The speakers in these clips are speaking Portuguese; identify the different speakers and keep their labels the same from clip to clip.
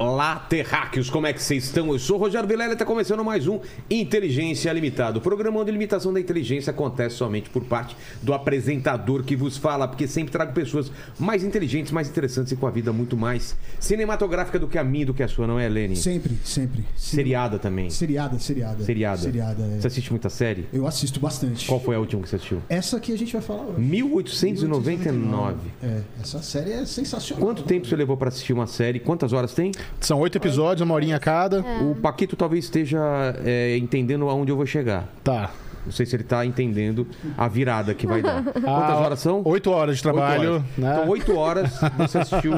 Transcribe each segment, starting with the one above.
Speaker 1: Olá, terráqueos, como é que vocês estão? Eu sou o Rogério Vilela e está começando mais um Inteligência Limitada. O programa onde a limitação da inteligência acontece somente por parte do apresentador que vos fala, porque sempre trago pessoas mais inteligentes, mais interessantes e com a vida muito mais cinematográfica do que a minha, do que a sua, não é, Helene?
Speaker 2: Sempre, sempre.
Speaker 1: Seriada também.
Speaker 2: Seriada, seriada.
Speaker 1: Seriada.
Speaker 2: Seriada, é.
Speaker 1: Você assiste muita série?
Speaker 2: Eu assisto bastante.
Speaker 1: Qual foi a última que você assistiu?
Speaker 2: Essa que a gente vai falar hoje.
Speaker 1: 1899.
Speaker 2: É, essa série é sensacional.
Speaker 1: Quanto tempo você levou para assistir uma série? Quantas horas tem?
Speaker 3: São oito episódios, uma horinha cada.
Speaker 2: Ah.
Speaker 1: O Paquito talvez esteja é, entendendo aonde eu vou chegar.
Speaker 3: Tá.
Speaker 1: Não sei se ele tá entendendo a virada que vai dar. Quantas
Speaker 3: Ah,
Speaker 1: horas são?
Speaker 3: Oito horas de trabalho.
Speaker 1: Oito horas.
Speaker 3: Né?
Speaker 1: Então, oito horas você assistiu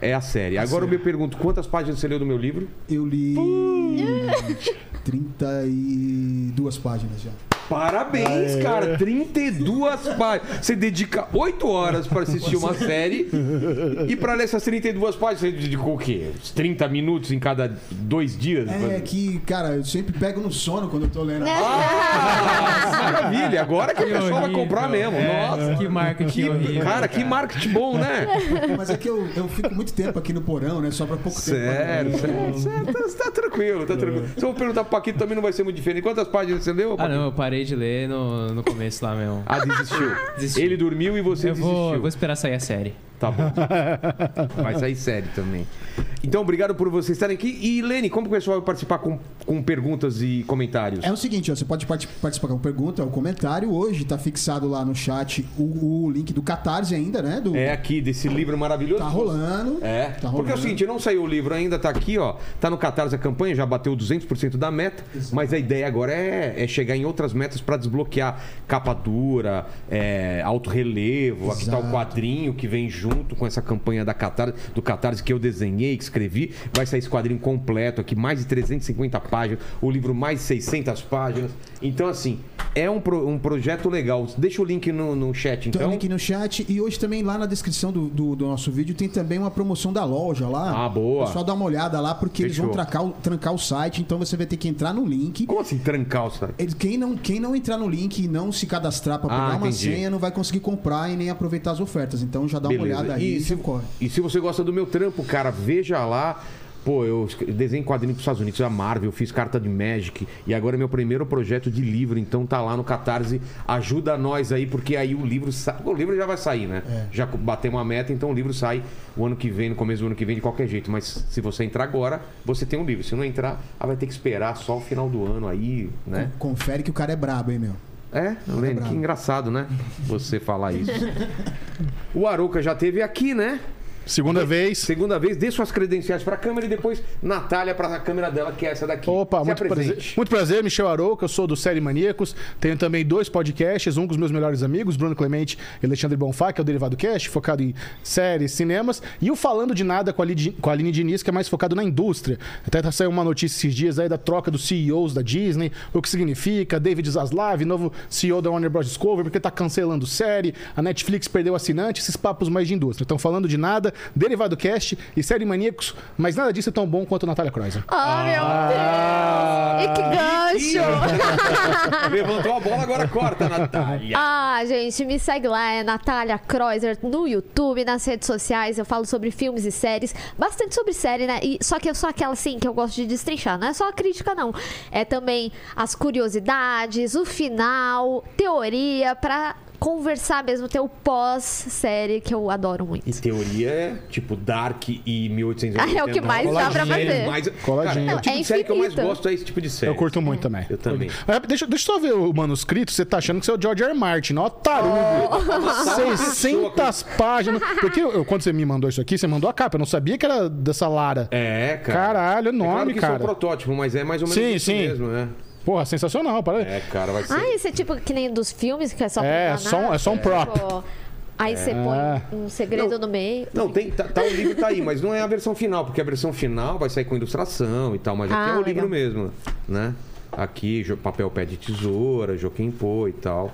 Speaker 1: é a série. Agora eu me pergunto quantas páginas você leu do meu livro?
Speaker 2: Eu li 32 páginas já.
Speaker 1: Parabéns, cara! 32 páginas. Você dedica oito horas para assistir uma série e para ler essas 32 páginas você dedicou o quê? Uns 30 minutos em cada dois dias?
Speaker 2: É que, cara, eu sempre pego no sono quando eu tô lendo.
Speaker 1: Ah, Maravilha! Agora que o pessoal vai comprar mesmo.
Speaker 4: É,
Speaker 1: Nossa!
Speaker 4: Que marketing
Speaker 1: Que-
Speaker 4: horrível.
Speaker 1: cara, que marketing bom, né?
Speaker 2: Mas é que eu, eu fico muito tempo aqui no porão, né? Só pra pouco
Speaker 1: Sério,
Speaker 2: tempo.
Speaker 1: sério, sério, tá, tá tranquilo, tá tranquilo. Se eu vou perguntar pro Paquito, também não vai ser muito diferente. Quantas páginas você leu?
Speaker 4: Ah,
Speaker 1: Paquito?
Speaker 4: não, eu parei de ler no, no começo lá mesmo.
Speaker 1: Ah, desistiu.
Speaker 4: Desistiu.
Speaker 1: Ele dormiu e você
Speaker 4: Eu vou,
Speaker 1: desistiu.
Speaker 4: eu vou esperar sair a série.
Speaker 1: Tá bom. Vai sair sério também. Então, obrigado por vocês estarem aqui. E, Lene, como que o pessoal vai participar com, com perguntas e comentários?
Speaker 2: É o seguinte, ó, você pode parti- participar com pergunta ou comentário. Hoje tá fixado lá no chat o, o link do Catarse ainda, né? Do,
Speaker 1: É aqui, desse livro maravilhoso.
Speaker 2: Tá rolando.
Speaker 1: É,
Speaker 2: Tá rolando.
Speaker 1: porque é o seguinte, não saiu o livro ainda, tá aqui, ó. Tá no Catarse a campanha, já bateu 200% da meta, mas a ideia agora é, é chegar em outras metas pra desbloquear capa dura, é, alto relevo, aqui tá o
Speaker 2: Exato.
Speaker 1: quadrinho que vem junto com essa campanha da Catarse, do Catarse que eu desenhei, que escrevi. Vai sair esse quadrinho completo aqui, mais de 350 páginas, o livro mais 600 páginas. Então, assim, é um, pro- um projeto legal. Deixa o link no, no chat,
Speaker 2: Tem
Speaker 1: então.
Speaker 2: o link no chat e hoje também lá na descrição do, do- do nosso vídeo tem também uma promoção da loja lá. É
Speaker 1: Ah, boa.
Speaker 2: Só dá uma olhada lá porque eles vão
Speaker 1: Fechou.
Speaker 2: trancar o, trancar o site, então você vai ter que entrar no link.
Speaker 1: Como assim, trancar o site?
Speaker 2: Eles- Quem não, quem não entrar no link e não se cadastrar para
Speaker 1: Ah,
Speaker 2: pegar uma
Speaker 1: entendi.
Speaker 2: senha não vai conseguir comprar e nem aproveitar as ofertas. Então já dá
Speaker 1: Beleza.
Speaker 2: uma olhada aí e,
Speaker 1: se,
Speaker 2: você corre.
Speaker 1: e se você gosta do meu trampo, cara, veja lá. Pô, eu esc- desenho quadrinho pros Estados Unidos, a Marvel, fiz carta de Magic e agora é meu primeiro projeto de livro, então tá lá no Catarse. Ajuda nós aí, porque aí o livro sai. O livro já vai sair, né?
Speaker 2: É.
Speaker 1: Já co- batemos a meta, então o livro sai o ano que vem, no começo do ano que vem, de qualquer jeito. Mas se você entrar agora, você tem um livro. Se não entrar, ah, vai ter que esperar só o final do ano aí, né?
Speaker 2: Con- Confere que o cara é Tá brabo, hein, meu?
Speaker 1: É, Lene, que
Speaker 2: bravo.
Speaker 1: engraçado, né? Você falar isso. O Arouca já teve aqui, né?
Speaker 3: Segunda vez.
Speaker 1: Segunda vez, dê suas credenciais para a câmera e depois Natália para a câmera dela, que é essa daqui.
Speaker 3: Opa,
Speaker 1: Se
Speaker 3: muito prazer.
Speaker 1: apresente.
Speaker 3: muito prazer, Michel Arouca, eu sou do Série Maníacos, tenho também dois podcasts, um com os meus melhores amigos, Bruno Clemente e Alexandre Bonfá, que é o Derivado Cast, focado em séries, cinemas, e o Falando de Nada com a, Lid- com a Aline Diniz, que é mais focado na indústria. Até tá saiu uma notícia esses dias aí da troca dos CEOs da Disney, o que significa, David Zaslav, novo CEO da Warner Bros. Discovery, porque tá cancelando série, a Netflix perdeu assinante, esses papos mais de indústria. Então, Falando de Nada, Derivado Cast e Série Maníacos, mas nada disso é tão bom quanto Natália Kreuzer.
Speaker 5: Oh,
Speaker 3: Ah.
Speaker 5: meu Deus! E que gancho!
Speaker 1: Levantou a bola, agora corta, Natália.
Speaker 5: Ah, gente, me segue lá, é Natália Kreuser no YouTube, nas redes sociais. Eu falo sobre filmes e séries, bastante sobre série, né? E, só que eu sou aquela, assim, que eu gosto de destrinchar. Não é só a crítica, não. É também as curiosidades, o final, teoria, pra conversar mesmo, ter o pós-série, que eu adoro muito.
Speaker 1: E teoria é tipo Dark e 1800.
Speaker 5: Ah, é o que mais dá pra fazer.
Speaker 1: Mais...
Speaker 3: Coladinho.
Speaker 1: Cara, é o
Speaker 5: Não,
Speaker 1: tipo
Speaker 5: é
Speaker 1: de série que eu mais
Speaker 5: infinito.
Speaker 1: gosto é esse tipo de série.
Speaker 3: Eu curto muito também.
Speaker 1: Eu também.
Speaker 3: Ah, Deixa, deixa eu só ver o manuscrito, você tá achando que você é o George R. R. Martin, ó, tarugo. 600 páginas. Porque eu- eu- quando você me mandou isso aqui, você mandou a capa, eu não sabia que era dessa Lara.
Speaker 1: É, cara.
Speaker 3: Caralho,
Speaker 1: é claro
Speaker 3: enorme,
Speaker 1: que Isso é um
Speaker 3: cara.
Speaker 1: protótipo, mas é mais ou menos
Speaker 3: Sim,
Speaker 1: isso
Speaker 3: sim.
Speaker 1: mesmo, né?
Speaker 3: Porra, sensacional, para.
Speaker 1: É, cara, vai ser.
Speaker 5: Ah, isso é tipo que nem dos filmes, que é só
Speaker 3: É,
Speaker 5: pra
Speaker 3: só um-
Speaker 5: enganar,
Speaker 3: é só um prop. É.
Speaker 5: tipo, Aí você põe um segredo no meio.
Speaker 1: Não, tem, tá, tá, o livro tá aí, mas não é a versão final, porque a versão final vai sair com ilustração e tal, mas aqui
Speaker 5: Ah,
Speaker 1: é o
Speaker 5: legal.
Speaker 1: livro mesmo, né? Aqui, jo- papel pé de tesoura, Joaquim Pô e tal.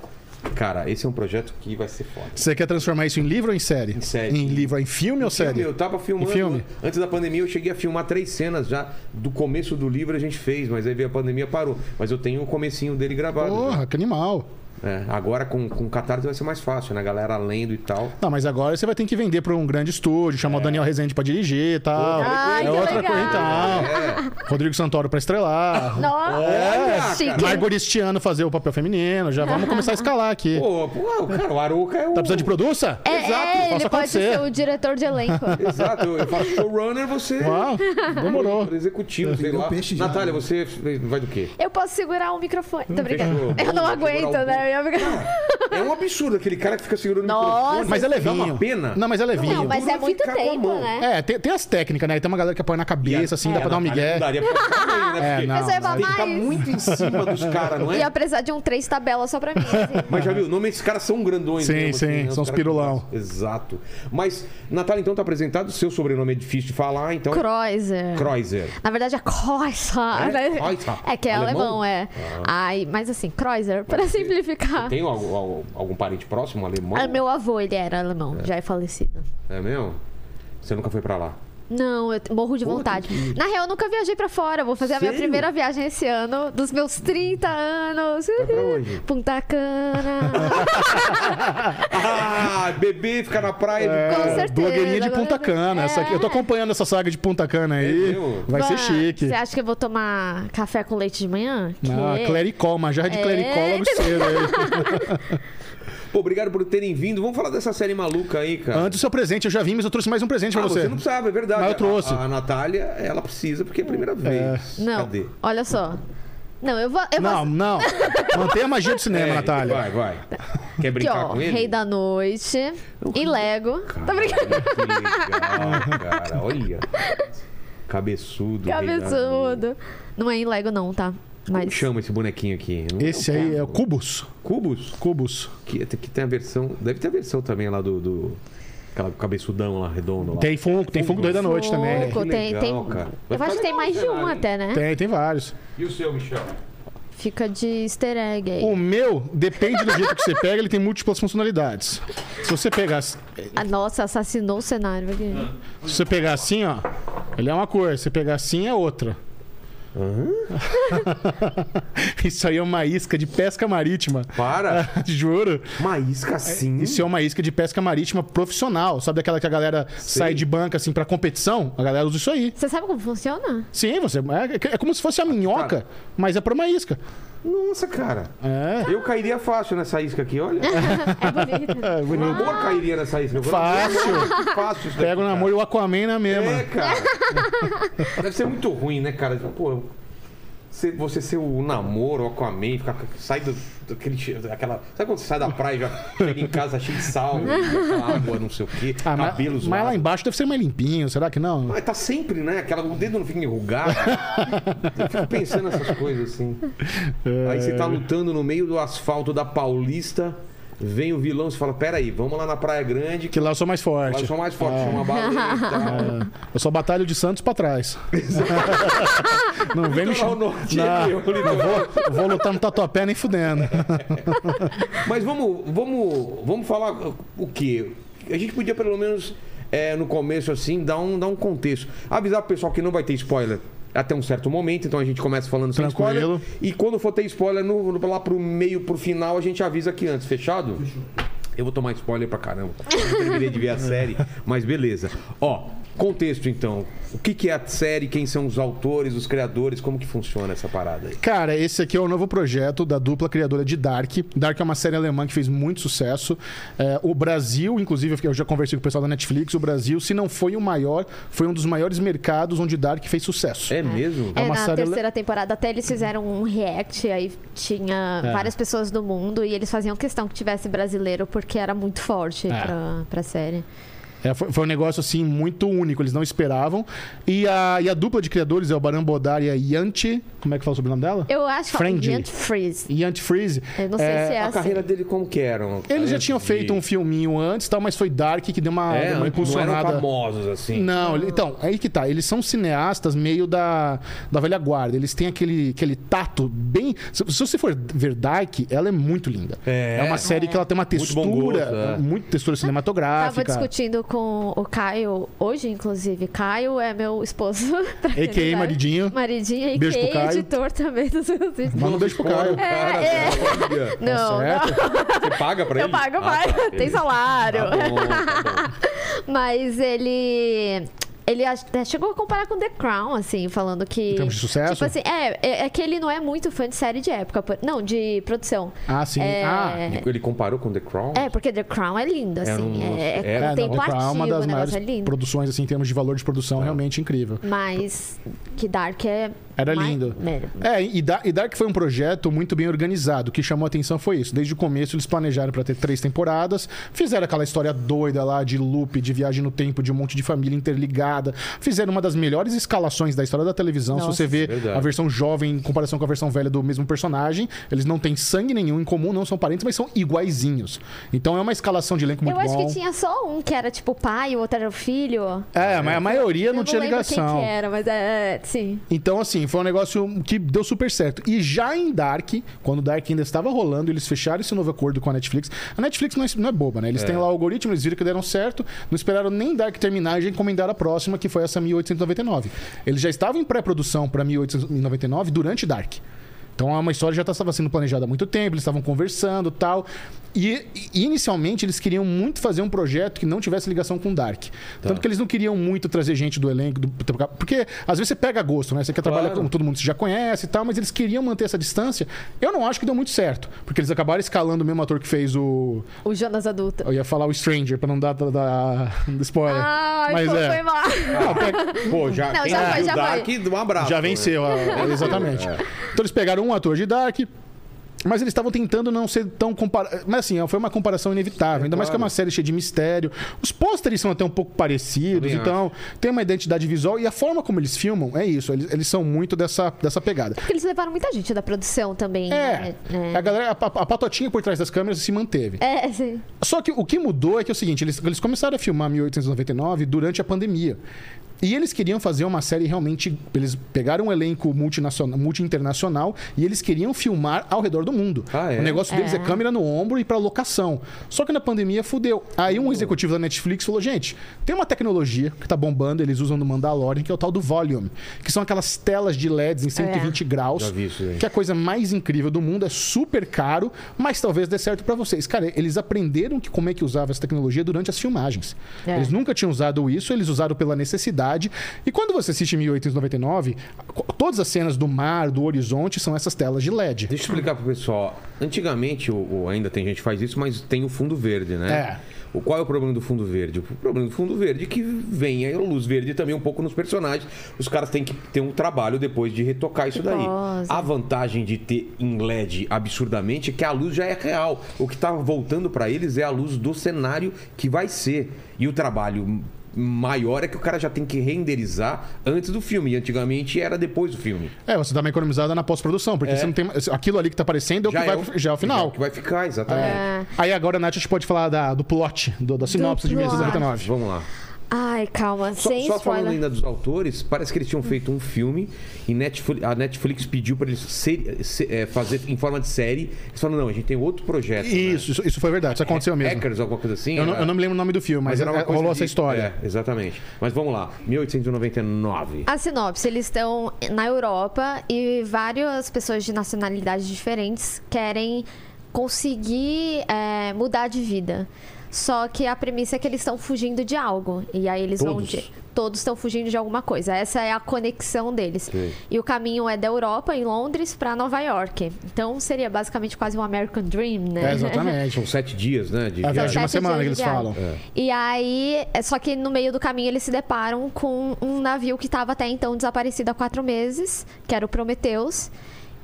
Speaker 1: Cara, esse é um projeto que vai ser foda.
Speaker 3: Você quer transformar isso em livro ou em série? Em
Speaker 1: série.
Speaker 3: Em livro, em filme ou série?
Speaker 1: Filme, Eu tava filmando.
Speaker 3: Em filme?
Speaker 1: Antes da pandemia, eu cheguei a filmar três cenas já do começo do livro a gente fez, mas aí veio a pandemia parou. Mas eu tenho o comecinho dele gravado. já.
Speaker 3: Porra, que animal.
Speaker 1: É, agora com, com Catarse vai ser mais fácil, né? A galera lendo e tal.
Speaker 3: Não, mas agora você vai ter que vender pra um grande estúdio,
Speaker 1: É.
Speaker 3: chamar o Daniel Rezende pra dirigir e tal. é
Speaker 5: Ai, que
Speaker 3: outra
Speaker 5: Ah, então legal.
Speaker 3: coisa então. e tal.
Speaker 1: É.
Speaker 3: Rodrigo Santoro pra estrelar.
Speaker 5: Nossa, chique.
Speaker 3: Margoristiano fazer o papel feminino. Já vamos começar a escalar aqui.
Speaker 1: Pô, pô, o cara, o Aruca é o.
Speaker 3: Tá precisando de produça?
Speaker 5: É,
Speaker 1: Exato,
Speaker 5: é,
Speaker 3: faça
Speaker 5: ele pode
Speaker 3: acontecer.
Speaker 5: ser o diretor de elenco.
Speaker 1: Exato, eu eu faço showrunner, você. é
Speaker 3: Uau, demorou.
Speaker 1: Executivo, sei
Speaker 2: Vendeu
Speaker 1: lá.
Speaker 2: peixe já,
Speaker 1: Natália,
Speaker 2: né?
Speaker 1: você vai do quê?
Speaker 5: Eu posso segurar o microfone. Tô brincando.
Speaker 1: fechou.
Speaker 5: Eu não
Speaker 1: Vou segurar
Speaker 5: aguento,
Speaker 1: o-
Speaker 5: né? Eu ia ficar-
Speaker 1: É um absurdo aquele cara que fica segurando
Speaker 5: Nossa.
Speaker 1: o microfone.
Speaker 3: Mas é
Speaker 1: Dá
Speaker 3: levinho.
Speaker 1: uma pena.
Speaker 3: Não, mas é levinho.
Speaker 5: Não, mas
Speaker 1: duro
Speaker 5: é muito
Speaker 1: ficar com a
Speaker 5: tempo,
Speaker 1: mão.
Speaker 5: né?
Speaker 3: É, tem, tem as técnicas, né? E Tem uma galera que apoia na cabeça, assim, dá pra dar um
Speaker 1: Natália
Speaker 3: migué.
Speaker 1: Não daria pra ficar bem, né?
Speaker 3: É,
Speaker 1: Porque
Speaker 3: não.
Speaker 5: Mas eu
Speaker 1: você Tem
Speaker 5: ia
Speaker 1: que
Speaker 5: falar
Speaker 1: ficar
Speaker 5: mais.
Speaker 1: muito em cima dos caras, não
Speaker 5: Ia
Speaker 1: é?
Speaker 5: precisar de um três tabelas só pra mim. assim.
Speaker 1: Mas já viu, normalmente esses caras são grandões.
Speaker 3: Sim,
Speaker 1: mesmo,
Speaker 3: sim,
Speaker 1: né?
Speaker 3: são os
Speaker 1: caras que
Speaker 3: pirulão.
Speaker 1: gostam. Exato. Mas, Natália, então tá apresentado, seu sobrenome é difícil de falar, então. é
Speaker 5: Kreuzer.
Speaker 1: Kreuzer.
Speaker 5: Na verdade é Kreuzer.
Speaker 1: É?
Speaker 5: né?
Speaker 1: Kreuzer.
Speaker 5: É que é
Speaker 1: Alemão? Ah.
Speaker 5: alemão, é. Ai, mas assim, Kreuzer, pra simplificar.
Speaker 1: Tem algum, algum- algum parente próximo, alemão?
Speaker 5: Ah, meu avô, ele era alemão, já é falecido.
Speaker 1: É mesmo? Você nunca foi pra lá?
Speaker 5: Não, eu t- morro de
Speaker 1: Pô,
Speaker 5: vontade.
Speaker 1: tem
Speaker 5: Na real, eu nunca viajei pra fora. Eu Vou fazer a minha
Speaker 1: Sério?
Speaker 5: primeira viagem esse ano, dos meus 30 anos.
Speaker 1: pra onde?
Speaker 5: Punta Cana.
Speaker 1: Ah, beber, ficar na praia.
Speaker 3: É,
Speaker 5: Com certeza,
Speaker 3: Blogueirinha de
Speaker 5: agora- é.
Speaker 3: Punta Cana. Essa aqui, eu tô acompanhando essa saga de Punta Cana aí.
Speaker 1: meu?
Speaker 3: Vai ser
Speaker 5: Bah,
Speaker 3: chique.
Speaker 5: Você acha que eu vou tomar café com leite de manhã?
Speaker 3: Ah,
Speaker 5: Que-
Speaker 3: clericol, uma jarra de
Speaker 5: É,
Speaker 3: clericol logo cedo aí.
Speaker 1: Pô, obrigado por terem vindo. Vamos falar dessa série maluca aí, cara.
Speaker 3: Antes do seu presente, eu já vim, mas eu trouxe mais um presente pra
Speaker 1: Ah, você.
Speaker 3: você.
Speaker 1: não precisava, é verdade.
Speaker 3: Mas eu trouxe.
Speaker 1: A, a Natália, ela precisa porque é a primeira vez.
Speaker 5: Não,
Speaker 1: Cadê?
Speaker 5: olha só. Não, eu vou. Eu
Speaker 3: Não,
Speaker 5: vou...
Speaker 3: não. Mantenha a magia do cinema,
Speaker 1: É,
Speaker 3: Natália.
Speaker 1: Vai, vai. Quer
Speaker 5: Aqui,
Speaker 1: brincar
Speaker 5: ó,
Speaker 1: com ele?
Speaker 5: Rei da Noite e Lego. Tá
Speaker 1: Caralho,
Speaker 5: brincando?
Speaker 1: que legal, cara. Olha. Cabeçudo. rei da noite.
Speaker 5: Cabeçudo. Não é em Lego, não, tá?
Speaker 1: Como
Speaker 5: Mas.
Speaker 1: chama esse bonequinho aqui? Não
Speaker 3: Esse aí é o
Speaker 1: Cubos. Cubos?
Speaker 3: Cubus. Cubus.
Speaker 1: Que, que tem a versão... Deve ter a versão também lá do... do... Aquela cabeçudão lá, redondo lá.
Speaker 3: Tem Funko, tem Funko 2 da noite também.
Speaker 1: né?
Speaker 5: Funko,
Speaker 1: Que
Speaker 5: tem,
Speaker 1: legal,
Speaker 5: tem-
Speaker 1: cara. Vai
Speaker 5: Eu
Speaker 1: ficar
Speaker 5: acho que tem
Speaker 1: legal
Speaker 5: mais
Speaker 1: o
Speaker 5: de um
Speaker 1: cenário, hein?
Speaker 5: até, né?
Speaker 3: Tem, tem vários.
Speaker 1: E o seu, Michel?
Speaker 5: Fica de easter egg
Speaker 1: Um
Speaker 5: aí.
Speaker 3: O meu, depende do jeito que você pega, ele tem múltiplas funcionalidades. Se você pegar, se
Speaker 5: Ah, nossa, assassinou o cenário aqui.
Speaker 3: você pegar assim, ó, ele é uma cor. Se você pegar assim, é outra. Isso aí é uma isca de pesca marítima.
Speaker 1: Para!
Speaker 3: Juro.
Speaker 1: Maísca assim?
Speaker 3: Isso é uma isca de pesca marítima profissional. Sabe daquela que a galera sai de banca assim pra competição? A galera usa isso aí.
Speaker 5: Você sabe como funciona?
Speaker 3: Sim, você é, é como se
Speaker 1: Ah, tá.
Speaker 3: fosse a minhoca, mas é pra uma isca.
Speaker 1: Nossa, cara.
Speaker 3: um É.
Speaker 1: Eu cairia fácil nessa isca aqui, olha.
Speaker 5: É bonito.
Speaker 3: É,
Speaker 1: O
Speaker 3: bonito.
Speaker 1: amor cairia nessa isca.
Speaker 3: Fácil.
Speaker 1: Fácil isso
Speaker 3: Pega o
Speaker 1: daqui,
Speaker 3: namoro e o Aquaman na
Speaker 1: cara.
Speaker 3: mesma.
Speaker 1: É, cara. Deve ser muito ruim, né, cara? Pô, você, você ser o namoro, o Aquaman, ficar, sai do, daquele, che- daquela... Sabe quando você sai da praia e já chega em casa cheio de sal, aquela água, não sei o quê,
Speaker 3: Ah, mas,
Speaker 1: cabelo
Speaker 3: mas lá
Speaker 1: zoado?
Speaker 3: embaixo deve ser mais limpinho, será que não?
Speaker 1: Mas tá sempre, né? Aquela, o dedo não fica enrugado. Eu fico pensando nessas coisas, assim. Aí você tá lutando no meio do asfalto da Paulista, vem o vilão, você fala, peraí, vamos lá na Praia Grande, que
Speaker 3: Que lá eu sou mais
Speaker 1: lá eu
Speaker 3: forte.
Speaker 1: sou mais forte, chama a baleia tá?
Speaker 3: É, eu sou batalho de Santos pra trás. não vem me
Speaker 1: e tal. Litoral
Speaker 3: chamar.
Speaker 1: Norte é
Speaker 3: Não,
Speaker 1: meu, litoral-
Speaker 3: eu vou lutar no tatuapé nem fudendo.
Speaker 1: Mas vamos, vamos, vamos falar uh, o quê? A gente podia pelo menos, é, no começo assim, dar um, dar um contexto. Avisar pro pessoal que não vai ter spoiler até um certo momento, então a gente começa falando sem
Speaker 3: Tranquilo.
Speaker 1: spoiler. E quando for ter spoiler, no, no- lá pro meio, pro final, a gente avisa aqui antes, fechado? Eu vou tomar spoiler pra caramba. Eu terminei de ver a série, mas beleza. Ó, contexto então. O que, que é a série? Quem são os autores, os criadores? Como que funciona essa parada aí?
Speaker 3: Cara, esse aqui é o novo projeto da dupla criadora de Dark. Dark é uma série alemã que fez muito sucesso. É, o Brasil, inclusive, eu já conversei com o pessoal da Netflix, o Brasil, se não foi o maior, foi um dos maiores mercados onde Dark fez sucesso.
Speaker 1: É mesmo?
Speaker 5: É,
Speaker 3: uma
Speaker 5: na
Speaker 3: série-
Speaker 5: terceira temporada até eles fizeram um react, aí tinha várias pessoas do mundo e eles faziam questão que tivesse brasileiro porque era muito forte
Speaker 3: É.
Speaker 5: pra, pra série.
Speaker 3: É, foi, foi um negócio assim muito único, eles não esperavam. E a, e a dupla de criadores é o Baran Bodar e a Yanti. Como é que fala o sobrenome dela?
Speaker 5: Eu acho que
Speaker 3: Friendly.
Speaker 5: Giant Freeze.
Speaker 3: Yanti Freeze.
Speaker 5: Eu não sei se é
Speaker 1: A
Speaker 5: assim.
Speaker 1: carreira dele como que era?
Speaker 3: Eles já tinham feito um filminho antes, e tal, mas foi Dark que deu uma,
Speaker 1: É,
Speaker 3: deu uma
Speaker 1: não eram
Speaker 3: impulsionada.
Speaker 1: famosos assim.
Speaker 3: Não, ele- então, aí que tá. Eles são cineastas meio da, da velha guarda. Eles têm aquele, aquele tato bem. Se, se você for ver Dark, ela é muito linda.
Speaker 1: É.
Speaker 3: uma série que ela tem uma
Speaker 1: Muito bom
Speaker 3: textura, muito,
Speaker 1: gosto, é.
Speaker 3: textura
Speaker 5: Tava
Speaker 3: cinematográfica.
Speaker 5: discutindo com o Caio hoje, inclusive. Caio é meu esposo. pra quem não
Speaker 3: AKA
Speaker 5: sabe.
Speaker 3: maridinho.
Speaker 5: Maridinho,
Speaker 3: Beijo pro
Speaker 5: a.k.a.
Speaker 3: Caio.
Speaker 5: editor também dos meus vídeos.
Speaker 3: Manda um beijo pro Caio.
Speaker 1: Cara, né,
Speaker 5: É,
Speaker 1: olha.
Speaker 5: Não, não.
Speaker 3: certo?
Speaker 1: Você paga pra
Speaker 5: Eu
Speaker 1: ele?
Speaker 5: pago, eu
Speaker 1: Ah,
Speaker 5: pago.
Speaker 1: tá,
Speaker 5: Tem
Speaker 1: beleza.
Speaker 5: salário.
Speaker 1: Tá bom, tá bom.
Speaker 5: Mas ele. Ele até chegou a comparar com The Crown, assim, falando que.
Speaker 3: Em termos de sucesso?
Speaker 5: Tipo assim, é, é, é que ele não é muito fã de série de época. por- Não, de produção.
Speaker 3: Ah, sim.
Speaker 5: É,
Speaker 3: Ah,
Speaker 1: Ele- Ele comparou com The Crown?
Speaker 5: É, porque The Crown é lindo,
Speaker 1: Era
Speaker 5: assim.
Speaker 1: um-
Speaker 5: É, é,
Speaker 1: era-
Speaker 3: é, não,
Speaker 5: tem
Speaker 3: The Crown é
Speaker 5: platinho,
Speaker 3: uma
Speaker 5: o
Speaker 3: das maiores
Speaker 5: negócio é lindo.
Speaker 3: produções, assim, em termos de valor de
Speaker 1: É.
Speaker 3: produção, realmente incrível.
Speaker 5: Mas que Dark é.
Speaker 3: Era
Speaker 5: mais-
Speaker 3: lindo.
Speaker 5: Velho.
Speaker 3: É, e, da, e Dark foi um projeto muito bem organizado. O que chamou a atenção foi isso. Desde o começo eles planejaram pra ter três temporadas, fizeram aquela história doida lá de loop, de viagem no tempo, de um monte de família interligada. Fizeram uma das melhores escalações da história da televisão. Se você vê
Speaker 1: verdade.
Speaker 3: a versão jovem em comparação com a versão velha do mesmo personagem, eles não têm sangue nenhum em comum, não são parentes, mas são iguaizinhos. Então é uma escalação de elenco muito
Speaker 5: eu acho
Speaker 3: bom.
Speaker 5: que tinha só um que era tipo o pai, o outro era o filho.
Speaker 3: É, mas a maioria
Speaker 5: eu
Speaker 3: não tinha
Speaker 5: lembro
Speaker 3: ligação.
Speaker 5: quem que era, mas é. Sim.
Speaker 3: Então, assim, foi um negócio que deu super certo. E já em Dark, quando Dark ainda estava rolando, eles fecharam esse novo acordo com a Netflix. A Netflix não é, não é boba, né? Eles têm lá o algoritmo, eles viram que deram certo, não esperaram nem Dark terminar e já encomendaram a próxima, que foi essa 1899. Eles já estavam em pré-produção para 1899 durante Dark. Então é uma história que já estava sendo planejada há muito tempo, eles estavam conversando tal. E, e, inicialmente eles queriam muito fazer um projeto que não tivesse ligação com o Dark. Tanto que eles não queriam muito trazer gente do elenco, do- porque às vezes você pega gosto, né? Você quer trabalhar
Speaker 1: Claro.
Speaker 3: com todo mundo que você já conhece e tal, mas eles queriam manter essa distância. Eu não acho que deu muito certo, porque eles acabaram escalando o mesmo ator que fez o.
Speaker 5: O Jonas adulto.
Speaker 3: Eu ia falar o Stranger, pra não dar, dar, dar spoiler.
Speaker 5: Ai,
Speaker 3: mas
Speaker 5: pô,
Speaker 3: é.
Speaker 5: Ah, foi mal.
Speaker 3: Não, pega-
Speaker 1: Ah, Pô, já,
Speaker 5: Não,
Speaker 1: quem
Speaker 5: já foi,
Speaker 1: viu
Speaker 5: já
Speaker 1: Dark, um abraço.
Speaker 3: já venceu, a- né? exatamente. Então eles pegaram um ator de Dark. Mas eles estavam tentando não ser tão compara... Mas assim, foi uma comparação inevitável. Ainda mais que é uma série cheia de mistério. Os pôsteres são até um pouco parecidos.
Speaker 1: Também
Speaker 3: então, tem uma identidade visual. E a forma como eles filmam é isso. Eles, eles são muito dessa, dessa pegada.
Speaker 5: Porque eles levaram muita gente da produção também.
Speaker 3: É.
Speaker 5: né?
Speaker 3: A galera, a, pa- a patotinha por trás das câmeras se manteve.
Speaker 5: É, é, sim.
Speaker 3: Só que o que mudou é que é o seguinte, eles, eles começaram a filmar 1899 durante a pandemia. E eles queriam fazer uma série realmente. Eles pegaram um elenco multinacional, multi-internacional e eles queriam filmar ao redor do mundo.
Speaker 1: Ah, é?
Speaker 3: O negócio deles é câmera no ombro e pra locação. Só que na pandemia fudeu. Aí
Speaker 1: Hum.
Speaker 3: um executivo da Netflix falou: gente, tem uma tecnologia que tá bombando, eles usam no Mandalorian, que é o tal do Volume, que são aquelas telas de LEDs em 120 graus.
Speaker 1: Já vi isso aí.
Speaker 3: que é a coisa mais incrível do mundo, é super caro, mas talvez dê certo pra vocês. Cara, eles aprenderam que, como é que usava essa tecnologia durante as filmagens.
Speaker 5: É.
Speaker 3: Eles nunca tinham usado isso, eles usaram pela necessidade. E quando você assiste 1899, co- todas as cenas do mar, do horizonte, são essas telas de LED.
Speaker 1: Deixa eu explicar pro pessoal. Antigamente, ou, ou ainda tem gente que faz isso, mas tem o fundo verde, né?
Speaker 3: É.
Speaker 1: O, qual é o problema do fundo verde? O problema do fundo verde é que vem a luz verde também um pouco nos personagens. Os caras têm que ter um trabalho depois de retocar isso daí.
Speaker 5: Nossa.
Speaker 1: A vantagem de ter em LED absurdamente é que a luz já é real. O que tá voltando para eles é a luz do cenário que vai ser. E o trabalho maior é que o cara já tem que renderizar antes do filme. E antigamente era depois do filme.
Speaker 3: É, você dá uma economizada na pós-produção, porque você não tem. Aquilo ali que tá aparecendo é o que vai, pro- É. já é o final.
Speaker 1: já é que vai ficar, exatamente.
Speaker 3: Aí agora a Nath a gente pode falar da- do plot, do- da sinopse de
Speaker 5: plot.
Speaker 3: 1899.
Speaker 1: Vamos lá.
Speaker 5: Ai, calma,
Speaker 1: Só,
Speaker 5: sem
Speaker 1: só falando
Speaker 5: spoiler.
Speaker 1: ainda dos autores, parece que eles tinham feito um filme e Netflix- a Netflix pediu pra eles ser- se- é, fazer em forma de série. Eles falaram, não, a gente tem outro projeto.
Speaker 3: Isso, isso, isso foi verdade, isso aconteceu
Speaker 1: né?
Speaker 3: mesmo.
Speaker 1: Hackers, alguma coisa assim.
Speaker 3: Eu não,
Speaker 1: era-
Speaker 3: eu não me lembro o nome do filme, é né? mas,
Speaker 1: era uma
Speaker 3: é-
Speaker 1: coisa
Speaker 3: rolou
Speaker 1: de-
Speaker 3: essa história.
Speaker 1: É, exatamente. Mas vamos lá. 1899.
Speaker 5: A sinopse, eles estão na Europa e várias pessoas de nacionalidades diferentes querem conseguir é, mudar de vida. Só que a premissa é que eles estão fugindo de algo. E aí eles vão.
Speaker 1: Todos?
Speaker 5: De... Todos estão fugindo de alguma coisa. Essa é a conexão deles.
Speaker 1: Ok.
Speaker 5: E o caminho é da Europa, em Londres, para Nova York. Então seria basicamente quase um American Dream, né?
Speaker 3: É, exatamente.
Speaker 1: São sete dias, né? De
Speaker 3: É a
Speaker 1: viagem.
Speaker 3: viagem de uma
Speaker 5: sete
Speaker 3: semana
Speaker 5: dias
Speaker 3: que eles
Speaker 5: de viagem.
Speaker 3: falam.
Speaker 5: E aí, é só que no meio do caminho eles se deparam com um navio que estava até então desaparecido há quatro meses, que era o Prometheus.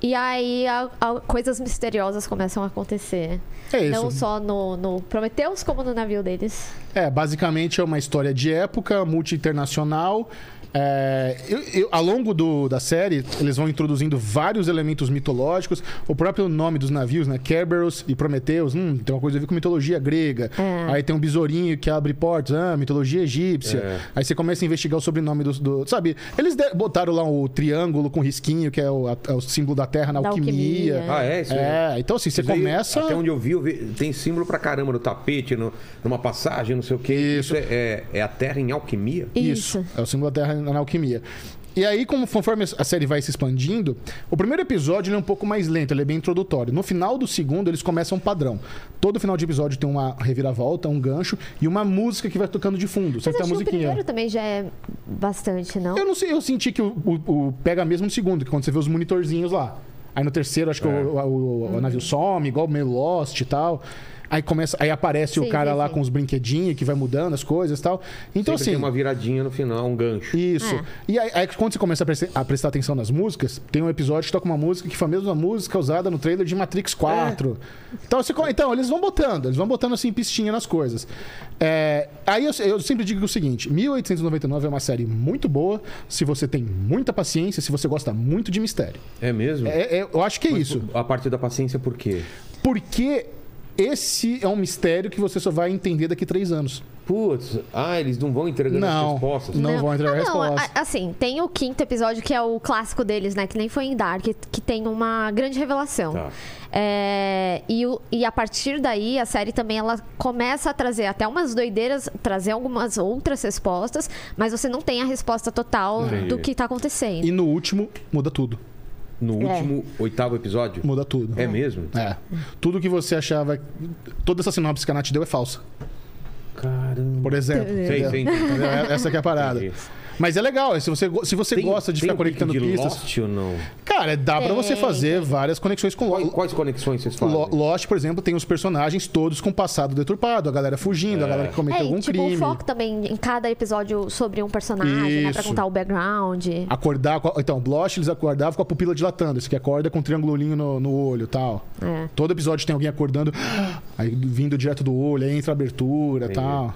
Speaker 5: E aí a- a- coisas misteriosas começam a acontecer.
Speaker 3: É isso.
Speaker 5: Não só no, no Prometheus, como no navio deles.
Speaker 3: É, basicamente é uma história de época, multi-internacional. É, eu- eu- ao longo do- da série, eles vão introduzindo vários elementos mitológicos. O próprio nome dos navios, né? Kerberos e Prometeus, hum, tem uma coisa a ver com mitologia grega. Aí tem um besourinho que abre portas, ah, mitologia egípcia.
Speaker 1: É.
Speaker 3: Aí você começa a investigar o sobrenome dos. do- sabe? Eles de- botaram lá o triângulo com risquinho, que é o, a- é o símbolo da terra na
Speaker 5: Da
Speaker 3: alquimia.
Speaker 5: alquimia.
Speaker 1: Ah, é? Isso aí.
Speaker 3: É, então assim, você
Speaker 1: Isso aí,
Speaker 3: começa.
Speaker 1: Até um onde eu vi, eu vi- tem símbolo pra caramba no tapete, no- numa passagem, não sei o quê. Isso, é, é- é a terra em alquimia?
Speaker 5: Isso.
Speaker 3: É o símbolo da Terra na alquimia. E aí, como- conforme a série vai se expandindo, o primeiro episódio ele é um pouco mais lento, ele é bem introdutório. No final do segundo, eles começam um padrão. Todo final de episódio tem uma reviravolta, um gancho e uma música que vai tocando de fundo. Sempre
Speaker 5: Mas
Speaker 3: Então tem a
Speaker 5: acho que o
Speaker 3: musiquinha.
Speaker 5: primeiro também já é bastante, não?
Speaker 3: Eu não sei, eu senti que o, o- o pega mesmo no segundo, que quando você vê os monitorzinhos lá. Aí no terceiro, acho que
Speaker 1: É.
Speaker 3: o, o-
Speaker 5: Uhum.
Speaker 3: o- o navio some, igual meio Lost e tal. Aí começa, aí aparece o
Speaker 5: Sim,
Speaker 3: cara
Speaker 5: sim,
Speaker 3: lá
Speaker 5: sim.
Speaker 3: com os brinquedinhos que vai mudando as coisas e tal.
Speaker 1: Sempre
Speaker 3: Então, assim.
Speaker 1: Tem uma viradinha no final, um gancho.
Speaker 3: Isso.
Speaker 5: É.
Speaker 3: E aí, aí quando você começa a preste- a prestar, atenção nas músicas, tem um episódio que toca uma música que foi a mesma música usada no trailer de Matrix 4. Então, você co- então, eles vão botando, eles vão botando assim pistinha nas coisas. É, aí eu, eu sempre digo o seguinte: 1899 é uma série muito boa se você tem muita paciência, se você gosta muito de mistério.
Speaker 1: É mesmo?
Speaker 3: É- é- eu acho que é isso.
Speaker 1: A partir da paciência, por quê?
Speaker 3: Porque esse é um mistério que você só vai entender daqui três anos.
Speaker 1: Putz, ah, eles não vão entregando as
Speaker 3: Não,
Speaker 1: respostas.
Speaker 3: não vão entrar
Speaker 5: ah, não,
Speaker 3: respostas.
Speaker 5: a- assim, tem o quinto episódio, que é o clássico deles, né? Que nem foi em Dark, que tem uma grande revelação.
Speaker 1: Tá.
Speaker 5: É, e, o- e a partir daí, a série também ela começa a trazer até umas doideiras, trazer algumas outras respostas, mas você não tem a resposta total
Speaker 1: Entendi.
Speaker 5: do que tá acontecendo.
Speaker 3: E no último, muda tudo.
Speaker 1: No
Speaker 5: É.
Speaker 1: último, oitavo episódio?
Speaker 3: Muda tudo.
Speaker 1: É mesmo?
Speaker 3: É. Tudo que você achava. Toda essa sinopse que a Nath deu é falsa.
Speaker 1: Caramba.
Speaker 3: Por exemplo.
Speaker 1: Sei,
Speaker 3: entendeu?
Speaker 1: sei.
Speaker 3: Entendeu? É- Essa que é a parada.
Speaker 1: Entendi.
Speaker 3: Mas é legal, se você, go- se você
Speaker 1: Tem-
Speaker 3: gosta de
Speaker 1: tem
Speaker 3: ficar
Speaker 1: um
Speaker 3: conectando
Speaker 1: pique de
Speaker 3: pistas.
Speaker 1: Lost ou não?
Speaker 3: Cara, dá pra você
Speaker 5: Tem.
Speaker 3: fazer várias conexões com
Speaker 1: Quais,
Speaker 3: Lost.
Speaker 1: quais conexões vocês fazem?
Speaker 3: Lo- Lost, por exemplo, tem os personagens todos com passado deturpado, a galera fugindo, a galera que cometeu
Speaker 5: É, e
Speaker 3: algum
Speaker 5: tipo,
Speaker 3: crime.
Speaker 5: o foco também em cada episódio sobre um personagem, né? Pra
Speaker 3: Isso.
Speaker 5: contar o background.
Speaker 3: Acordar com a- Então, Lost, eles acordavam com a pupila dilatando. Esse que acorda com um triangulinho no, no olho tal.
Speaker 5: É.
Speaker 3: Todo episódio tem alguém acordando, aí vindo direto do olho, aí entra a abertura tal.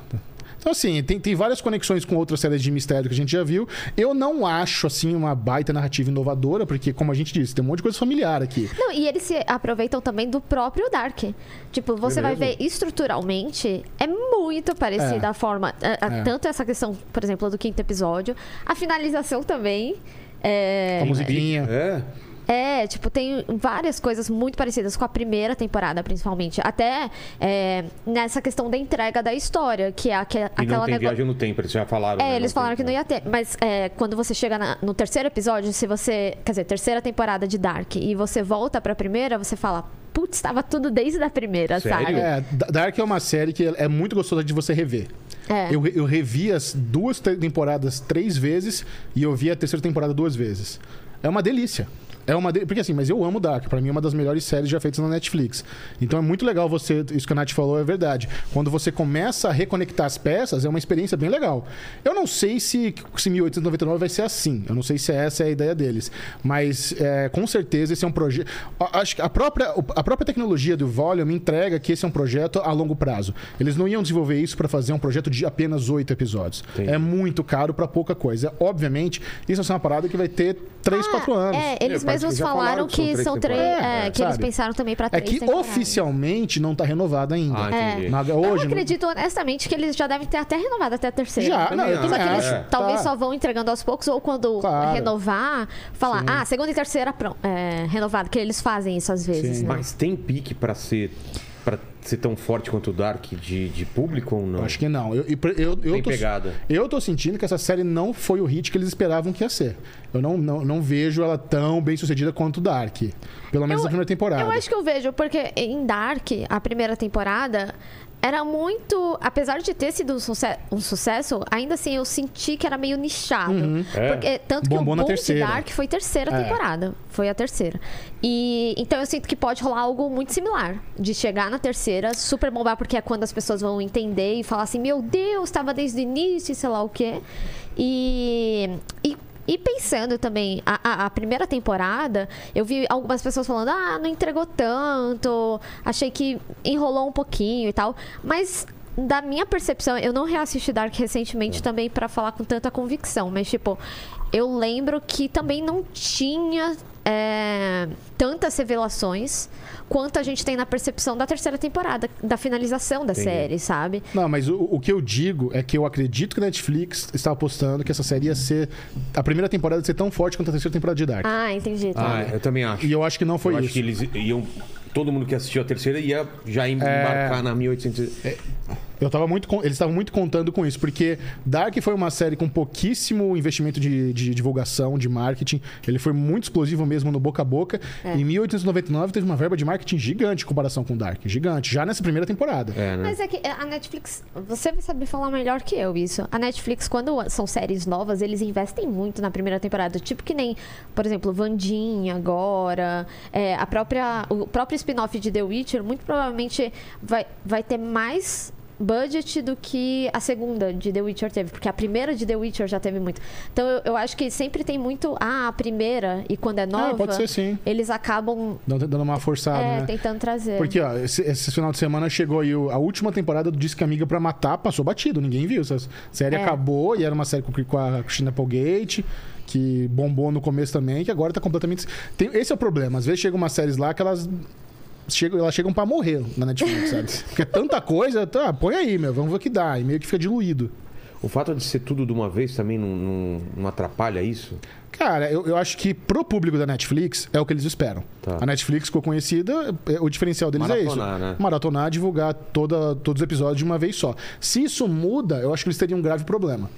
Speaker 3: Então, assim, tem, tem várias conexões com outras séries de mistério que a gente já viu. Eu não acho, assim, uma baita narrativa inovadora, porque, como a gente disse, tem um monte de coisa familiar aqui.
Speaker 5: Não, e eles se aproveitam também do próprio Dark. Tipo, você
Speaker 1: É
Speaker 5: vai
Speaker 1: mesmo?
Speaker 5: ver estruturalmente, é muito parecida
Speaker 3: É.
Speaker 5: a forma. a- a-
Speaker 3: É.
Speaker 5: Tanto essa questão, por exemplo, do quinto episódio. A finalização também. É,
Speaker 3: A musiquinha.
Speaker 1: É?
Speaker 5: é, tipo, tem várias coisas muito parecidas com a primeira temporada, principalmente. Até é, nessa questão da entrega da história, que é aque-
Speaker 1: E não
Speaker 5: aquela
Speaker 1: tem
Speaker 5: negócio.
Speaker 1: viagem no tempo, eles já falaram. né?
Speaker 5: É, eles falaram
Speaker 1: tem,
Speaker 5: que não ia ter. Mas é, quando você chega na- no terceiro episódio, se você. Quer dizer, terceira temporada de Dark, e você volta pra primeira, você fala. Putz, estava tudo desde a primeira,
Speaker 1: Sério?
Speaker 5: sabe?
Speaker 3: É, Da- Dark é uma série que é muito gostosa de você rever.
Speaker 5: É.
Speaker 3: Eu, re- eu revi as duas te- temporadas três vezes e eu vi a terceira temporada duas vezes. É uma delícia. É uma de- Porque assim, mas eu amo Dark. Pra mim é uma das melhores séries já feitas na Netflix. Então é muito legal você. Isso que a Nath falou é verdade. Quando você começa a reconectar as peças, é uma experiência bem legal. Eu não sei se, se 1899 vai ser assim. Eu não sei se essa é a ideia deles. Mas é, com certeza esse é um projeto. a- Acho que a própria, a própria tecnologia do Volume entrega que esse é um projeto a longo prazo. Eles não iam desenvolver isso pra fazer um projeto de apenas oito episódios. É muito caro pra pouca coisa. Obviamente, isso vai ser uma parada que vai ter três,
Speaker 5: Ah,
Speaker 3: quatro anos.
Speaker 5: É, eles
Speaker 1: É, parece
Speaker 5: mesmos
Speaker 1: que já
Speaker 5: falaram que são três.
Speaker 3: temporadas.
Speaker 5: é,
Speaker 3: É,
Speaker 5: que eles
Speaker 3: sabe?
Speaker 5: pensaram também pra
Speaker 3: É
Speaker 5: três.
Speaker 3: que
Speaker 5: temporadas.
Speaker 3: oficialmente não tá renovado ainda.
Speaker 1: Ah, entendi.
Speaker 3: Na-
Speaker 5: Eu
Speaker 3: hoje,
Speaker 5: acredito, honestamente, que eles já devem ter até renovado até a terceira.
Speaker 3: Já, não, eu
Speaker 1: Só
Speaker 5: Só
Speaker 3: também
Speaker 5: que eles
Speaker 3: acho.
Speaker 5: talvez
Speaker 3: Tá.
Speaker 5: só vão entregando aos poucos, ou quando
Speaker 3: Claro.
Speaker 5: renovar, falar, ah, segunda e terceira pronto, é, renovado, que eles fazem isso às vezes, né?
Speaker 1: Mas tem pique pra ser, pra ser tão forte quanto o Dark de, de público ou não?
Speaker 3: Eu Acho que não. Eu, eu, eu, eu
Speaker 1: Tem
Speaker 3: tô,
Speaker 1: pegada.
Speaker 3: eu tô sentindo que essa série não foi o hit que eles esperavam que ia ser. Eu não, não, não vejo ela tão bem sucedida quanto Dark. Pelo menos
Speaker 5: Eu-
Speaker 3: na primeira temporada.
Speaker 5: Eu acho que eu vejo, porque em Dark, a primeira temporada, era muito. Apesar de ter sido um, suce- um sucesso, ainda assim eu senti que era meio nichado.
Speaker 3: Uhum.
Speaker 1: É.
Speaker 5: Porque, tanto que
Speaker 3: Bombou
Speaker 5: o
Speaker 3: na
Speaker 5: boom de
Speaker 3: terceira.
Speaker 5: Dark foi terceira
Speaker 3: É.
Speaker 5: temporada. Foi a terceira. E então eu sinto que pode rolar algo muito similar. De chegar na terceira, super bombar, porque é quando as pessoas vão entender e falar assim, meu Deus, estava desde o início, e sei lá o quê. E. e e pensando também, a, a- a primeira temporada, eu vi algumas pessoas falando, ah, não entregou tanto, achei que enrolou um pouquinho e tal. Mas da minha percepção, eu não reassisti Dark recentemente também pra falar com tanta convicção, mas tipo, eu lembro que também não tinha é, tantas revelações quanto a gente tem na percepção da terceira temporada, da finalização da série, sabe?
Speaker 3: Não, mas o, o que eu digo é que eu acredito que a Netflix estava apostando que essa série ia ser. A primeira temporada ia ser tão forte quanto a terceira temporada de Dark.
Speaker 5: Ah, entendi. tá.
Speaker 1: Ah, eu também acho.
Speaker 3: E eu acho que não foi
Speaker 1: eu
Speaker 3: isso. É.
Speaker 1: acho que eles iam. Todo mundo que assistiu a terceira ia já embarcar na 1800.
Speaker 3: Eu tava muito, con- eles estavam muito contando com isso, porque Dark foi uma série com pouquíssimo investimento de, de divulgação, de marketing. Ele foi muito explosivo mesmo no boca a boca. Em 1899 teve uma verba de marketing gigante em comparação com Dark. Gigante. Já nessa primeira temporada.
Speaker 1: É, né?
Speaker 5: Mas é que a Netflix, você vai saber falar melhor que eu isso. A Netflix, quando são séries novas, eles investem muito na primeira temporada. Tipo que nem, por exemplo, Vandinha agora, é, a própria, o próprio spin-off de The Witcher, muito provavelmente vai, vai ter mais budget do que a segunda de The Witcher teve, porque a primeira de The Witcher já teve muito. Então eu, eu acho que sempre tem muito, ah, a primeira, e quando é nova,
Speaker 3: Ah, pode ser sim.
Speaker 5: eles acabam
Speaker 3: Dando, dando uma forçada,
Speaker 5: é,
Speaker 3: né?
Speaker 5: tentando trazer.
Speaker 3: Porque, ó, esse, esse final de semana chegou aí o- a última temporada do Disque Amiga pra Matar, passou batido, ninguém viu. Essa série
Speaker 5: É.
Speaker 3: acabou e era uma série com, com a Christina Applegate, que bombou no começo também, que agora tá completamente. Tem, esse é o problema. Às vezes chegam umas séries lá que elas. Chegam, elas chegam pra morrer na Netflix, sabe? Porque é tanta coisa, tá, põe aí, meu, vamos ver o que dá. E meio que fica diluído.
Speaker 1: O fato de ser tudo de uma vez também não, não- não atrapalha isso?
Speaker 3: Cara, eu, eu acho que pro público da Netflix é o que eles esperam.
Speaker 1: Tá.
Speaker 3: A Netflix ficou conhecida, é, o diferencial deles é
Speaker 1: Maratonar,
Speaker 3: isso.
Speaker 1: né?
Speaker 3: Maratonar, divulgar toda, todos os episódios de uma vez só. Se isso muda, eu acho que eles teriam um grave problema.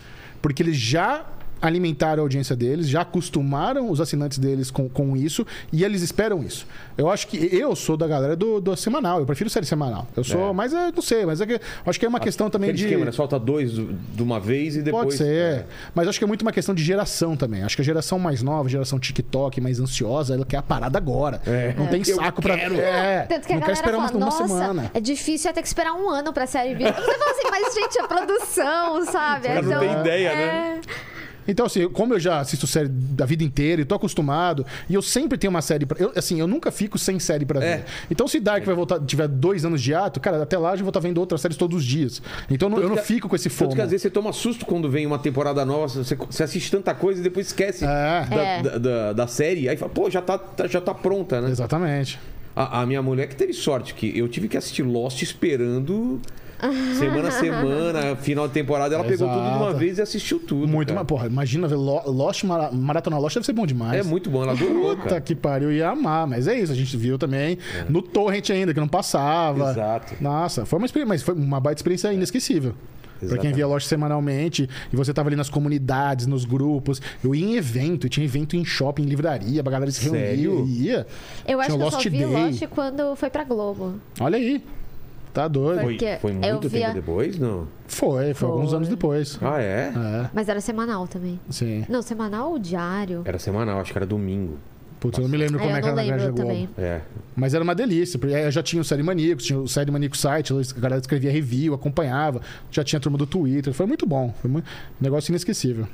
Speaker 3: Porque eles já alimentaram a audiência deles, já acostumaram os assinantes deles com, com isso e eles esperam isso. Eu acho que eu sou da galera do, do semanal, eu prefiro série semanal. Eu sou,
Speaker 1: É.
Speaker 3: mas é, não sei, mas é que, eu acho que é uma questão também
Speaker 1: Aquele
Speaker 3: de
Speaker 1: esquema, né? Solta dois do- de uma vez e depois. né?
Speaker 3: Pode ser. Mas acho que é muito uma questão de geração também. Acho que a geração mais nova, geração TikTok, mais ansiosa, ela quer a parada agora. Não tem saco pra. É,
Speaker 5: É. Tanto que
Speaker 3: não quer
Speaker 5: a galera
Speaker 3: esperar uma,
Speaker 5: fala,
Speaker 3: uma
Speaker 5: nossa,
Speaker 3: semana.
Speaker 5: é difícil até que esperar um ano pra série vir. Você fala assim, mas gente, é produção, sabe?
Speaker 1: cara não
Speaker 5: Então,
Speaker 1: tem ideia,
Speaker 5: é...
Speaker 1: né?
Speaker 3: Então, assim, como eu já assisto série da vida inteira e tô acostumado, e eu sempre tenho uma série pra. Eu, assim, eu nunca fico sem série pra ver.
Speaker 1: É.
Speaker 3: Então, se Dark vai voltar, tiver dois anos de ato, cara, até lá eu já vou estar vendo outras séries todos os dias. Então eu não- eu não
Speaker 1: que-
Speaker 3: fico com esse fomo.
Speaker 1: Tanto que às vezes você toma susto quando vem uma temporada nova, você, você assiste tanta coisa e depois esquece
Speaker 3: É.
Speaker 1: Da,
Speaker 5: É.
Speaker 1: da- da- da série. Aí fala, pô, já tá, tá- já tá pronta, né?
Speaker 3: Exatamente.
Speaker 1: A, a minha mulher que teve sorte, que eu tive que assistir Lost esperando semana a semana, final de temporada. Ela pegou tudo de uma
Speaker 3: Exato.
Speaker 1: vez e assistiu tudo.
Speaker 3: Muito.
Speaker 1: cara.
Speaker 3: Mas, porra, imagina ver Lo- Lost, mara- maratona Lost deve ser bom demais.
Speaker 1: É muito bom, ela adorou,
Speaker 3: Puta
Speaker 1: cara. É.
Speaker 3: que pariu, ia amar, mas é isso, a gente viu também no Torrent ainda, que não passava.
Speaker 1: Exato. É.
Speaker 3: Nossa, foi uma experiência, mas foi uma baita experiência inesquecível. Pra quem
Speaker 1: Exatamente.
Speaker 3: via loja semanalmente e você tava ali nas comunidades, nos grupos. Eu ia em evento, e tinha evento em shopping, em livraria, pra galera se reunir.
Speaker 1: Sério?
Speaker 3: Eu ia.
Speaker 5: Eu acho
Speaker 3: Tinha um
Speaker 5: que eu só
Speaker 3: Lost
Speaker 5: vi
Speaker 3: Day.
Speaker 5: Lost quando foi pra Globo.
Speaker 3: Olha aí. Tá doido.
Speaker 1: Foi,
Speaker 5: Porque
Speaker 1: foi
Speaker 5: eu
Speaker 1: muito
Speaker 5: via-
Speaker 1: tempo depois, não?
Speaker 3: Foi, foi, alguns
Speaker 5: Foi.
Speaker 3: anos depois.
Speaker 1: Ah, é?
Speaker 3: É,
Speaker 5: Mas era semanal também.
Speaker 3: sim.
Speaker 5: Não, semanal ou diário?
Speaker 1: Era semanal, acho que era domingo.
Speaker 3: Putz, eu não me lembro É, como
Speaker 5: Ah,
Speaker 3: é
Speaker 5: eu
Speaker 3: que era
Speaker 5: não
Speaker 3: na Grande
Speaker 5: lembro
Speaker 3: Globo.
Speaker 5: também.
Speaker 1: É.
Speaker 3: Mas era uma delícia, porque aí já tinha o Série Maníacos, tinha o Série Maníaco site, a galera escrevia review, acompanhava, já tinha a turma do Twitter, foi muito bom, foi muito- um negócio inesquecível.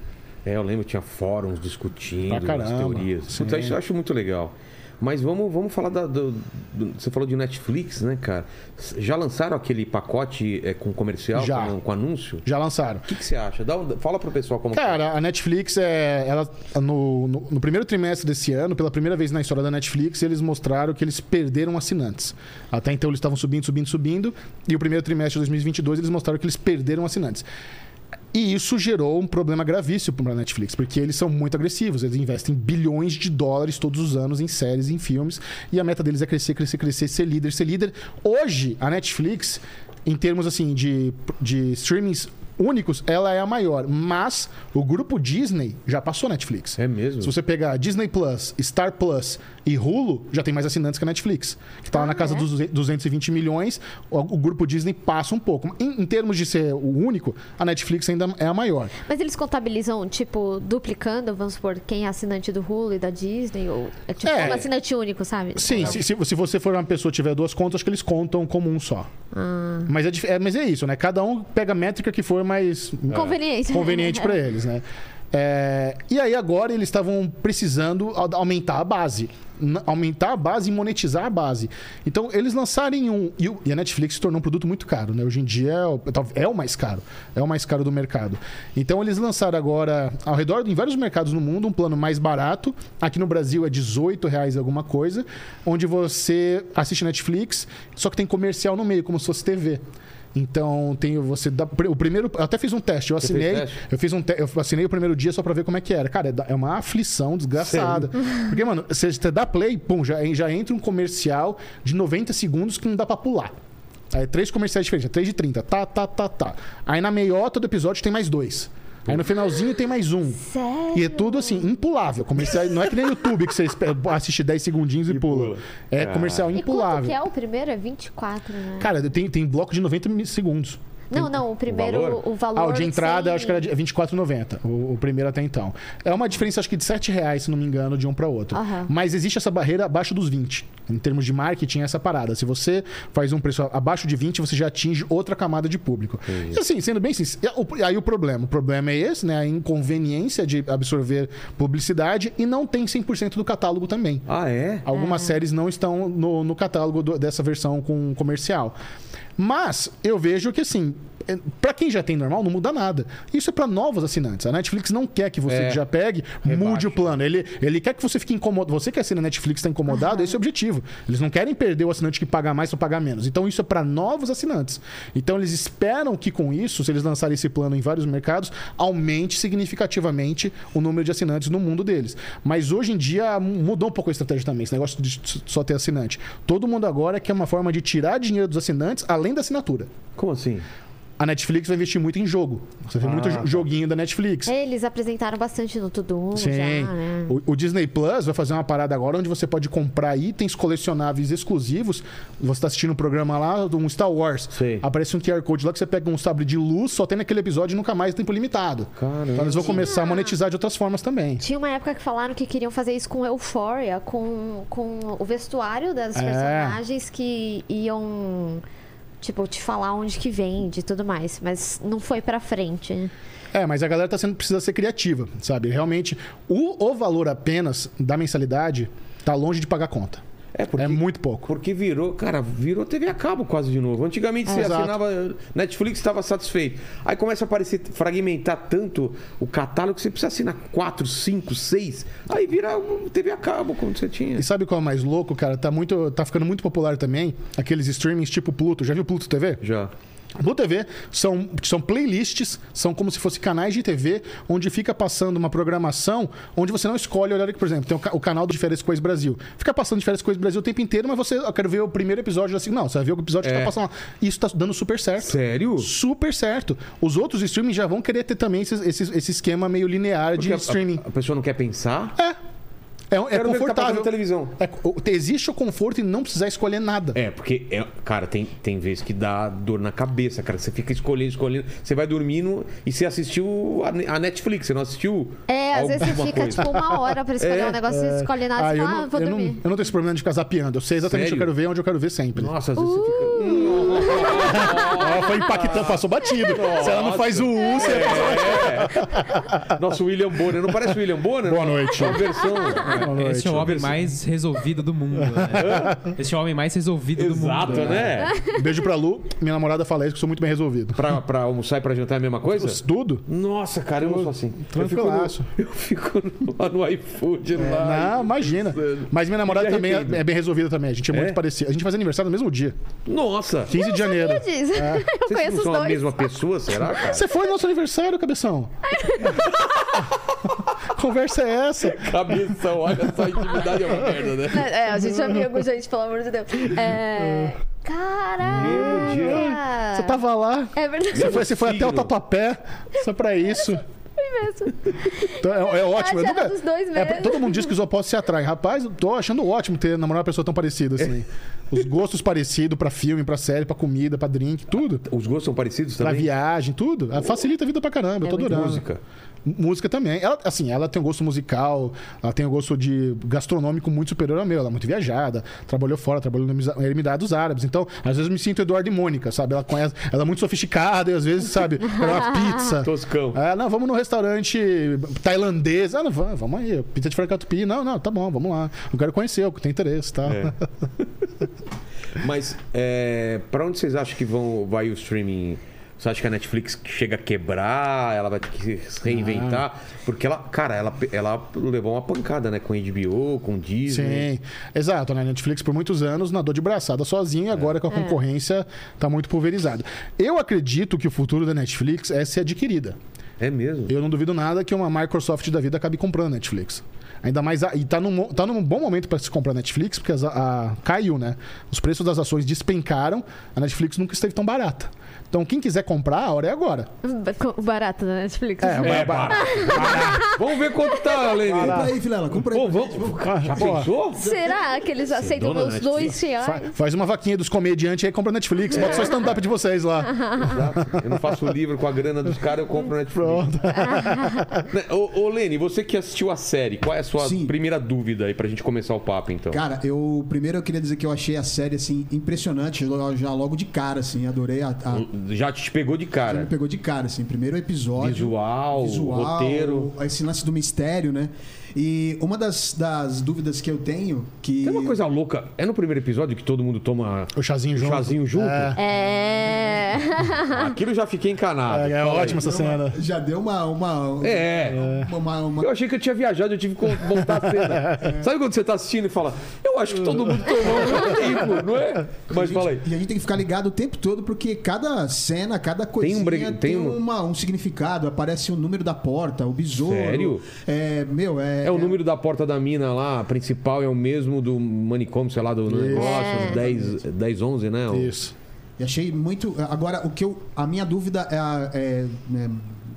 Speaker 1: É, eu lembro, tinha fóruns discutindo
Speaker 3: Pra
Speaker 1: as
Speaker 3: caramba,
Speaker 1: teorias.
Speaker 3: sim.
Speaker 1: Puta, isso eu acho muito legal. Mas vamos, vamos falar da, do, do- Você falou de Netflix, né, cara? S- Já lançaram aquele pacote é, com comercial,
Speaker 3: Já.
Speaker 1: Com, com anúncio?
Speaker 3: Já lançaram.
Speaker 1: O que, que você acha? Dá um- fala pro pessoal como.
Speaker 3: Cara, a Netflix, é, ela, no, no- no primeiro trimestre desse ano, pela primeira vez na história da Netflix, eles mostraram que eles perderam assinantes. Até então eles estavam subindo, subindo, subindo, e o primeiro trimestre de 2022 eles mostraram que eles perderam assinantes. E isso gerou um problema gravíssimo para a Netflix, porque eles são muito agressivos, eles investem bilhões de dólares todos os anos em séries, em filmes, e a meta deles é crescer, crescer, crescer, ser líder, ser líder. Hoje, a Netflix, em termos assim de, de streamings únicos, ela é a maior, mas o grupo Disney já passou a Netflix.
Speaker 1: É mesmo?
Speaker 3: Se você pegar Disney Plus, Star Plus e Hulu, já tem mais assinantes que a Netflix, que tá lá na casa
Speaker 5: é?
Speaker 3: dos 220 milhões, o, o grupo Disney passa um pouco. Em, em termos de ser o único, a Netflix ainda é a maior.
Speaker 5: Mas eles contabilizam, tipo, duplicando, vamos supor, quem é assinante do Hulu e da Disney? Ou é tipo
Speaker 3: É.
Speaker 5: um assinante único, sabe?
Speaker 3: Sim, se, se, se você for uma pessoa e tiver duas contas, acho que eles contam como um só.
Speaker 5: Ah.
Speaker 3: Mas, é, dif- é- mas é isso, né? Cada um pega a métrica que for mais
Speaker 5: Conveniente.
Speaker 3: conveniente pra É, eles, né? É, e aí agora eles estavam precisando au- aumentar a base. n- aumentar a base e monetizar a base. Então, eles lançarem um. E, o- e a Netflix se tornou um produto muito caro, né? Hoje em dia é o, tal- é o mais caro. É o mais caro do mercado. Então, eles lançaram agora, ao redor, em vários mercados no mundo, um plano mais barato. Aqui no Brasil é R$18,00 reais alguma coisa, onde você assiste Netflix, só que tem comercial no meio, como se fosse TV. Então tem o- você dá o primeiro, eu até fiz um teste, eu assinei,
Speaker 1: fez teste?
Speaker 3: eu fiz um, te- eu assinei o primeiro dia só pra ver como é que era. Cara, é da- é uma aflição desgraçada. Porque mano, você você dá play, pum, já, já entra um comercial de 90 segundos que não dá pra pular. Aí três comerciais diferentes, três de 30, tá, tá, tá, tá. Aí na meiota do episódio tem mais dois. Aí no finalzinho tem mais um.
Speaker 5: Sério?
Speaker 3: E é tudo assim, impulável. Comercial, não é que nem YouTube que você espe- assiste 10 segundinhos e, pula.
Speaker 1: pula.
Speaker 3: É comercial
Speaker 5: E quanto
Speaker 3: impulável.
Speaker 5: que é o primeiro? É 24, né?
Speaker 3: Cara, tem, tem bloco de 90 mi- segundos.
Speaker 5: Não, não, o primeiro, o
Speaker 1: valor?
Speaker 5: valor.
Speaker 3: Ah, o de entrada
Speaker 5: sem-
Speaker 3: acho que era de- 24,90. O, o primeiro até então. É uma diferença, acho que de 7 reais, se não me engano, de um para outro.
Speaker 5: Aham.
Speaker 3: Mas existe essa barreira abaixo dos 20. Em termos de marketing, é essa parada. Se você faz um preço abaixo de 20, você já atinge outra camada de público. E assim, sendo bem sincero, o- aí o problema. O problema é esse, né? A inconveniência de absorver publicidade e não tem 100% do catálogo também.
Speaker 1: Ah, é?
Speaker 3: Algumas séries não estão no, no catálogo do- dessa versão com comercial. Mas eu vejo que assim, é, pra quem já tem normal, não muda nada. Isso é pra novos assinantes. A Netflix não quer que você
Speaker 1: É.
Speaker 3: que já pegue, mude o plano. Ele, ele quer que você fique incomodado. Você que é assina a Netflix está incomodado, esse é o objetivo. Eles não querem perder o assinante que paga mais ou pagar menos. Então isso é pra novos assinantes. Então eles esperam que com isso, se eles lançarem esse plano em vários mercados, aumente significativamente o número de assinantes no mundo deles. Mas hoje em dia mu- mudou um pouco a estratégia também, esse negócio de s- só ter assinante. Todo mundo agora quer uma forma de tirar dinheiro dos assinantes além da assinatura.
Speaker 1: Como assim?
Speaker 3: A Netflix vai investir muito em jogo. Você vê muito jo- joguinho da Netflix.
Speaker 5: Eles apresentaram bastante no Tudum já, né?
Speaker 3: O, o Disney Plus vai fazer uma parada agora onde você pode comprar itens colecionáveis exclusivos. Você tá assistindo um programa lá, um Star Wars.
Speaker 1: Sei.
Speaker 3: Aparece um QR Code lá que você pega um sabre de luz, só tem naquele episódio e nunca mais tempo limitado.
Speaker 1: Caramba.
Speaker 3: Então eles vão começar a monetizar de outras formas também.
Speaker 5: Tinha uma época que falaram que queriam fazer isso com Euphoria, com, com o vestuário das
Speaker 3: É.
Speaker 5: personagens que iam, tipo, te falar onde que vende e tudo mais. Mas não foi pra frente, né?
Speaker 3: É, mas a galera tá sendo, precisa ser criativa, sabe? Realmente, o, o valor apenas da mensalidade tá longe de pagar a conta.
Speaker 1: É, porque,
Speaker 3: É muito pouco.
Speaker 1: porque virou, cara, virou TV a cabo quase de novo. Antigamente você
Speaker 3: exato.
Speaker 1: assinava, Netflix estava satisfeito. Aí começa a aparecer, fragmentar tanto o catálogo que você precisa assinar 4, 5, 6. Aí vira um TV a cabo, como você tinha.
Speaker 3: E sabe qual é o mais louco, cara? Tá, muito, tá ficando muito popular também aqueles streamings tipo Pluto. Já viu Pluto TV?
Speaker 1: Já.
Speaker 3: No TV são, são playlists, são como se fossem canais de TV, onde fica passando uma programação onde você não escolhe o horário que, por exemplo, tem o, ca- o canal do de Férias Coisas Brasil. Fica passando de Férias Coisas Brasil o tempo inteiro, mas você, eu quero ver o primeiro episódio da assim, Não, você vai ver o episódio que
Speaker 1: É.
Speaker 3: tá passando lá. Isso tá dando super certo.
Speaker 1: Sério?
Speaker 3: Super certo. Os outros streaming já vão querer ter também esses- esses- esse, esquema meio linear
Speaker 1: Porque
Speaker 3: de
Speaker 1: a-
Speaker 3: streaming.
Speaker 1: A, a pessoa não quer pensar?
Speaker 3: É, é
Speaker 1: Quero ver o que tá
Speaker 3: confortável.
Speaker 1: passando na televisão.
Speaker 3: É co- existe o conforto e não precisar escolher nada.
Speaker 1: É, porque, é- cara, tem, tem vezes que dá dor na cabeça, cara. Você fica escolhendo, escolhendo. Você vai dormindo e você assistiu a, Ne- a Netflix, você não assistiu?
Speaker 5: É, às vezes você
Speaker 1: alguma
Speaker 5: fica,
Speaker 1: coisa. É.
Speaker 5: tipo, uma hora pra escolher um negócio, você escolhe nada
Speaker 3: Ah,
Speaker 5: e
Speaker 3: eu,
Speaker 5: fala, ah,
Speaker 3: não,
Speaker 5: vou
Speaker 3: eu, não,
Speaker 5: dormir.
Speaker 3: eu não tenho esse problema de ficar zapeando. Eu sei exatamente o que eu
Speaker 1: Sério?
Speaker 3: quero ver, onde eu quero ver sempre.
Speaker 1: Nossa, às vezes você fica.
Speaker 3: Ela foi impactante, passou batido. Se ela não faz o U,
Speaker 5: Uh!
Speaker 3: você
Speaker 1: É, Nossa, o William Bonner. Não parece o William Bonner?
Speaker 3: Boa
Speaker 1: Não.
Speaker 3: noite.
Speaker 1: A versão. né?
Speaker 4: Esse é o homem mais resolvido do mundo, né? Esse é o homem mais resolvido
Speaker 1: Exato,
Speaker 4: do mundo.
Speaker 1: né?
Speaker 3: Beijo pra Lu. Minha namorada fala isso, que eu sou muito bem resolvido.
Speaker 1: Pra, pra almoçar e pra jantar é a mesma coisa?
Speaker 3: Tudo?
Speaker 1: Nossa, cara, eu não sou assim.
Speaker 3: Tranquilaço.
Speaker 1: Eu fico, no, eu fico lá no iFood lá.
Speaker 3: Não, imagina. Mas minha namorada
Speaker 1: Me
Speaker 3: também
Speaker 1: arrependo.
Speaker 3: é, é bem resolvida também. A gente é,
Speaker 1: É?
Speaker 3: muito parecido. A gente faz aniversário no mesmo dia,
Speaker 1: Nossa!
Speaker 3: 15 de janeiro.
Speaker 5: Eu disse. Eu
Speaker 1: É. Vocês
Speaker 5: conheço
Speaker 1: não
Speaker 5: os
Speaker 1: são a
Speaker 5: dois.
Speaker 1: mesma pessoa, será, cara?
Speaker 3: Você foi no nosso aniversário, cabeção? Conversa é essa?
Speaker 1: Cabeção, olha só, a intimidade é uma merda, né?
Speaker 5: É, a gente é amigo, gente, pelo amor de Deus. É...
Speaker 1: Mesmo
Speaker 5: Caraca!
Speaker 3: Você tava lá.
Speaker 5: É verdade.
Speaker 3: Você foi, você foi até o
Speaker 1: Signo.
Speaker 3: tatuapé só pra isso. Então, é, é ótimo. Eu
Speaker 5: achando
Speaker 3: nunca-
Speaker 5: dos dois
Speaker 3: é,
Speaker 5: mesmo.
Speaker 3: todo mundo diz que os opostos se atraem. Rapaz, eu tô achando ótimo ter namorado uma pessoa tão parecida assim.
Speaker 1: É.
Speaker 3: Os gostos parecidos pra filme, pra série, pra comida, pra drink, tudo.
Speaker 1: Os gostos são parecidos
Speaker 3: Pra
Speaker 1: também? É
Speaker 3: viagem, tudo. Ah, Facilita a vida pra caramba. Eu tô
Speaker 5: muito
Speaker 3: adorando.
Speaker 1: Música.
Speaker 3: M- Música também. Ela, assim, ela tem um gosto musical, ela tem um gosto de gastronômico muito superior ao meu. Ela é muito viajada, trabalhou fora, trabalhou nos Emirados Árabes. Então, às vezes eu me sinto Eduardo e Mônica, sabe? Ela conhece, ela é muito sofisticada e às vezes, sabe, quer uma pizza.
Speaker 1: Toscão.
Speaker 3: Ah, não, vamos no restaurante tailandês. Ah, não, vamos, vamos aí. Pizza de frango catupiry. Não, não, tá bom, vamos lá. Eu quero conhecer, eu tenho interesse, tá?
Speaker 1: Mas é, para onde vocês acham que vão, vai o streaming? Você acha que a Netflix chega a quebrar? Ela vai ter que se reinventar? Porque ela, cara, ela, ela levou uma pancada, né? Com HBO, com Disney.
Speaker 3: Sim, exato. Né? Netflix por muitos anos nadou de braçada
Speaker 1: É.
Speaker 3: sozinha, agora com a concorrência tá muito pulverizada. Eu acredito que o futuro da Netflix é ser adquirida.
Speaker 1: É mesmo?
Speaker 3: Eu não duvido nada que uma Microsoft da vida acabe comprando a Netflix. Ainda mais. A, e tá num, mo- tá num bom momento para se comprar a Netflix, porque as- a, a- caiu, né? Os preços das ações despencaram, a Netflix nunca esteve tão barata. Então, quem quiser comprar, a hora é agora.
Speaker 5: Co- Barato da Netflix.
Speaker 1: É, barato. barato. Vamos ver quanto tá, Lene.
Speaker 2: Compra aí, Vilela, compra aí.
Speaker 1: Pô,
Speaker 2: pra
Speaker 1: vamos.
Speaker 2: gente, vamos.
Speaker 1: Já
Speaker 3: Pô,
Speaker 1: pensou?
Speaker 5: Será que eles aceitam
Speaker 1: dona da
Speaker 5: meus
Speaker 1: Netflix?
Speaker 5: dois
Speaker 3: fa-
Speaker 5: reais?
Speaker 3: faz uma vaquinha dos comediantes e aí compra a Netflix. Bota
Speaker 1: É.
Speaker 3: só stand-up de vocês lá.
Speaker 1: Exato. Eu não faço livro com a grana dos caras, eu compro Netflix.
Speaker 3: Pronto.
Speaker 1: Né, Ô, ô, Lene, você que assistiu a série, qual é a sua
Speaker 2: Sim.
Speaker 1: primeira dúvida aí pra gente começar o papo, então?
Speaker 2: Cara, eu primeiro eu queria dizer que eu achei a série assim impressionante, lo- já logo de cara assim, adorei a, a-
Speaker 1: Já te pegou de
Speaker 2: me
Speaker 1: cara.
Speaker 2: pegou de cara assim, primeiro episódio,
Speaker 1: Visual,
Speaker 2: visual,
Speaker 1: roteiro.
Speaker 2: esse lance do mistério, né? E uma das, das dúvidas que eu tenho que
Speaker 1: Tem uma coisa louca. É no primeiro episódio que todo mundo toma
Speaker 3: O chazinho junto.
Speaker 1: chazinho junto?
Speaker 3: É,
Speaker 5: É.
Speaker 1: Aquilo eu já fiquei encanado.
Speaker 3: é, um- é
Speaker 1: Fala aí.
Speaker 3: ótima essa cena.
Speaker 2: já deu uma uma
Speaker 1: É.
Speaker 2: uma, uma, uma-
Speaker 1: Eu achei que eu tinha viajado, eu tive que voltar a cena. Sabe quando você tá assistindo e fala, eu acho que todo mundo tomou ao mesmo tempo, não é? Mas fala aí.
Speaker 2: E a gente tem que ficar ligado o tempo todo, porque cada cena, cada coisinha
Speaker 1: um
Speaker 2: tem,
Speaker 1: bre- tem um-
Speaker 2: uma- um significado. Aparece o número da porta, o besouro.
Speaker 1: Sério?
Speaker 2: É, meu, é...
Speaker 1: É o número da porta da mina lá, a principal, é o mesmo do manicômio, sei lá, do negócio, 10, 10, 11, né?
Speaker 3: Isso.
Speaker 2: E é, achei muito. Agora, o que eu. A minha dúvida é, a- é, né,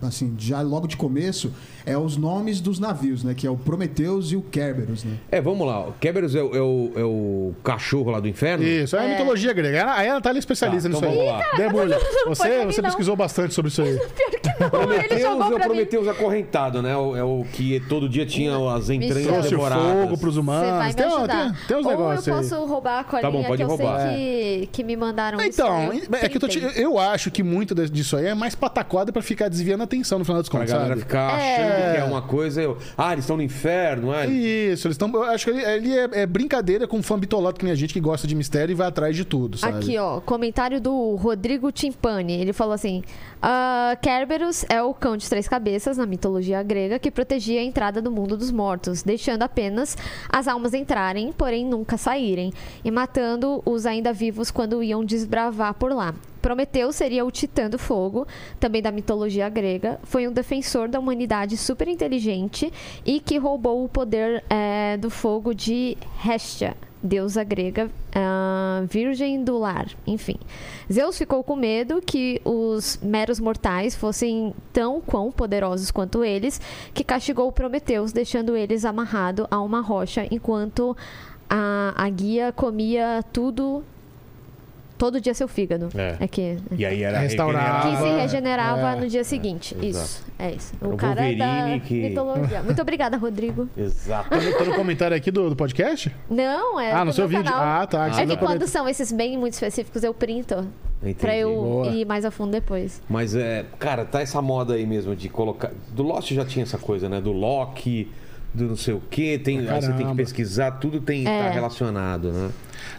Speaker 2: assim, já logo de começo, é os nomes dos navios, né? Que é o Prometeus e o Kerberos, né?
Speaker 1: É, vamos lá. O Kerberos é, o- é o, é o cachorro lá do inferno?
Speaker 3: Isso, é, mitologia grega. Aí a Natália é especialista
Speaker 1: Tá,
Speaker 3: nisso
Speaker 1: então
Speaker 3: aí.
Speaker 1: vamos lá.
Speaker 3: Debulha,
Speaker 5: não foi pra
Speaker 3: você,
Speaker 5: mim,
Speaker 3: você
Speaker 5: não.
Speaker 3: pesquisou bastante sobre isso aí.
Speaker 5: Pior que não,
Speaker 1: Prometeus
Speaker 5: ele jogou
Speaker 1: é o
Speaker 5: pra mim.
Speaker 1: Prometeus acorrentado, né? O- É o que todo dia tinha as entranhas
Speaker 3: Trouxe o fogo
Speaker 1: devoradas.
Speaker 3: pros
Speaker 5: Você vai
Speaker 3: humanos.
Speaker 5: me
Speaker 3: Tem, um,
Speaker 5: ajudar.
Speaker 3: tem, tem uns
Speaker 5: Ou
Speaker 3: negócios
Speaker 5: eu
Speaker 3: aí.
Speaker 5: posso roubar a colinha
Speaker 1: Tá bom, pode
Speaker 5: que eu
Speaker 1: roubar.
Speaker 5: sei que, que me mandaram isso. né?
Speaker 3: Então,
Speaker 5: Eu
Speaker 3: é que eu, tô te-
Speaker 5: tentei.
Speaker 3: eu acho que muito de- disso aí é mais pataquada pra ficar desviando a atenção no final das
Speaker 1: Pra
Speaker 3: contas.
Speaker 1: galera
Speaker 3: sabe?
Speaker 1: ficar achando que é uma coisa. eu- Ah, eles estão no inferno, é?
Speaker 3: Isso, eles estão. Eu acho que ele, ele é, é brincadeira com um fã bitolado que nem a gente que gosta de mistério e vai atrás de tudo, sabe?
Speaker 5: Aqui, ó, comentário do Rodrigo Timpani. Ele falou assim: "Ah, Kerberos é o cão de três cabeças na mitologia grega que protegia a entrada do mundo dos mortos, deixando apenas as almas entrarem, porém nunca saírem, e matando os ainda vivos quando iam desbravar por lá. Prometeu seria o Titã do Fogo, também da mitologia grega. Foi um defensor da humanidade super inteligente e que roubou o poder eh, do fogo de Hestia, deusa grega, ah, virgem do lar. Enfim, Zeus ficou com medo que os meros mortais fossem tão quão poderosos quanto eles, que castigou Prometeus, deixando eles amarrado a uma rocha enquanto a, a guia comia tudo. Todo dia seu fígado.
Speaker 1: É.
Speaker 5: que, né?
Speaker 1: E aí era
Speaker 3: Restaurar.
Speaker 5: que se
Speaker 3: Ah,
Speaker 5: regenerava
Speaker 3: é.
Speaker 5: no dia seguinte. isso, é isso. O,
Speaker 1: O
Speaker 5: cara
Speaker 1: Wolverine
Speaker 5: da
Speaker 1: que-
Speaker 5: mitologia. Muito obrigada, Rodrigo.
Speaker 1: Exato.
Speaker 3: Tá no comentário aqui do, do podcast?
Speaker 5: Não, é
Speaker 3: ah, no
Speaker 5: do
Speaker 3: seu
Speaker 5: meu
Speaker 3: vídeo.
Speaker 5: canal.
Speaker 3: Ah, tá. que você
Speaker 5: É que
Speaker 3: vai
Speaker 5: quando
Speaker 3: poder-
Speaker 5: são esses bem muito específicos, eu printo. Pra eu
Speaker 3: Boa.
Speaker 5: ir mais a fundo depois.
Speaker 1: Mas é, cara, tá essa moda aí mesmo de colocar. Do Lost já tinha essa coisa, né? Do Loki, do não sei o quê. Tem,
Speaker 3: Ah,
Speaker 1: aí você tem que
Speaker 3: caramba.
Speaker 1: pesquisar, tudo tem tá
Speaker 5: É.
Speaker 1: relacionado, né?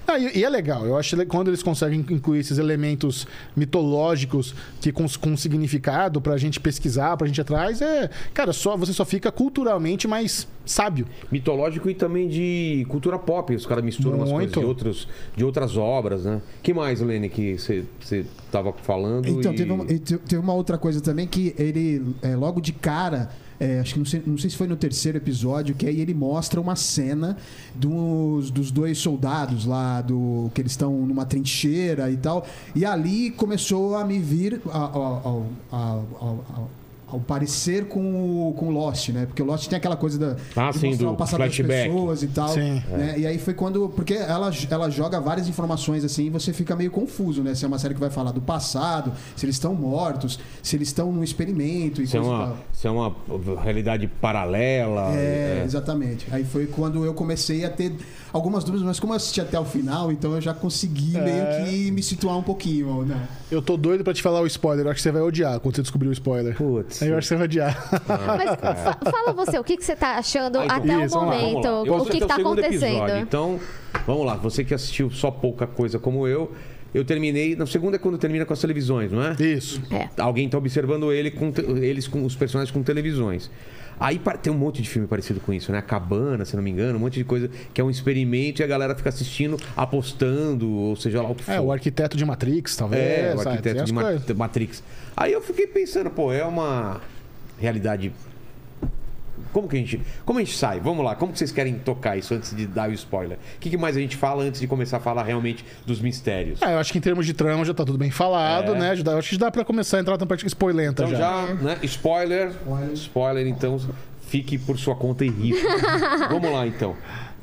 Speaker 3: Ah, e, e é legal. Eu acho que quando eles conseguem incluir esses elementos mitológicos que com, com significado pra gente pesquisar, pra gente ir atrás, é. Cara, só, você só fica culturalmente mais sábio.
Speaker 1: Mitológico e também de cultura pop. Os caras misturam umas coisas
Speaker 3: Muito.
Speaker 1: de, outros, de outras obras, né? que mais, Lene, que você você tava falando?
Speaker 2: Então,
Speaker 1: e-
Speaker 2: teve uma, e te- teve uma outra coisa também que ele, é, logo de cara, é, acho que não sei, não sei se foi no terceiro episódio, que aí ele mostra uma cena dos, dos dois soldados lá, do que eles estão numa trincheira e tal. E ali começou a me vir a- ao- ao- ao- ao- ao- ao parecer com o, com o Lost, né? Porque o Lost tem aquela coisa da,
Speaker 1: Ah,
Speaker 2: de
Speaker 1: sim,
Speaker 2: mostrar
Speaker 1: do
Speaker 2: o passado das
Speaker 1: flashback.
Speaker 2: pessoas e tal.
Speaker 3: Sim.
Speaker 2: né?
Speaker 1: É.
Speaker 2: E aí foi quando. Porque ela, ela joga várias informações assim e você fica meio confuso, né? Se é uma série que vai falar do passado, se eles estão mortos, se eles estão num experimento e
Speaker 1: Isso é,
Speaker 2: coisa e
Speaker 1: uma,
Speaker 2: tal.
Speaker 1: isso é uma realidade paralela. é.
Speaker 2: É, exatamente. Aí foi quando eu comecei a ter algumas dúvidas, mas como eu assisti até o final, então eu já consegui meio que me situar um pouquinho, né?
Speaker 3: Eu tô doido pra te falar o spoiler. Eu acho que você vai odiar quando você descobrir o spoiler.
Speaker 1: Putz,
Speaker 3: Eu acho que você vai odiar.
Speaker 5: Mas fa- fala você, o que, que você tá achando
Speaker 1: Ah, então.
Speaker 5: até
Speaker 3: Isso,
Speaker 5: o
Speaker 3: vamos lá,
Speaker 5: momento?
Speaker 1: Ah. Vamos lá. Eu
Speaker 5: O que,
Speaker 1: assisti
Speaker 5: que tá
Speaker 1: até segundo
Speaker 5: acontecendo?
Speaker 1: episódio. Então, vamos lá. Você que assistiu só pouca coisa como eu, eu terminei. Na segunda é quando termina com as televisões, não é?
Speaker 3: Isso.
Speaker 5: É.
Speaker 1: Alguém tá observando ele com te- eles com os personagens com televisões. Aí pa- tem um monte de filme parecido com isso, né? A Cabana, se não me engano, um monte de coisa que é um experimento e a galera fica assistindo, apostando, ou seja lá o que for.
Speaker 3: É, o arquiteto de Matrix, talvez.
Speaker 1: É, o
Speaker 3: sabe? Tem
Speaker 1: arquiteto
Speaker 3: as
Speaker 1: de Ma-
Speaker 3: coisas.
Speaker 1: Matrix. Aí eu fiquei pensando, pô, é uma realidade. Como que a gente. Como a gente sai? Vamos lá, como que vocês querem tocar isso antes de dar o spoiler? O que, que mais a gente fala antes de começar a falar realmente dos mistérios?
Speaker 3: Ah, eu acho que em termos de trama já tá tudo bem falado, né? Já dá- acho que já dá pra começar a entrar na parte spoilenta
Speaker 1: É. Então
Speaker 5: Tá
Speaker 1: já, né? Spoiler. Spoiler, então fique por sua conta e risco. Vamos lá, então.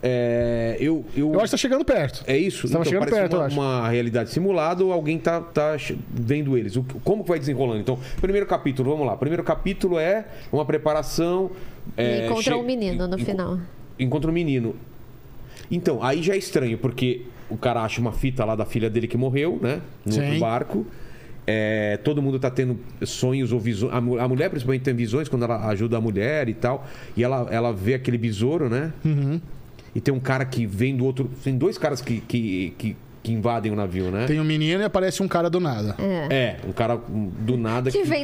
Speaker 1: É, eu, eu,
Speaker 3: Eu acho que tá chegando perto.
Speaker 1: É isso?
Speaker 3: Estava chegando
Speaker 1: parece
Speaker 3: perto,
Speaker 1: uma,
Speaker 3: eu acho.
Speaker 1: uma realidade simulada ou alguém tá, tá che- vendo eles? O, como que vai desenrolando? Então, primeiro capítulo, vamos lá. Primeiro capítulo é uma preparação.
Speaker 5: E
Speaker 1: É,
Speaker 5: encontra
Speaker 1: che-
Speaker 5: um menino no
Speaker 1: enco-
Speaker 5: final.
Speaker 1: Encontra um menino. Então, aí já é estranho, porque o cara acha uma fita lá da filha dele que morreu, né? No
Speaker 3: Sim.
Speaker 1: outro barco. É, todo mundo tá tendo sonhos ou visões. A, mu- a mulher, principalmente, tem visões quando ela ajuda a mulher e tal. E ela, ela vê aquele besouro, né?
Speaker 3: Uhum.
Speaker 1: E tem um cara que vem do outro. Tem dois caras que, que, que, que invadem o navio, né?
Speaker 3: Tem um menino e aparece um cara do nada.
Speaker 1: É, um cara hum, do nada.
Speaker 5: Que vem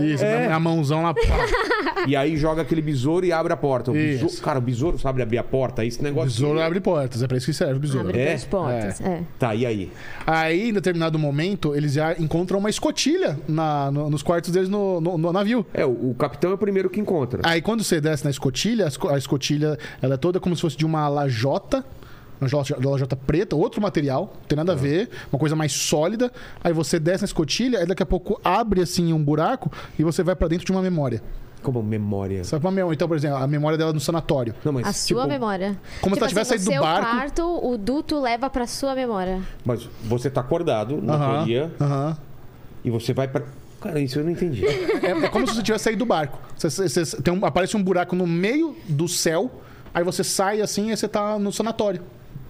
Speaker 1: É.
Speaker 5: né?
Speaker 3: Isso, na- na mãozão lá. pá.
Speaker 1: E aí joga aquele besouro e abre a porta. O
Speaker 3: Isso.
Speaker 1: besouro- cara, o besouro sabe abrir a porta. Aí esse
Speaker 3: O
Speaker 1: negócio.
Speaker 3: besouro abre portas, é pra isso que serve o besouro.
Speaker 5: né? Abre
Speaker 1: É?
Speaker 5: duas portas. É.
Speaker 1: Tá, e aí?
Speaker 3: Aí, em determinado momento, eles já encontram uma escotilha na- no- nos quartos deles no, no- no navio.
Speaker 1: É, o, o capitão é o primeiro que
Speaker 5: Ah.
Speaker 1: encontra.
Speaker 3: Aí, quando você desce na escotilha, a esco- a escotilha ela é toda como se fosse de uma lajota. Uma lajota- uma lajota preta, outro material, não tem nada a ver, uma coisa mais sólida. Aí você desce na escotilha, aí daqui a pouco abre assim um buraco e você vai pra dentro de uma memória.
Speaker 1: Como memória.
Speaker 3: Sabe uma memória? Então, por exemplo, a memória dela no sanatório.
Speaker 1: Não, mas.
Speaker 5: A sua
Speaker 1: tipo,
Speaker 5: memória. assim,
Speaker 3: Como se ela tivesse saído do
Speaker 5: no seu
Speaker 3: barco.
Speaker 5: quarto, o duto leva pra sua memória.
Speaker 1: Mas você tá acordado, na
Speaker 3: Aham,
Speaker 1: teoria,
Speaker 3: aham.
Speaker 1: e você vai pra. Cara, isso eu não entendi.
Speaker 3: É, é como se você tivesse saído do barco. Você- você- você- tem um- aparece um buraco no meio do céu, aí você sai assim e você tá no sanatório.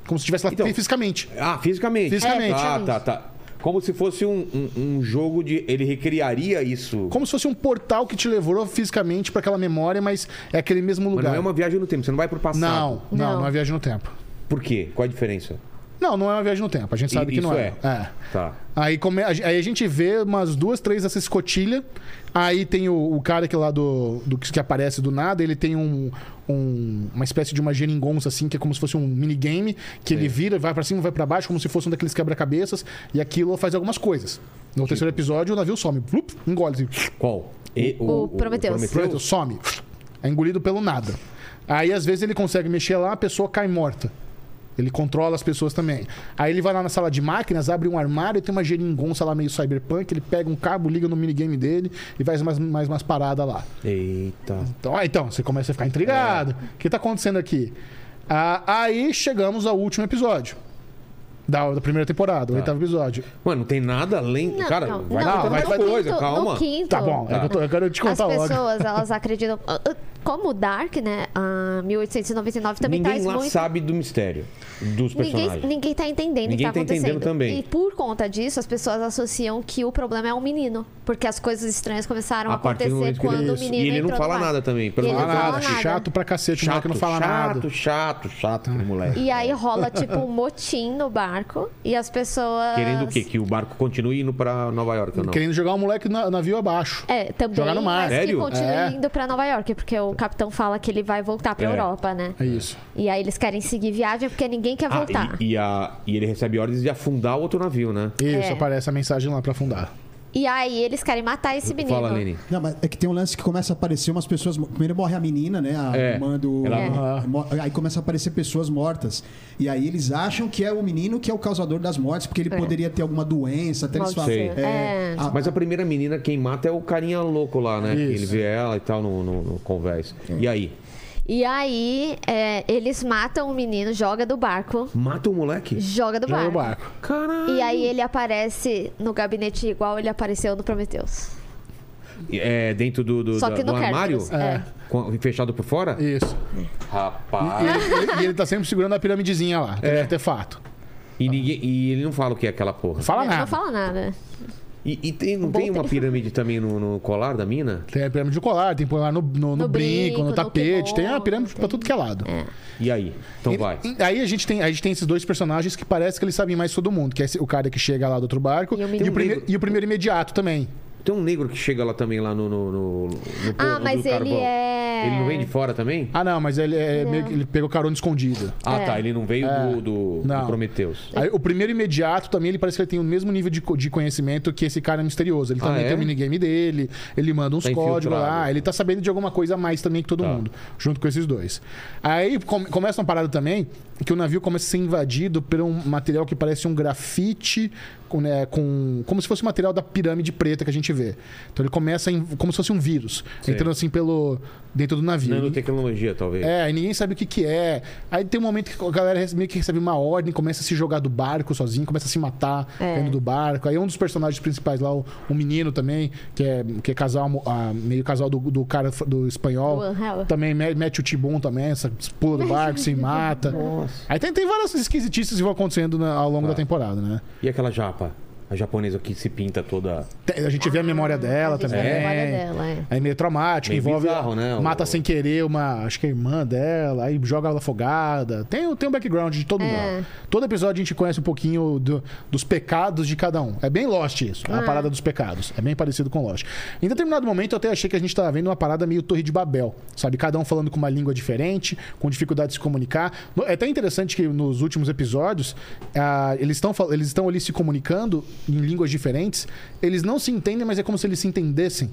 Speaker 3: Como se estivesse lá
Speaker 1: Então-
Speaker 3: fisicamente.
Speaker 1: Ah, fisicamente.
Speaker 3: Fisicamente.
Speaker 1: Ah, tá, tá. Como se fosse um, um, um jogo de. Ele recriaria isso.
Speaker 3: Como se fosse um portal que te levou fisicamente pra aquela memória, mas é aquele mesmo
Speaker 1: Mas
Speaker 3: lugar.
Speaker 1: não é uma viagem no tempo, você não vai pro passado.
Speaker 3: não, não,
Speaker 5: Não.
Speaker 3: não é viagem no tempo.
Speaker 1: Por quê? Qual a diferença?
Speaker 3: Não, não é uma viagem no tempo. A gente sabe
Speaker 1: I-
Speaker 3: que não
Speaker 1: isso
Speaker 3: é.
Speaker 1: é. Tá.
Speaker 3: Aí, come- a gen- aí a gente vê umas duas, três dessas escotilhas. Aí tem o, o cara que é lá do, do que que aparece do nada, ele tem um, um- uma espécie de uma geringonça, assim, que é como se fosse um minigame, que ele vira, vai pra cima, vai pra baixo, como se fosse um daqueles quebra-cabeças, e aquilo faz algumas coisas. No terceiro episódio, o navio some, plup, engole, assim,
Speaker 1: Qual? E-
Speaker 5: O Prometheus.
Speaker 3: Prometheus some, é engolido pelo nada. Aí às vezes ele consegue mexer lá, a pessoa cai morta. Ele controla as pessoas também. Aí ele vai lá na sala de máquinas, abre um armário, tem uma geringonça lá meio cyberpunk, ele pega um cabo, liga no minigame dele e faz mais, mais umas paradas lá.
Speaker 1: Eita.
Speaker 3: Então, ah, então, você começa a ficar intrigado. O que tá acontecendo aqui? Ah, aí chegamos ao último episódio. Da, da primeira temporada, o oitavo episódio.
Speaker 1: Mano, não tem nada além.
Speaker 5: Não,
Speaker 1: Cara,
Speaker 5: não,
Speaker 1: vai
Speaker 5: não,
Speaker 1: ter
Speaker 5: no
Speaker 1: mais
Speaker 5: quinto-
Speaker 1: coisa, calma.
Speaker 5: No quinto,
Speaker 3: Tá bom, é que eu, tô- eu quero te
Speaker 5: Então, As
Speaker 3: contar logo.
Speaker 5: pessoas, elas acreditam. ah, Como o Dark, né? A 1899 também
Speaker 1: Ninguém
Speaker 5: traz
Speaker 1: lá
Speaker 5: muito.
Speaker 1: sabe do mistério dos personagens.
Speaker 5: Ninguém, ninguém tá entendendo
Speaker 1: Ninguém
Speaker 5: o que
Speaker 1: tá
Speaker 5: tá
Speaker 1: entendendo
Speaker 5: acontecendo.
Speaker 1: também.
Speaker 5: E por conta disso, as pessoas associam que o problema é um menino. Porque as coisas estranhas começaram a,
Speaker 1: A partir do
Speaker 5: acontecer
Speaker 1: momento que ele-
Speaker 5: quando o
Speaker 1: Isso.
Speaker 5: menino
Speaker 1: E ele não
Speaker 5: entrou no
Speaker 1: fala
Speaker 5: mar.
Speaker 1: nada também, pelo
Speaker 5: E ele
Speaker 1: menos.
Speaker 5: não
Speaker 3: Fala nada,
Speaker 5: nada.
Speaker 3: chato pra cacete, o moleque não fala nada.
Speaker 1: chato, chato, chato,
Speaker 5: Ah.
Speaker 1: aquele moleque.
Speaker 5: E aí rola, tipo, um motim no barco. E as pessoas...
Speaker 1: Querendo o quê? Que o barco continue indo pra Nova York ou não?
Speaker 3: Querendo jogar o moleque na, navio abaixo.
Speaker 5: É, também,
Speaker 3: Jogar no mar.
Speaker 5: mas
Speaker 1: Sério?
Speaker 5: que continue
Speaker 3: É.
Speaker 5: indo pra Nova York. Porque o capitão fala que ele vai voltar pra
Speaker 1: É.
Speaker 5: Europa, né?
Speaker 3: É isso.
Speaker 5: E aí eles querem seguir viagem porque ninguém quer
Speaker 1: Ah,
Speaker 5: voltar.
Speaker 1: e, e a, e ele recebe ordens de afundar outro navio, né?
Speaker 3: Isso,
Speaker 5: É.
Speaker 3: aparece a mensagem lá pra afundar.
Speaker 5: E aí eles querem matar esse menino.
Speaker 1: Fala, Lenny.
Speaker 2: Não, mas é que tem um lance que começa a aparecer umas pessoas. Primeiro morre a menina, né? A
Speaker 1: É.
Speaker 2: irmã do.
Speaker 1: Ela-
Speaker 2: É. Mo- Aí começa a aparecer pessoas mortas. E aí eles acham que é o menino que é o causador das mortes, porque ele poderia ter alguma doença, até eles
Speaker 5: Pode
Speaker 2: falam.
Speaker 1: ser.
Speaker 5: É.
Speaker 2: a-
Speaker 1: Mas a primeira menina, quem mata é o carinha louco lá, né? Que Ele
Speaker 3: Isso.
Speaker 1: vê ela e tal no, no, no convés. E aí?
Speaker 5: E aí é, eles matam o menino, joga do barco.
Speaker 1: Mata o moleque?
Speaker 5: Joga do
Speaker 3: Joga é o
Speaker 5: barco.
Speaker 3: barco.
Speaker 1: Caralho!
Speaker 5: E aí ele aparece no gabinete igual ele apareceu no Prometheus.
Speaker 1: É, dentro do, do,
Speaker 5: Só
Speaker 1: da-
Speaker 5: que
Speaker 1: do
Speaker 5: no
Speaker 1: armário?
Speaker 5: Kerberos. É.
Speaker 1: Com- Fechado por fora?
Speaker 3: Isso.
Speaker 1: Rapaz!
Speaker 3: E, e ele tá sempre segurando a piramidezinha lá, aquele artefato.
Speaker 1: E, ninguém- e ele não fala o que é aquela porra.
Speaker 3: Fala
Speaker 5: É,
Speaker 3: nada.
Speaker 5: Não fala nada.
Speaker 1: E, e tem, não
Speaker 5: bom
Speaker 1: tem uma
Speaker 5: telefone.
Speaker 1: pirâmide também no, no colar da mina?
Speaker 3: Tem a pirâmide do colar, tem pular no, no, no
Speaker 5: No
Speaker 3: brinco,
Speaker 5: brinco,
Speaker 3: no
Speaker 5: no
Speaker 3: tapete, tem a
Speaker 5: kimono,
Speaker 3: pirâmide pra
Speaker 5: tem-
Speaker 3: tudo que é lado.
Speaker 1: E aí? Então
Speaker 3: E-
Speaker 1: vai.
Speaker 3: e- aí a gente, tem, a gente tem esses dois personagens que parece que eles sabem mais todo mundo, que é esse- o cara que chega lá do outro barco
Speaker 5: E o
Speaker 3: e,
Speaker 5: menino.
Speaker 3: o, primeiro, e o primeiro imediato também.
Speaker 1: Tem um negro que chega lá também, lá no, no, no, no
Speaker 5: Ah,
Speaker 1: porão do
Speaker 5: mas ele
Speaker 1: carvão.
Speaker 5: é.
Speaker 1: Ele não vem de fora também?
Speaker 3: Ah, não, mas ele, é meio que- ele pegou carona escondido.
Speaker 1: Ah,
Speaker 5: É.
Speaker 1: tá. Ele não veio do, do, do
Speaker 3: Não.
Speaker 1: Prometheus.
Speaker 3: Aí, o primeiro imediato também, ele parece que ele tem o mesmo nível de, co- de conhecimento que esse cara misterioso. Ele
Speaker 1: Ah,
Speaker 3: também
Speaker 1: é?
Speaker 3: tem o minigame dele, ele manda uns
Speaker 1: Tá
Speaker 3: códigos
Speaker 1: infiltrado. Tá.
Speaker 3: lá, ele tá sabendo de alguma coisa a mais também que todo mundo, junto com esses dois. Aí com- começa uma parada também que o navio começa a ser invadido por um material que parece um grafite com, né, com- como se fosse o material da pirâmide preta que a gente vê. Então ele começa em- como se fosse um vírus, entrando assim pelo dentro do navio.
Speaker 1: Nanotecnologia, é talvez.
Speaker 3: É, e ninguém sabe o que que é. Aí tem um momento que a galera rece- meio que recebe uma ordem, começa a se jogar do barco sozinho, começa a se matar
Speaker 5: É.
Speaker 3: dentro do barco. Aí um dos personagens principais lá, o, o menino também, que é, que é casal, mo- ah, meio casal do, do cara f- do espanhol,
Speaker 5: Do Angel.
Speaker 3: também me- mete o tibum também, essa pula do barco, se mata. Aí tem, tem várias esquisitices que vão acontecendo na- ao longo da temporada, né?
Speaker 1: E aquela japa? A japonesa que se pinta toda.
Speaker 3: Tem- A gente vê a memória dela
Speaker 5: a gente
Speaker 3: também.
Speaker 5: vê a memória dela, é.
Speaker 3: Aí meio traumático,
Speaker 1: Meio
Speaker 3: envolve.
Speaker 1: bizarro, né, o-
Speaker 3: Mata sem querer uma. Acho que a irmã dela, aí joga ela afogada. Tem, o- tem um background de todo mundo. Todo episódio a gente conhece um pouquinho do- dos pecados de cada um. É bem Lost isso, a parada dos pecados. É bem parecido com Lost. Em determinado momento eu até achei que a gente tava vendo uma parada meio Torre de Babel, sabe? Cada um falando com uma língua diferente, com dificuldade de se comunicar. No- É até interessante que nos últimos episódios ah, eles estão fal- eles estão ali se comunicando em línguas diferentes. Eles não se entendem, mas é como se eles se entendessem.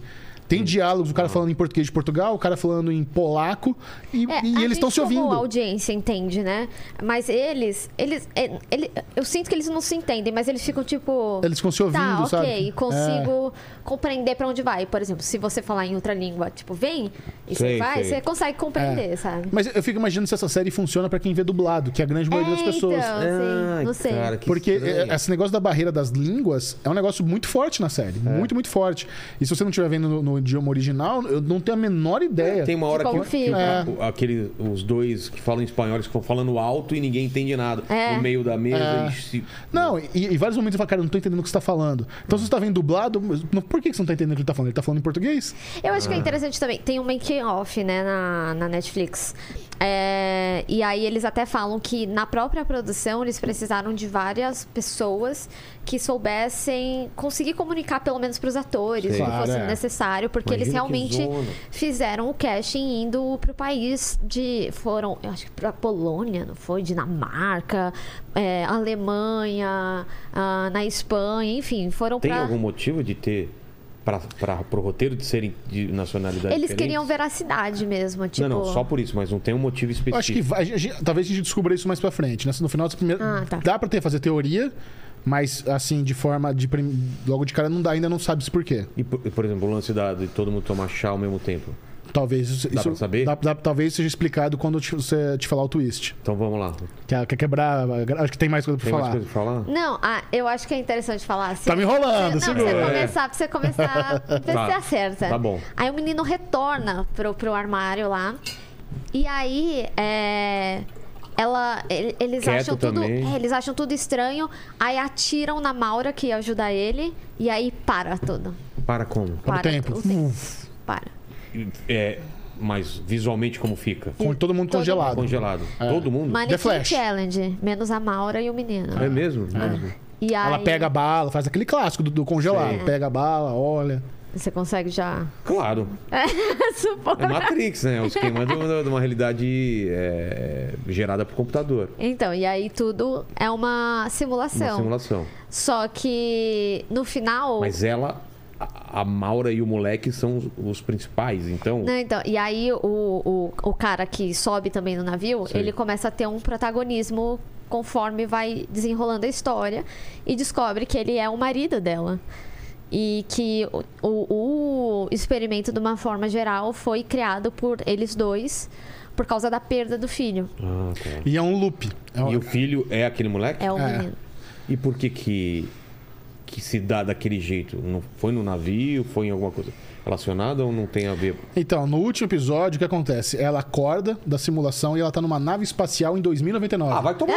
Speaker 3: Tem diálogos, o cara falando em português de Portugal, o cara falando em polaco, e,
Speaker 5: É,
Speaker 3: e
Speaker 5: a
Speaker 3: eles
Speaker 5: gente
Speaker 3: estão se
Speaker 5: como
Speaker 3: ouvindo.
Speaker 5: audiência entende, né? Mas eles, eles, é, ele- eu sinto que eles não se entendem, mas eles ficam tipo.
Speaker 3: Eles ficam se ouvindo,
Speaker 5: tá,
Speaker 3: sabe? É.
Speaker 5: ok, consigo compreender pra onde vai. Por exemplo, se você falar em outra língua, tipo, vem e
Speaker 1: Sei,
Speaker 5: você vai,
Speaker 1: sei.
Speaker 5: você consegue
Speaker 3: É.
Speaker 5: compreender, sabe?
Speaker 3: Mas eu fico imaginando se essa série funciona pra quem vê dublado, que é a grande maioria das
Speaker 5: É,
Speaker 3: pessoas.
Speaker 5: então, assim,
Speaker 1: Ai,
Speaker 5: não sei.
Speaker 1: cara, que
Speaker 3: Porque
Speaker 1: estranho.
Speaker 3: eh, esse negócio da barreira das línguas é um negócio muito forte na
Speaker 1: É.
Speaker 3: série. Muito, muito forte. E se você não estiver vendo no, no idioma original, eu não tenho a menor ideia.
Speaker 1: Tem uma hora
Speaker 5: como
Speaker 1: que, que o-
Speaker 3: É.
Speaker 5: fica.
Speaker 1: o- aquele, os dois que falam espanhóis que estão falando alto e ninguém entende nada.
Speaker 5: É.
Speaker 1: No meio da mesa.
Speaker 3: É.
Speaker 1: e se-
Speaker 3: Não, e, e vários momentos eu falo, cara, eu não tô entendendo o que você tá falando. Então se você tá vendo dublado, mas não- por que que você não tá entendendo o que ele tá falando? Ele tá falando em português?
Speaker 5: Eu acho que é interessante também. Tem um making-off, né, na, na Netflix. É, e aí eles até falam que na própria produção eles precisaram de várias pessoas que soubessem conseguir comunicar pelo menos para os atores, se
Speaker 3: Claro,
Speaker 5: fosse
Speaker 3: é.
Speaker 5: necessário, porque eles
Speaker 1: Imagina que
Speaker 5: realmente
Speaker 1: zona.
Speaker 5: fizeram o casting indo pro país de. Foram, eu acho que pra Polônia, não foi? Dinamarca, é, Alemanha, ah, na Espanha, enfim, foram
Speaker 1: Tem
Speaker 5: pra.
Speaker 1: algum motivo de ter para pro roteiro de serem de nacionalidade
Speaker 5: Eles
Speaker 1: É diferente?
Speaker 5: queriam veracidade mesmo, tipo.
Speaker 1: Não, não, só por isso, mas não tem um motivo
Speaker 3: Eu acho que
Speaker 1: específico.
Speaker 3: vai- a gente- talvez a gente descubra isso mais pra frente. Né? Se No final, dessa primeira-
Speaker 5: Ah, tá.
Speaker 3: dá pra ter, fazer teoria, mas assim, de forma. De, prim- logo de cara, não dá, ainda não sabe se por quê.
Speaker 1: E, por, e, por exemplo, o lance da, de todo mundo tomar chá ao mesmo tempo.
Speaker 3: Talvez isso.
Speaker 1: Dá
Speaker 3: isso-
Speaker 1: pra saber?
Speaker 3: dá- dá- talvez seja explicado quando eu te- você te falar o twist.
Speaker 1: Então vamos lá.
Speaker 3: Que é- Quer quebrar. a gra- Acho que tem mais coisa pra
Speaker 1: Tem mais
Speaker 3: falar.
Speaker 1: coisa pra falar?
Speaker 5: Não, ah, eu acho que é interessante falar assim.
Speaker 3: Tá me enrolando,
Speaker 5: Não, pra você
Speaker 3: segura.
Speaker 5: começar, pra você começar, pra
Speaker 1: É. Tá.
Speaker 5: você acerta.
Speaker 1: Tá bom.
Speaker 5: Aí o menino retorna pro, pro armário lá. E aí, é, Ela, ele- eles
Speaker 1: Quieto
Speaker 5: acham tudo,
Speaker 1: também.
Speaker 5: é, eles acham tudo estranho, aí atiram na Maura que ia ajudar ele e aí para tudo.
Speaker 1: Para como?
Speaker 3: Para o
Speaker 5: Para
Speaker 3: tempo.
Speaker 5: o tempo.
Speaker 3: Uf,
Speaker 5: Para.
Speaker 1: É, mas visualmente como fica?
Speaker 3: com todo mundo
Speaker 5: Todo
Speaker 3: congelado.
Speaker 1: Congelado. É. Todo mundo?
Speaker 5: Mannequin
Speaker 3: Flash.
Speaker 5: Challenge, menos a Maura e o menino.
Speaker 1: É mesmo? Mesmo.
Speaker 5: E aí,
Speaker 3: Ela pega a bala, faz aquele clássico do, do congelado. Pega a bala, olha.
Speaker 5: você consegue já
Speaker 1: Claro.
Speaker 5: supor.
Speaker 1: É Matrix, né? O esquema de uma, de uma realidade é, gerada por computador.
Speaker 5: Então, e aí tudo é uma
Speaker 1: Uma
Speaker 5: simulação.
Speaker 1: simulação.
Speaker 5: Só que no final.
Speaker 1: Mas ela, a, a Maura e o moleque são os, os principais, então.
Speaker 5: Não, então, e aí o, o, o cara que sobe também no navio,
Speaker 1: Sei.
Speaker 5: ele começa a ter um protagonismo conforme vai desenrolando a história e descobre que ele é o marido dela. E que o, o, o experimento, de uma forma geral, foi criado por eles dois por causa da perda do filho.
Speaker 1: Ah, tá.
Speaker 3: E é um loop. É um-
Speaker 1: E o filho é aquele moleque?
Speaker 5: É o
Speaker 3: É.
Speaker 5: menino.
Speaker 1: E por que que, que se dá daquele jeito? Não, foi no navio? Foi em alguma coisa relacionada ou não tem a ver?
Speaker 3: Então, no último episódio, o que acontece? Ela acorda da simulação e ela tá numa nave espacial em 2099.
Speaker 1: Ah, vai tomar.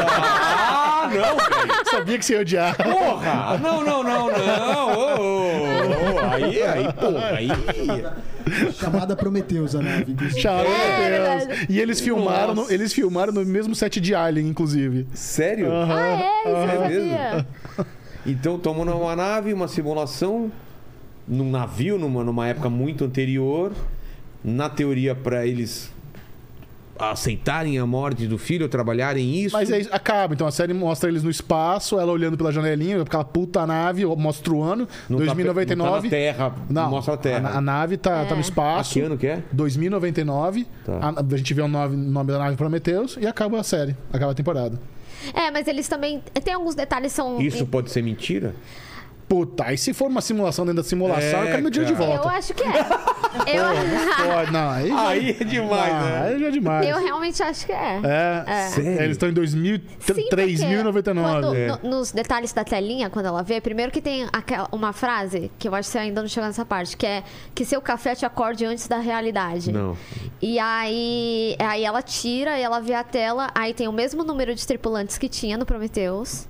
Speaker 1: ah, não, velho.
Speaker 3: Você sabia que você ia odiar.
Speaker 1: Porra!
Speaker 4: Não, não, não, não. ô, ô.
Speaker 1: Pô, aí, aí, porra, aí.
Speaker 2: Chamada né, Prometeus, a nave. inclusive.
Speaker 3: Tchau,
Speaker 5: É,
Speaker 3: meu Deus. E eles filmaram, no, eles filmaram no mesmo set de Alien, inclusive.
Speaker 1: Sério?
Speaker 5: Ah, é? Isso eu
Speaker 1: É mesmo?
Speaker 5: sabia.
Speaker 1: Então estamos numa nave, uma simulação, num navio, numa, numa época muito anterior. Na teoria, para eles aceitarem a morte do filho, trabalharem isso.
Speaker 3: Mas aí acaba, então a série mostra eles no espaço, ela olhando pela janelinha, aquela puta nave, mostra o ano,
Speaker 1: Não tá pe- não tá
Speaker 3: 2099.
Speaker 1: na Terra, não, mostra a Terra.
Speaker 3: A, nave tá, tá no espaço.
Speaker 1: Que ano que é?
Speaker 3: 2099.
Speaker 1: Tá.
Speaker 3: A, a gente vê o nome, nome da nave Prometheus e acaba a série, acaba a temporada.
Speaker 5: É, mas eles também. Tem alguns detalhes são.
Speaker 1: Isso pode ser mentira?
Speaker 3: Puta, aí se for uma simulação dentro da simulação,
Speaker 1: É,
Speaker 3: eu quero meu dinheiro de
Speaker 1: cara.
Speaker 5: Eu
Speaker 3: volta.
Speaker 5: acho que é. Eu,
Speaker 3: Pode, não, aí,
Speaker 1: Aí é demais,
Speaker 3: ah,
Speaker 1: né?
Speaker 3: aí já é demais.
Speaker 5: eu realmente acho que é.
Speaker 3: É,
Speaker 1: Sério?
Speaker 3: eles estão em 2000,
Speaker 1: Então,
Speaker 5: Sim, porque
Speaker 3: 3099.
Speaker 5: quando-
Speaker 1: É.
Speaker 5: no- nos detalhes da telinha, quando ela vê, primeiro que tem aquela, uma frase, que eu acho que você ainda não chegou nessa parte, que é que seu café te acorde antes da realidade.
Speaker 1: Não.
Speaker 5: E aí, aí ela tira e ela vê a tela, aí tem o mesmo número de tripulantes que tinha no Prometheus.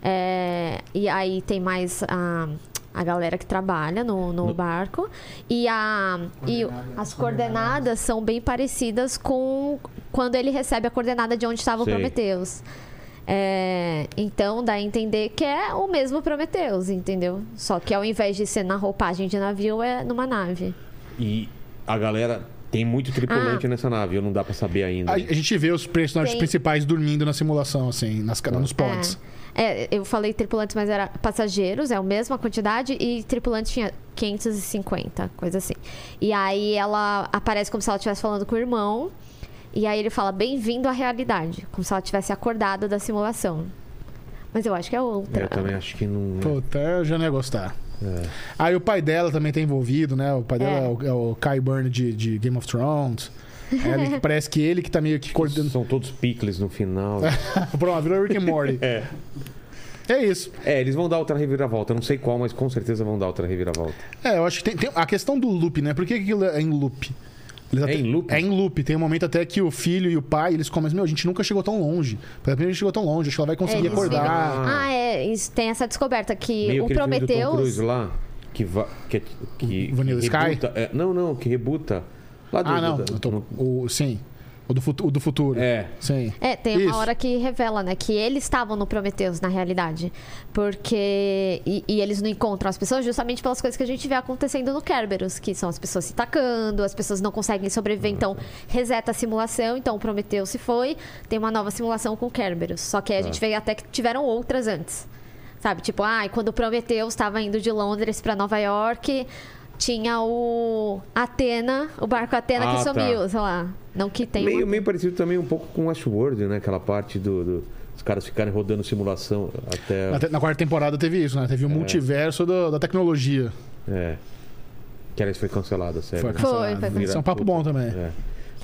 Speaker 5: É, e aí tem mais a, a galera que trabalha no, no barco. E, a, e o- as coordenadas são bem parecidas com quando ele recebe a coordenada de onde estava o
Speaker 1: Sei.
Speaker 5: Prometheus. É, então dá a entender que é o mesmo Prometheus, entendeu? Só que ao invés de ser na roupagem de navio, é numa nave.
Speaker 1: E a galera tem muito tripulante nessa nave, eu não dá pra saber ainda.
Speaker 3: A, a gente vê os personagens
Speaker 5: Tem.
Speaker 3: principais dormindo na simulação, assim, nas, ca- nos pontes.
Speaker 5: É. É, eu falei tripulantes, mas era passageiros, é a mesma quantidade, e tripulantes tinha 550, coisa assim. E aí ela aparece como se ela estivesse falando com o irmão, e aí ele fala, bem-vindo à realidade, como se ela tivesse acordado da simulação. Mas eu acho que é outra.
Speaker 1: Eu também acho que não.
Speaker 3: Puta, eu já não ia gostar.
Speaker 1: É.
Speaker 3: Aí o pai dela também tá envolvido, né? O pai dela é o, é o Kai Byrne de, de Game of Thrones. É, ele que parece que ele que tá meio que coordenando.
Speaker 1: São todos picles no final.
Speaker 3: Pronto, virou Rick and Morty.
Speaker 1: É.
Speaker 3: É isso.
Speaker 1: É, eles vão dar outra reviravolta. Eu Não sei qual, mas com certeza vão dar outra reviravolta.
Speaker 3: É, eu acho que tem, tem a questão do loop, né? Por que que aquilo é em loop? Eles até-
Speaker 1: em loop?
Speaker 3: É em loop. Tem um momento até que o filho e o pai, eles começam, meu, a gente nunca chegou tão longe. Pela primeira a gente chegou tão longe, acho que ela vai
Speaker 5: É,
Speaker 3: conseguir
Speaker 5: eles
Speaker 3: acordar.
Speaker 5: viram- Ah, é, isso, tem essa descoberta que
Speaker 1: Meio
Speaker 5: o
Speaker 1: aquele filme do Tom Cruise
Speaker 5: Prometheus.
Speaker 1: lá, que, va... que, é- que,
Speaker 3: Vanilla
Speaker 1: que
Speaker 3: Sky?
Speaker 1: rebuta. é, não, não, que rebuta. Lá do,
Speaker 3: Ah, não.
Speaker 1: do-
Speaker 3: eu tô-
Speaker 1: no-
Speaker 3: o, sim. O do, futu- o do futuro.
Speaker 1: É.
Speaker 3: Sim.
Speaker 5: É, tem
Speaker 3: Isso.
Speaker 5: uma hora que revela, né, que eles estavam no Prometheus, na realidade. Porque. E, e eles não encontram as pessoas justamente pelas coisas que a gente vê acontecendo no Kerberos, que são as pessoas se tacando, as pessoas não conseguem sobreviver, então reseta a simulação, então o Prometheus se foi, tem uma nova simulação com o Kerberos. Só que aí a gente
Speaker 1: É.
Speaker 5: vê até que tiveram outras antes. Sabe, tipo, ah, e quando o Prometheus estava indo de Londres para Nova York, tinha o Atena, o barco Atena
Speaker 1: Ah,
Speaker 5: que
Speaker 1: tá.
Speaker 5: sumiu, sei lá. Não que tenha.
Speaker 1: meio,
Speaker 5: uma-
Speaker 1: meio parecido também um pouco com Westworld, né? Aquela parte do, do- os caras ficarem rodando simulação até.
Speaker 3: Na, te- na quarta temporada teve isso, né? Teve o multiverso do- da tecnologia.
Speaker 1: É. Que aliás foi cancelada, sério.
Speaker 3: Foi
Speaker 1: né?
Speaker 5: Foi,
Speaker 3: cancelado.
Speaker 5: foi
Speaker 3: Isso é um papo bom também.
Speaker 1: É.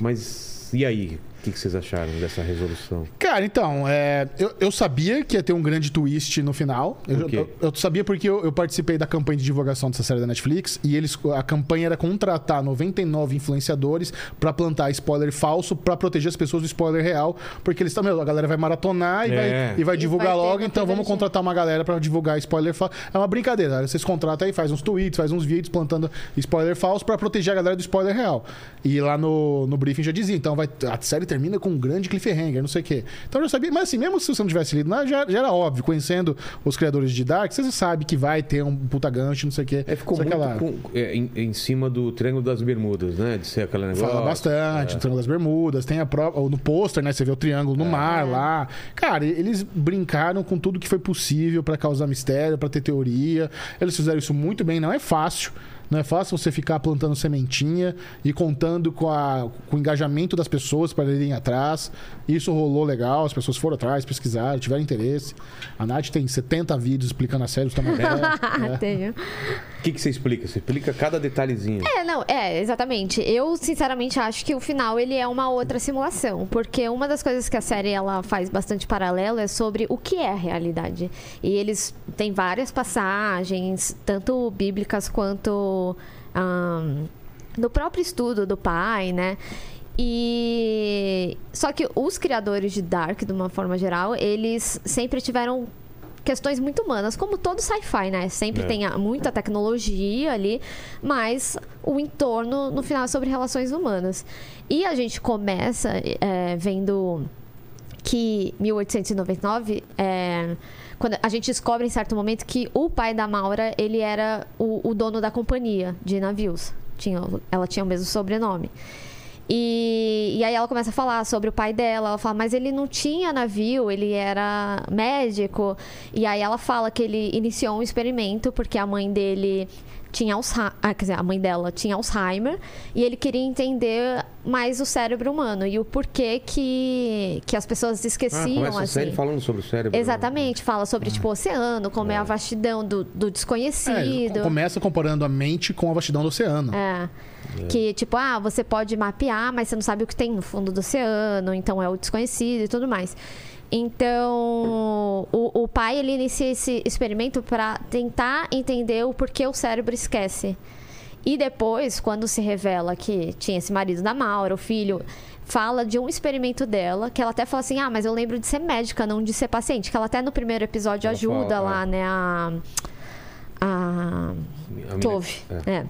Speaker 1: Mas e aí? O que que vocês acharam dessa resolução?
Speaker 3: Cara, então, é, eu, eu sabia que ia ter um grande twist no final. Eu,
Speaker 1: Por quê?
Speaker 3: eu- eu sabia porque eu, eu participei da campanha de divulgação dessa série da Netflix e eles a campanha era contratar 99 influenciadores pra plantar spoiler falso pra proteger as pessoas do spoiler real, porque eles também, a galera vai maratonar e,
Speaker 1: É.
Speaker 3: vai, e vai
Speaker 5: E
Speaker 3: divulgar
Speaker 5: vai ter
Speaker 3: logo,
Speaker 5: na
Speaker 3: então vamos
Speaker 5: primeira
Speaker 3: contratar contratar uma galera pra divulgar spoiler falso. É uma brincadeira. Aí Vocês contratam aí, faz uns tweets, faz uns vídeos plantando spoiler falso pra proteger a galera do spoiler real. E lá no, no briefing já dizia, então vai, a série termina com um grande cliffhanger, não sei o quê. Então eu já sabia, mas assim, mesmo se você não tivesse lido nada, já, já era óbvio, conhecendo os criadores de Dark, você sabe que vai ter um puta gancho, não sei o quê.
Speaker 1: É, ficou
Speaker 3: Sei
Speaker 1: muito
Speaker 3: que lá.
Speaker 1: com- é, em, em cima do Triângulo das Bermudas, né? De ser aquele negócio.
Speaker 3: Fala bastante, o Triângulo das Bermudas, tem a prova. ou No pôster, né? Você vê o triângulo no mar lá. Cara, e- eles brincaram com tudo que foi possível pra causar mistério, pra ter teoria. Eles fizeram isso muito bem, não é fácil. Não é fácil você ficar plantando sementinha e contando com, a- com o engajamento das pessoas para irem atrás. Isso rolou legal, as pessoas foram atrás, pesquisaram, tiveram interesse. A Nath tem 70 vídeos explicando a série, os tamanhos dela.
Speaker 1: É.
Speaker 5: Tenho.
Speaker 1: O que, que você explica? Você explica cada detalhezinho.
Speaker 5: É, não, é, exatamente. Eu, sinceramente, acho que o final ele é uma outra simulação. Porque uma das coisas que a série ela faz bastante paralelo é sobre o que é a realidade. E eles têm várias passagens, tanto bíblicas quanto ahn, do próprio estudo do pai, né? E. Só que os criadores de Dark, de uma forma geral, eles sempre tiveram questões muito humanas, como todo sci-fi, né? Sempre
Speaker 1: É.
Speaker 5: tem a- muita tecnologia ali, mas o entorno, no final, é sobre relações humanas. E a gente começa é, vendo que 1899 é, quando a gente descobre em certo momento que o pai da Maura ele era o, o dono da companhia de navios tinha ela tinha o mesmo sobrenome e, e aí ela começa a falar sobre o pai dela ela fala mas ele não tinha navio ele era médico e aí ela fala que ele iniciou um experimento porque a mãe dele tinha Alzheimer, ah, quer dizer, a mãe dela tinha Alzheimer e ele queria entender mais o cérebro humano e o porquê que, que as pessoas
Speaker 1: Ah,
Speaker 5: esqueciam
Speaker 1: começa a
Speaker 5: assim.
Speaker 1: série falando sobre o Ah. cérebro. né?
Speaker 5: Exatamente, fala sobre tipo o oceano, como é, a vastidão do, do
Speaker 3: É,
Speaker 5: desconhecido.
Speaker 3: co- começa comparando a mente com a vastidão do oceano.
Speaker 5: É. Que, tipo, ah, você pode mapear, mas você não sabe o que tem no fundo do oceano, então é o desconhecido e tudo mais. Então, o, o pai ele inicia esse experimento para tentar entender o porquê o cérebro esquece. E depois, quando se revela que tinha esse marido da Maura, o filho, fala de um experimento dela, que ela até fala assim: ah, mas eu lembro de ser médica, não de ser paciente. Que ela até no primeiro episódio
Speaker 1: Ela
Speaker 5: ajuda
Speaker 1: fala,
Speaker 5: lá,
Speaker 1: é.
Speaker 5: né? A. A.
Speaker 1: A mina-
Speaker 5: Tove.
Speaker 1: é.
Speaker 5: É.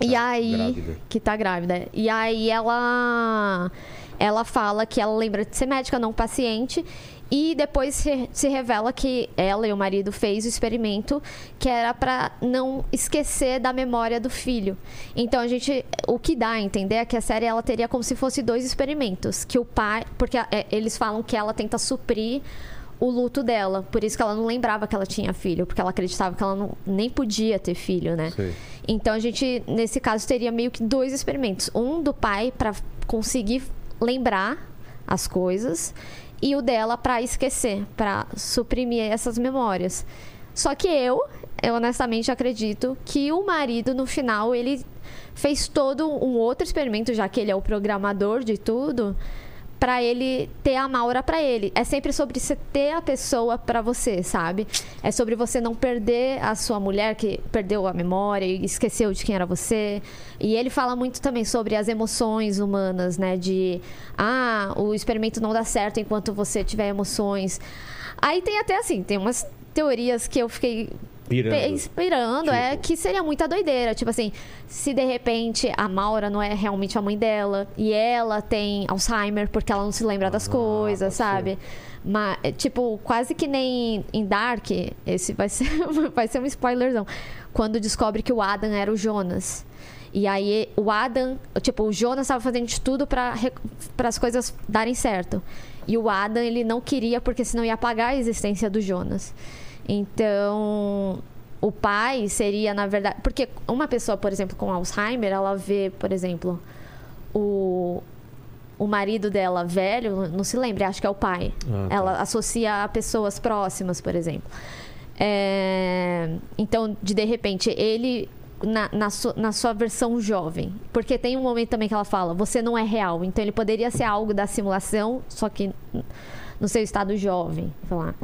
Speaker 5: E
Speaker 1: Tá
Speaker 5: aí.
Speaker 1: grávida.
Speaker 5: Que tá grávida. E aí ela. Ela fala que ela lembra de ser médica, não paciente. E depois se, se revela que ela e o marido fez o experimento que era pra não esquecer da memória do filho. Então a gente, o que dá a entender é que a série ela teria como se fosse dois experimentos, que o pai, porque é, eles falam que ela tenta suprir o luto dela, por isso que ela não lembrava que ela tinha filho, porque ela acreditava que ela não- nem podia ter filho, né?
Speaker 1: Sei.
Speaker 5: Então a gente, nesse caso, teria meio que dois experimentos. Um do pai para conseguir lembrar as coisas e o dela para esquecer, para suprimir essas memórias. Só que eu, eu honestamente acredito que o marido no final ele fez todo um outro experimento, já que ele é o programador de tudo, para ele ter a Maura para ele. É sempre sobre você ter a pessoa para você, sabe? É sobre você não perder a sua mulher que perdeu a memória e esqueceu de quem era você. E ele fala muito também sobre as emoções humanas, né? De ah, o experimento não dá certo enquanto você tiver emoções. Aí tem até assim, tem umas teorias que eu fiquei
Speaker 1: Pirando.
Speaker 5: pe- inspirando, é
Speaker 1: Tipo.
Speaker 5: que seria muita doideira. Tipo assim, se de repente a Maura não é realmente a mãe dela e ela tem Alzheimer porque ela não se lembra das coisas, sabe? Mas, é, tipo, quase que nem em Dark, esse vai ser, vai ser um spoilerzão. Quando descobre que o Adam era o Jonas. E aí o Adam, tipo, o Jonas estava fazendo de tudo para as coisas darem certo. E o Adam, ele não queria porque senão ia apagar a existência do Jonas. Então, o pai seria, na verdade. Porque uma pessoa, por exemplo, com Alzheimer, ela vê, por exemplo, o, o marido dela velho, não se lembra, acho que é o pai.
Speaker 1: Ah, tá.
Speaker 5: Ela associa a pessoas próximas, por exemplo. É, então, de, de repente, ele. Na, na, su- na sua versão jovem. Porque tem um momento também que ela fala, você não é real. Então ele poderia ser algo da simulação, só que no seu estado jovem, sei lá.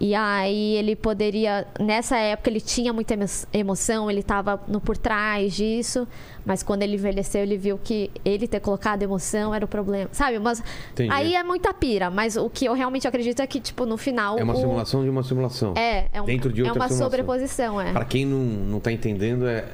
Speaker 5: E aí ele poderia, nessa época ele tinha muita emo- emoção, ele estava no por trás disso, mas quando ele envelheceu ele viu que ele ter colocado emoção era o problema, sabe? Mas
Speaker 1: Entendi.
Speaker 5: aí é muita pira, mas o que eu realmente acredito é que tipo no final
Speaker 1: É uma
Speaker 5: o-
Speaker 1: simulação de uma simulação.
Speaker 5: é, é, um-
Speaker 1: Dentro de
Speaker 5: é
Speaker 1: outra
Speaker 5: uma
Speaker 1: simulação.
Speaker 5: sobreposição, é.
Speaker 1: Pra quem não, não tá entendendo, é.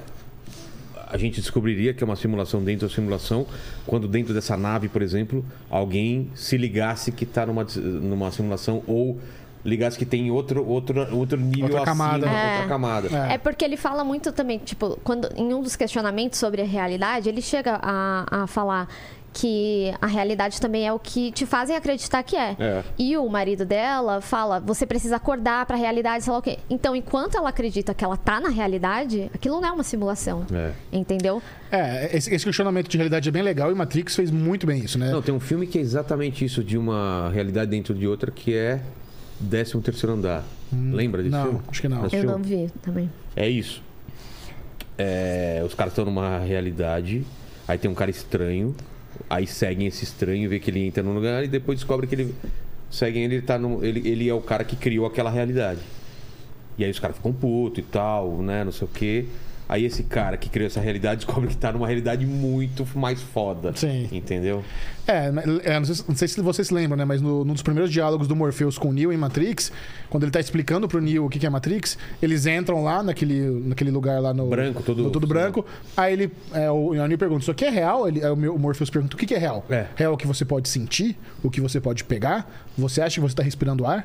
Speaker 1: A gente descobriria que é uma simulação dentro da simulação, quando dentro dessa nave, por exemplo, alguém se ligasse que tá numa, des- numa simulação ou ligasse que tem outro, outro, outro nível
Speaker 3: Outra camada.
Speaker 1: acima,
Speaker 5: É.
Speaker 1: outra camada.
Speaker 5: É porque ele fala muito também, tipo, quando, em um dos questionamentos sobre a realidade, ele chega a, a falar que a realidade também é o que te fazem acreditar que é.
Speaker 1: É.
Speaker 5: E o marido dela fala, você precisa acordar pra realidade, sei lá o quê. Então, enquanto ela acredita que ela tá na realidade, aquilo não é uma simulação.
Speaker 1: É.
Speaker 5: Entendeu?
Speaker 3: É, esse, esse questionamento de realidade é bem legal e Matrix fez muito bem isso, né?
Speaker 1: Não, tem um filme que é exatamente isso, de uma realidade dentro de outra, que é 13 terceiro andar. Lembra desse
Speaker 3: Hum. não,
Speaker 1: filme?
Speaker 3: acho que não.
Speaker 1: Assistiu?
Speaker 5: Eu não vi também.
Speaker 1: É isso. É, os caras estão numa realidade, aí tem um cara estranho, aí seguem esse estranho, vê que ele entra num lugar e depois descobre que ele. Seguem ele, ele tá no, ele, ele é o cara que criou aquela realidade. E aí os caras ficam putos e tal, né? Não sei o quê. Aí esse cara que criou essa realidade descobre que tá numa realidade muito mais foda.
Speaker 3: Sim.
Speaker 1: Entendeu?
Speaker 3: É, mas, é, não, sei, se- não sei se vocês lembram, né? Mas no, num dos primeiros diálogos do Morpheus com o Neo em Matrix, quando ele tá explicando pro Neo o que, que é Matrix, eles entram lá naquele, naquele lugar lá no.
Speaker 1: Branco, todo-
Speaker 3: no todo branco. Aí ele. É, o, o Neo pergunta: Isso aqui é real? Ele, aí o, meu- o Morpheus pergunta: O que, que é real?
Speaker 1: É.
Speaker 3: Real é o que você pode sentir? O que você pode pegar? Você acha que você tá respirando ar?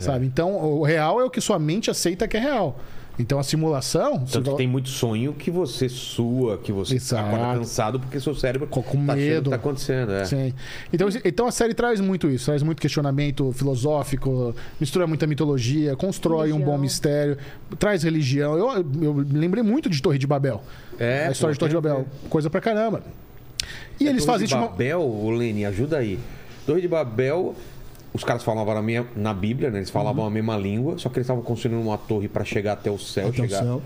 Speaker 1: É.
Speaker 3: Sabe? Então, o real é o que sua mente aceita que é real. Então, a simulação. você
Speaker 1: Tanto que
Speaker 3: fala-
Speaker 1: tem muito sonho que você sua, que você
Speaker 3: Exato.
Speaker 1: acorda cansado porque seu cérebro
Speaker 3: Com- com
Speaker 1: tá achando
Speaker 3: medo.
Speaker 1: que tá acontecendo. É.
Speaker 3: Sim. Então, esse- então a série traz muito isso, traz muito questionamento filosófico, mistura muita mitologia, constrói um bom
Speaker 5: Religião.
Speaker 3: mistério, traz religião. Eu, eu me lembrei muito de Torre de Babel.
Speaker 1: É,
Speaker 3: a história de
Speaker 1: pô,
Speaker 3: Torre de
Speaker 1: tem a
Speaker 3: Babel. Coisa pra caramba. E eles
Speaker 1: Torre
Speaker 3: fazem
Speaker 1: É
Speaker 3: tipo,
Speaker 1: de
Speaker 3: isso. de uma-
Speaker 1: Babel, ô Lene, ajuda aí. Torre de Babel, os caras falavam na, minha- na Bíblia, né? Eles falavam
Speaker 3: Uhum.
Speaker 1: a mesma língua, só que eles estavam construindo uma torre para chegar até o céu,
Speaker 2: Até o
Speaker 1: chegar
Speaker 2: céu.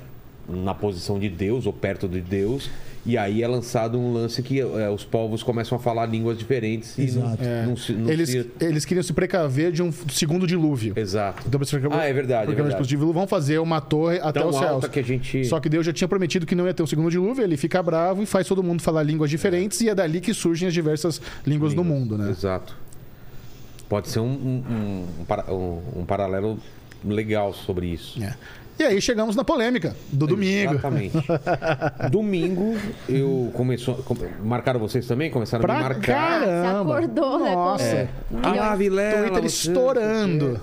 Speaker 1: na posição de Deus ou perto de Deus. E aí é lançado um lance que é, os povos começam a falar línguas diferentes e não-
Speaker 2: Exato.
Speaker 1: não, se- não
Speaker 3: É. Eles,
Speaker 1: se-
Speaker 3: eles queriam se precaver de um segundo dilúvio.
Speaker 1: Exato.
Speaker 3: Então, pra se precaver-
Speaker 1: Ah, é verdade, é
Speaker 3: precaver de
Speaker 1: verdade.
Speaker 3: dilúvio, vão fazer uma torre até
Speaker 1: Tão
Speaker 3: os céus.
Speaker 1: alta que é a gente...
Speaker 3: Só que Deus já tinha prometido que não ia ter um segundo dilúvio, ele fica bravo e faz todo mundo falar línguas diferentes, e é dali que surgem as diversas línguas do mundo, né?
Speaker 1: Exato. Pode ser um, um, um, para- um- um paralelo legal sobre isso.
Speaker 3: É. E aí chegamos na polêmica do domingo.
Speaker 1: Exatamente. domingo, eu começou. com- marcaram vocês também? Começaram a
Speaker 3: Pra
Speaker 1: me marcar.
Speaker 5: Se acordou, né?
Speaker 3: Nossa.
Speaker 5: com-
Speaker 3: É.
Speaker 1: Ah, Vilela,
Speaker 3: Twitter
Speaker 1: você- é.
Speaker 3: estourando.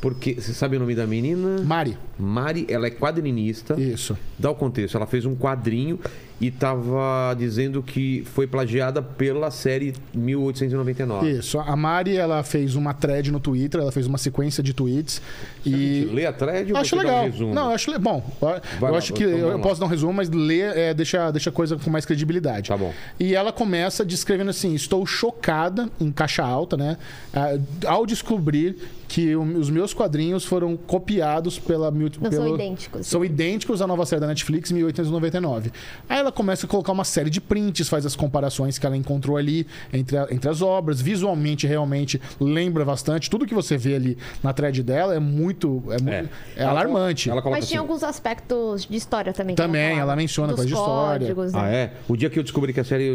Speaker 1: Porque você sabe o nome da menina?
Speaker 3: Mari.
Speaker 1: Mari, ela é quadrinista.
Speaker 3: Isso.
Speaker 1: Dá o contexto. Ela fez um quadrinho e tava dizendo que foi plagiada pela série 1899.
Speaker 3: Isso. A Mari, ela fez uma thread no Twitter, ela fez uma sequência de tweets. e
Speaker 1: Lê a thread ou
Speaker 3: acho
Speaker 1: você dá
Speaker 3: legal.
Speaker 1: um resumo?
Speaker 3: não, eu acho le- bom. Eu
Speaker 1: lá,
Speaker 3: acho que
Speaker 1: então
Speaker 3: eu,
Speaker 1: vamos lá.
Speaker 3: posso dar um resumo, mas ler é, deixa, deixa a coisa com mais credibilidade.
Speaker 1: Tá bom.
Speaker 3: E ela começa descrevendo assim: estou chocada em caixa alta, né? ah, ao descobrir que o- os meus quadrinhos foram copiados pela mil-
Speaker 5: Não,
Speaker 3: pelo-
Speaker 5: são idênticos.
Speaker 3: São idênticos à nova série da Netflix, 1899. Aí ela começa a colocar uma série de prints, faz as comparações que ela encontrou ali entre, a- entre as obras. Visualmente, realmente, lembra bastante. Tudo que você vê ali na thread dela é muito. É, mu-
Speaker 1: É.
Speaker 3: é alarmante.
Speaker 1: Ela coloca
Speaker 5: Mas tinha
Speaker 1: assim,
Speaker 5: alguns aspectos de história também. que
Speaker 3: Também,
Speaker 5: falava.
Speaker 3: ela menciona
Speaker 5: Dos
Speaker 3: coisa de história.
Speaker 5: códigos, né?
Speaker 1: Ah, é? O dia que eu descobri que a série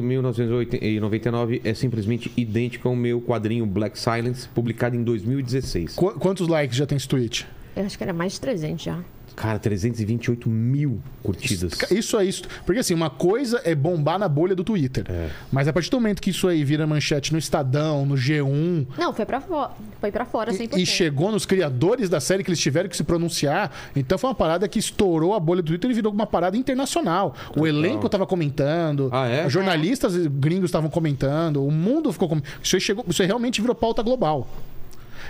Speaker 1: 1999 é simplesmente idêntica ao meu quadrinho Black Silence, publicado em 2016.
Speaker 3: Qu- quantos likes já tem esse tweet?
Speaker 5: Eu acho que era mais de 300 já.
Speaker 1: Cara, 328 mil curtidas.
Speaker 3: Isso é isso. Porque assim, uma coisa é bombar na bolha do Twitter.
Speaker 1: É.
Speaker 3: Mas a partir do momento que isso aí vira manchete no Estadão, no G1,
Speaker 5: Não, foi pra, fo... foi pra fora 100%.
Speaker 3: E, e chegou nos criadores da série que eles tiveram que se pronunciar. Então foi uma parada que estourou a bolha do Twitter e virou uma parada internacional. O elenco tava comentando,
Speaker 1: Ah, é?
Speaker 3: jornalistas gringos estavam comentando, o mundo ficou comentando. Isso, aí chegou- isso aí realmente virou pauta global.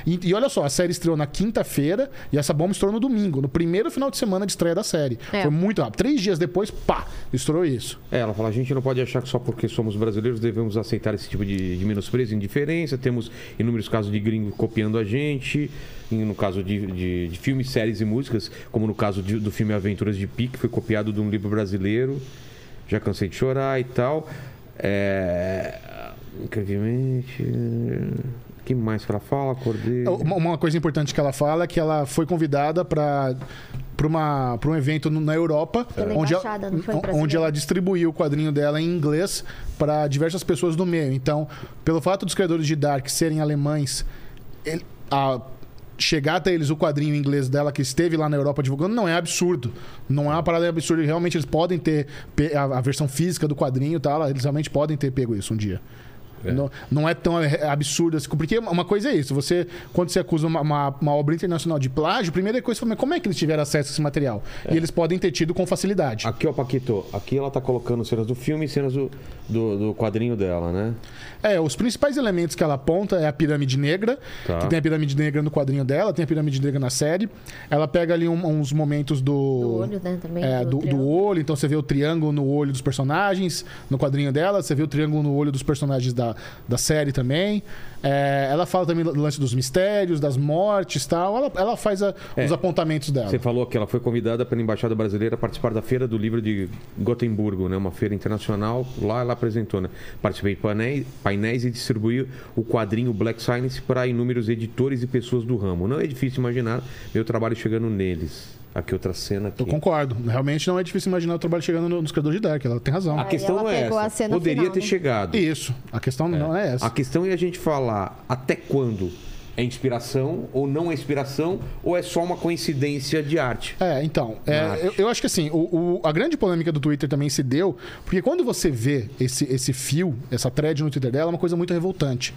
Speaker 3: E, e olha só, a série estreou na quinta-feira e essa bomba estourou no domingo, no primeiro final de semana de estreia da série.
Speaker 5: É.
Speaker 3: Foi muito rápido. Três dias depois, pá, estourou isso.
Speaker 1: É, ela fala, a gente não pode achar que só porque somos brasileiros devemos aceitar esse tipo de, de menosprezo e indiferença. Temos inúmeros casos de gringo copiando a gente, e no caso de, de- de filmes, séries e músicas, como no caso de- do filme Aventuras de Pi, que foi copiado de um livro brasileiro. Já cansei de chorar e tal. É... Incrivelmente... O que mais que ela fala? Acordei...
Speaker 3: Uma, uma coisa importante que ela fala é que ela foi convidada para para um evento no- na Europa,
Speaker 5: Pela
Speaker 3: onde,
Speaker 5: embaixada, não foi um
Speaker 3: on-
Speaker 5: brasileira.
Speaker 3: onde ela distribuiu o quadrinho dela em inglês para diversas pessoas do meio. Então, pelo fato dos criadores de Dark serem alemães, ele- a- chegar até eles o quadrinho em inglês dela que esteve lá na Europa divulgando não é absurdo. Não é uma parada absurda. Realmente eles podem ter pe- a, a versão física do quadrinho e tal, eles realmente podem ter pego isso um dia. Não, não é tão é, absurdo assim. Porque uma coisa é isso: você, quando você acusa uma, uma- uma obra internacional de plágio, a primeira coisa é mas como é que eles tiveram acesso a esse material? E eles podem ter tido com facilidade.
Speaker 1: Aqui, ó, Paquito, aqui ela tá colocando cenas do filme e cenas do, do, do quadrinho dela, né?
Speaker 3: É, os principais elementos que ela aponta é a pirâmide negra,
Speaker 1: Tá.
Speaker 3: que tem a pirâmide negra no quadrinho dela, tem a pirâmide negra na série. Ela pega ali um- uns momentos do.
Speaker 5: Do olho, né, também,
Speaker 3: É,
Speaker 5: do
Speaker 3: do, do
Speaker 5: triângulo.
Speaker 3: olho, então você vê o triângulo no olho dos personagens, no quadrinho dela, você vê o triângulo no olho dos personagens da, da série também. É, ela fala também do lance dos mistérios, das mortes e tal. Ela, ela faz a- os apontamentos dela.
Speaker 1: É. Você falou que ela foi convidada pela Embaixada Brasileira a participar da Feira do Livro de Gotemburgo, né? uma feira internacional. Lá ela apresentou. Né? Participei de painéis, painéis e distribuí o quadrinho Black Science para inúmeros editores e pessoas do ramo. Não é difícil imaginar meu trabalho chegando neles. Aqui outra cena. Aqui.
Speaker 3: Eu concordo. Realmente não é difícil imaginar o trabalho chegando no- nos criadores de Dark. Ela tem razão.
Speaker 1: A questão
Speaker 5: ela
Speaker 1: não é
Speaker 5: pegou
Speaker 1: essa.
Speaker 5: a cena
Speaker 1: Poderia
Speaker 5: final,
Speaker 1: ter
Speaker 5: né?
Speaker 1: chegado.
Speaker 3: Isso. A questão não é essa.
Speaker 1: A questão é a gente falar até quando é inspiração ou não é inspiração ou é só uma coincidência de arte.
Speaker 3: É, então. é,
Speaker 1: Na arte.
Speaker 3: eu, eu acho que assim, o- o- a grande polêmica do Twitter também se deu, porque quando você vê esse, esse fio, essa thread no Twitter dela, é uma coisa muito revoltante.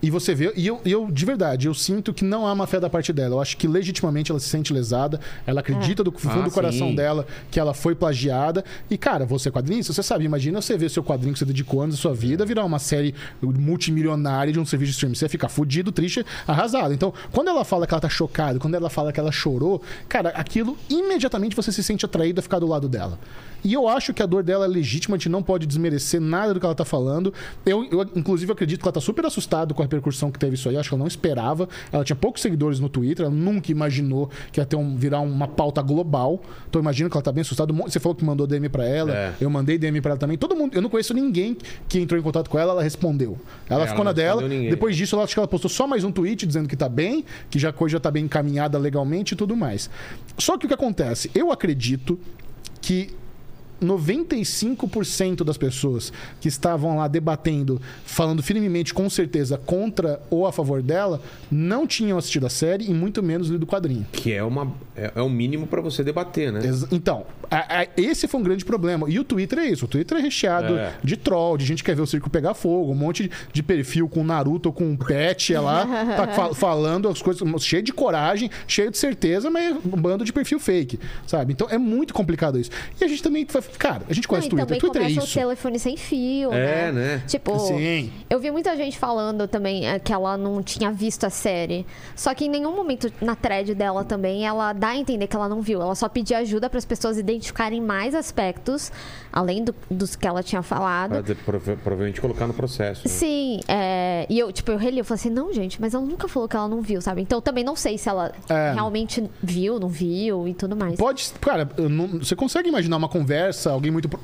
Speaker 3: E você vê, e eu, e eu, de verdade, eu sinto que não há má fé da parte dela. Eu acho que legitimamente ela se sente lesada, ela acredita do fundo
Speaker 1: Ah,
Speaker 3: do coração
Speaker 1: sim.
Speaker 3: dela que ela foi plagiada. E, cara, você é quadrinista, você sabe, imagina você ver seu quadrinho que você dedicou anos da sua vida virar uma série multimilionária de um serviço de streaming. Você fica fudido, triste, arrasado. Então, quando ela fala que ela tá chocada, quando ela fala que ela chorou, cara, aquilo imediatamente você se sente atraído a ficar do lado dela. E eu acho que a dor dela é legítima, a gente não pode desmerecer nada do que ela tá falando. Eu, eu, inclusive, acredito que ela tá super assustada com a repercussão que teve isso aí. Acho que ela não esperava. Ela tinha poucos seguidores no Twitter, ela nunca imaginou que ia ter um, virar uma pauta global. Então, eu imagino que ela tá bem assustada. Um monte- Você falou que mandou DM pra ela,
Speaker 1: É.
Speaker 3: eu mandei DM pra ela também. Todo mundo, eu não conheço ninguém que entrou em contato com ela, ela respondeu. Ela
Speaker 1: É,
Speaker 3: ficou
Speaker 1: ela não
Speaker 3: na
Speaker 1: respondeu
Speaker 3: dela.
Speaker 1: ninguém.
Speaker 3: Depois disso, ela acho que ela postou só mais um tweet dizendo que tá bem, que já a coisa já tá bem encaminhada legalmente e tudo mais. Só que o que acontece? Eu acredito que 95% das pessoas que estavam lá debatendo, falando firmemente, com certeza, contra ou a favor dela, não tinham assistido a série e muito menos lido o quadrinho.
Speaker 1: Que é, uma, é, é o mínimo pra você debater, né?
Speaker 3: Exa- Então, a- a- esse foi um grande problema. E o Twitter é isso. O Twitter é recheado
Speaker 1: É.
Speaker 3: de troll, de gente que quer ver o circo pegar fogo, um monte de- de perfil com Naruto, com Pet é lá, tá fa- falando as coisas um, cheio de coragem, cheio de certeza, mas um bando de perfil fake, sabe? Então é muito complicado isso. E a gente também, vai- cara, a gente
Speaker 5: Não,
Speaker 3: conhece
Speaker 5: e
Speaker 3: o Twitter.
Speaker 5: também
Speaker 3: Twitter é
Speaker 5: começa o
Speaker 3: isso.
Speaker 5: telefone sem fio,
Speaker 1: É, né?
Speaker 5: Tipo,
Speaker 3: Sim.
Speaker 5: eu vi muita gente falando também eh, que ela não tinha visto a série. Só que em nenhum momento na thread dela também ela dá a entender que ela não viu. Ela só pedia ajuda para as pessoas identificarem mais aspectos, além do- dos que ela tinha
Speaker 1: Pra
Speaker 5: falado.
Speaker 1: de- prova- provavelmente colocar no processo. né?
Speaker 5: Sim, é, e eu, tipo, eu reli, eu falei assim, não, gente, mas ela nunca falou que ela não viu, sabe? Então também não sei se ela
Speaker 3: É.
Speaker 5: realmente viu, não viu e tudo mais.
Speaker 3: Pode, cara, eu não- você consegue imaginar uma conversa, alguém muito, pro-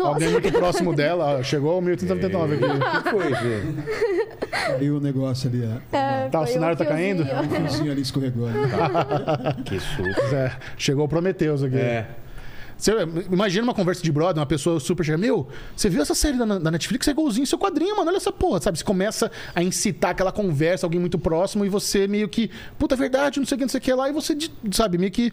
Speaker 3: alguém muito próximo dela, ó, chegou o 1899 aqui.
Speaker 1: O que foi, Gê?
Speaker 2: E o negócio ali, ó.
Speaker 5: É,
Speaker 3: Tá, o
Speaker 5: foi
Speaker 3: cenário tá caindo?
Speaker 5: fiozinho.
Speaker 2: O fiozinho ali escorregou. né. ali.
Speaker 1: Que susto.
Speaker 3: É, chegou o Prometeus aqui.
Speaker 1: É.
Speaker 3: Você imagina uma conversa de brother, uma pessoa super chega, meu, você viu essa série da, da Netflix? É golzinho seu quadrinho, mano. Olha essa porra, sabe? Você começa a incitar aquela conversa, alguém muito próximo, e você meio que, puta é verdade, não sei o que, não sei o que lá, e você, de- sabe, meio que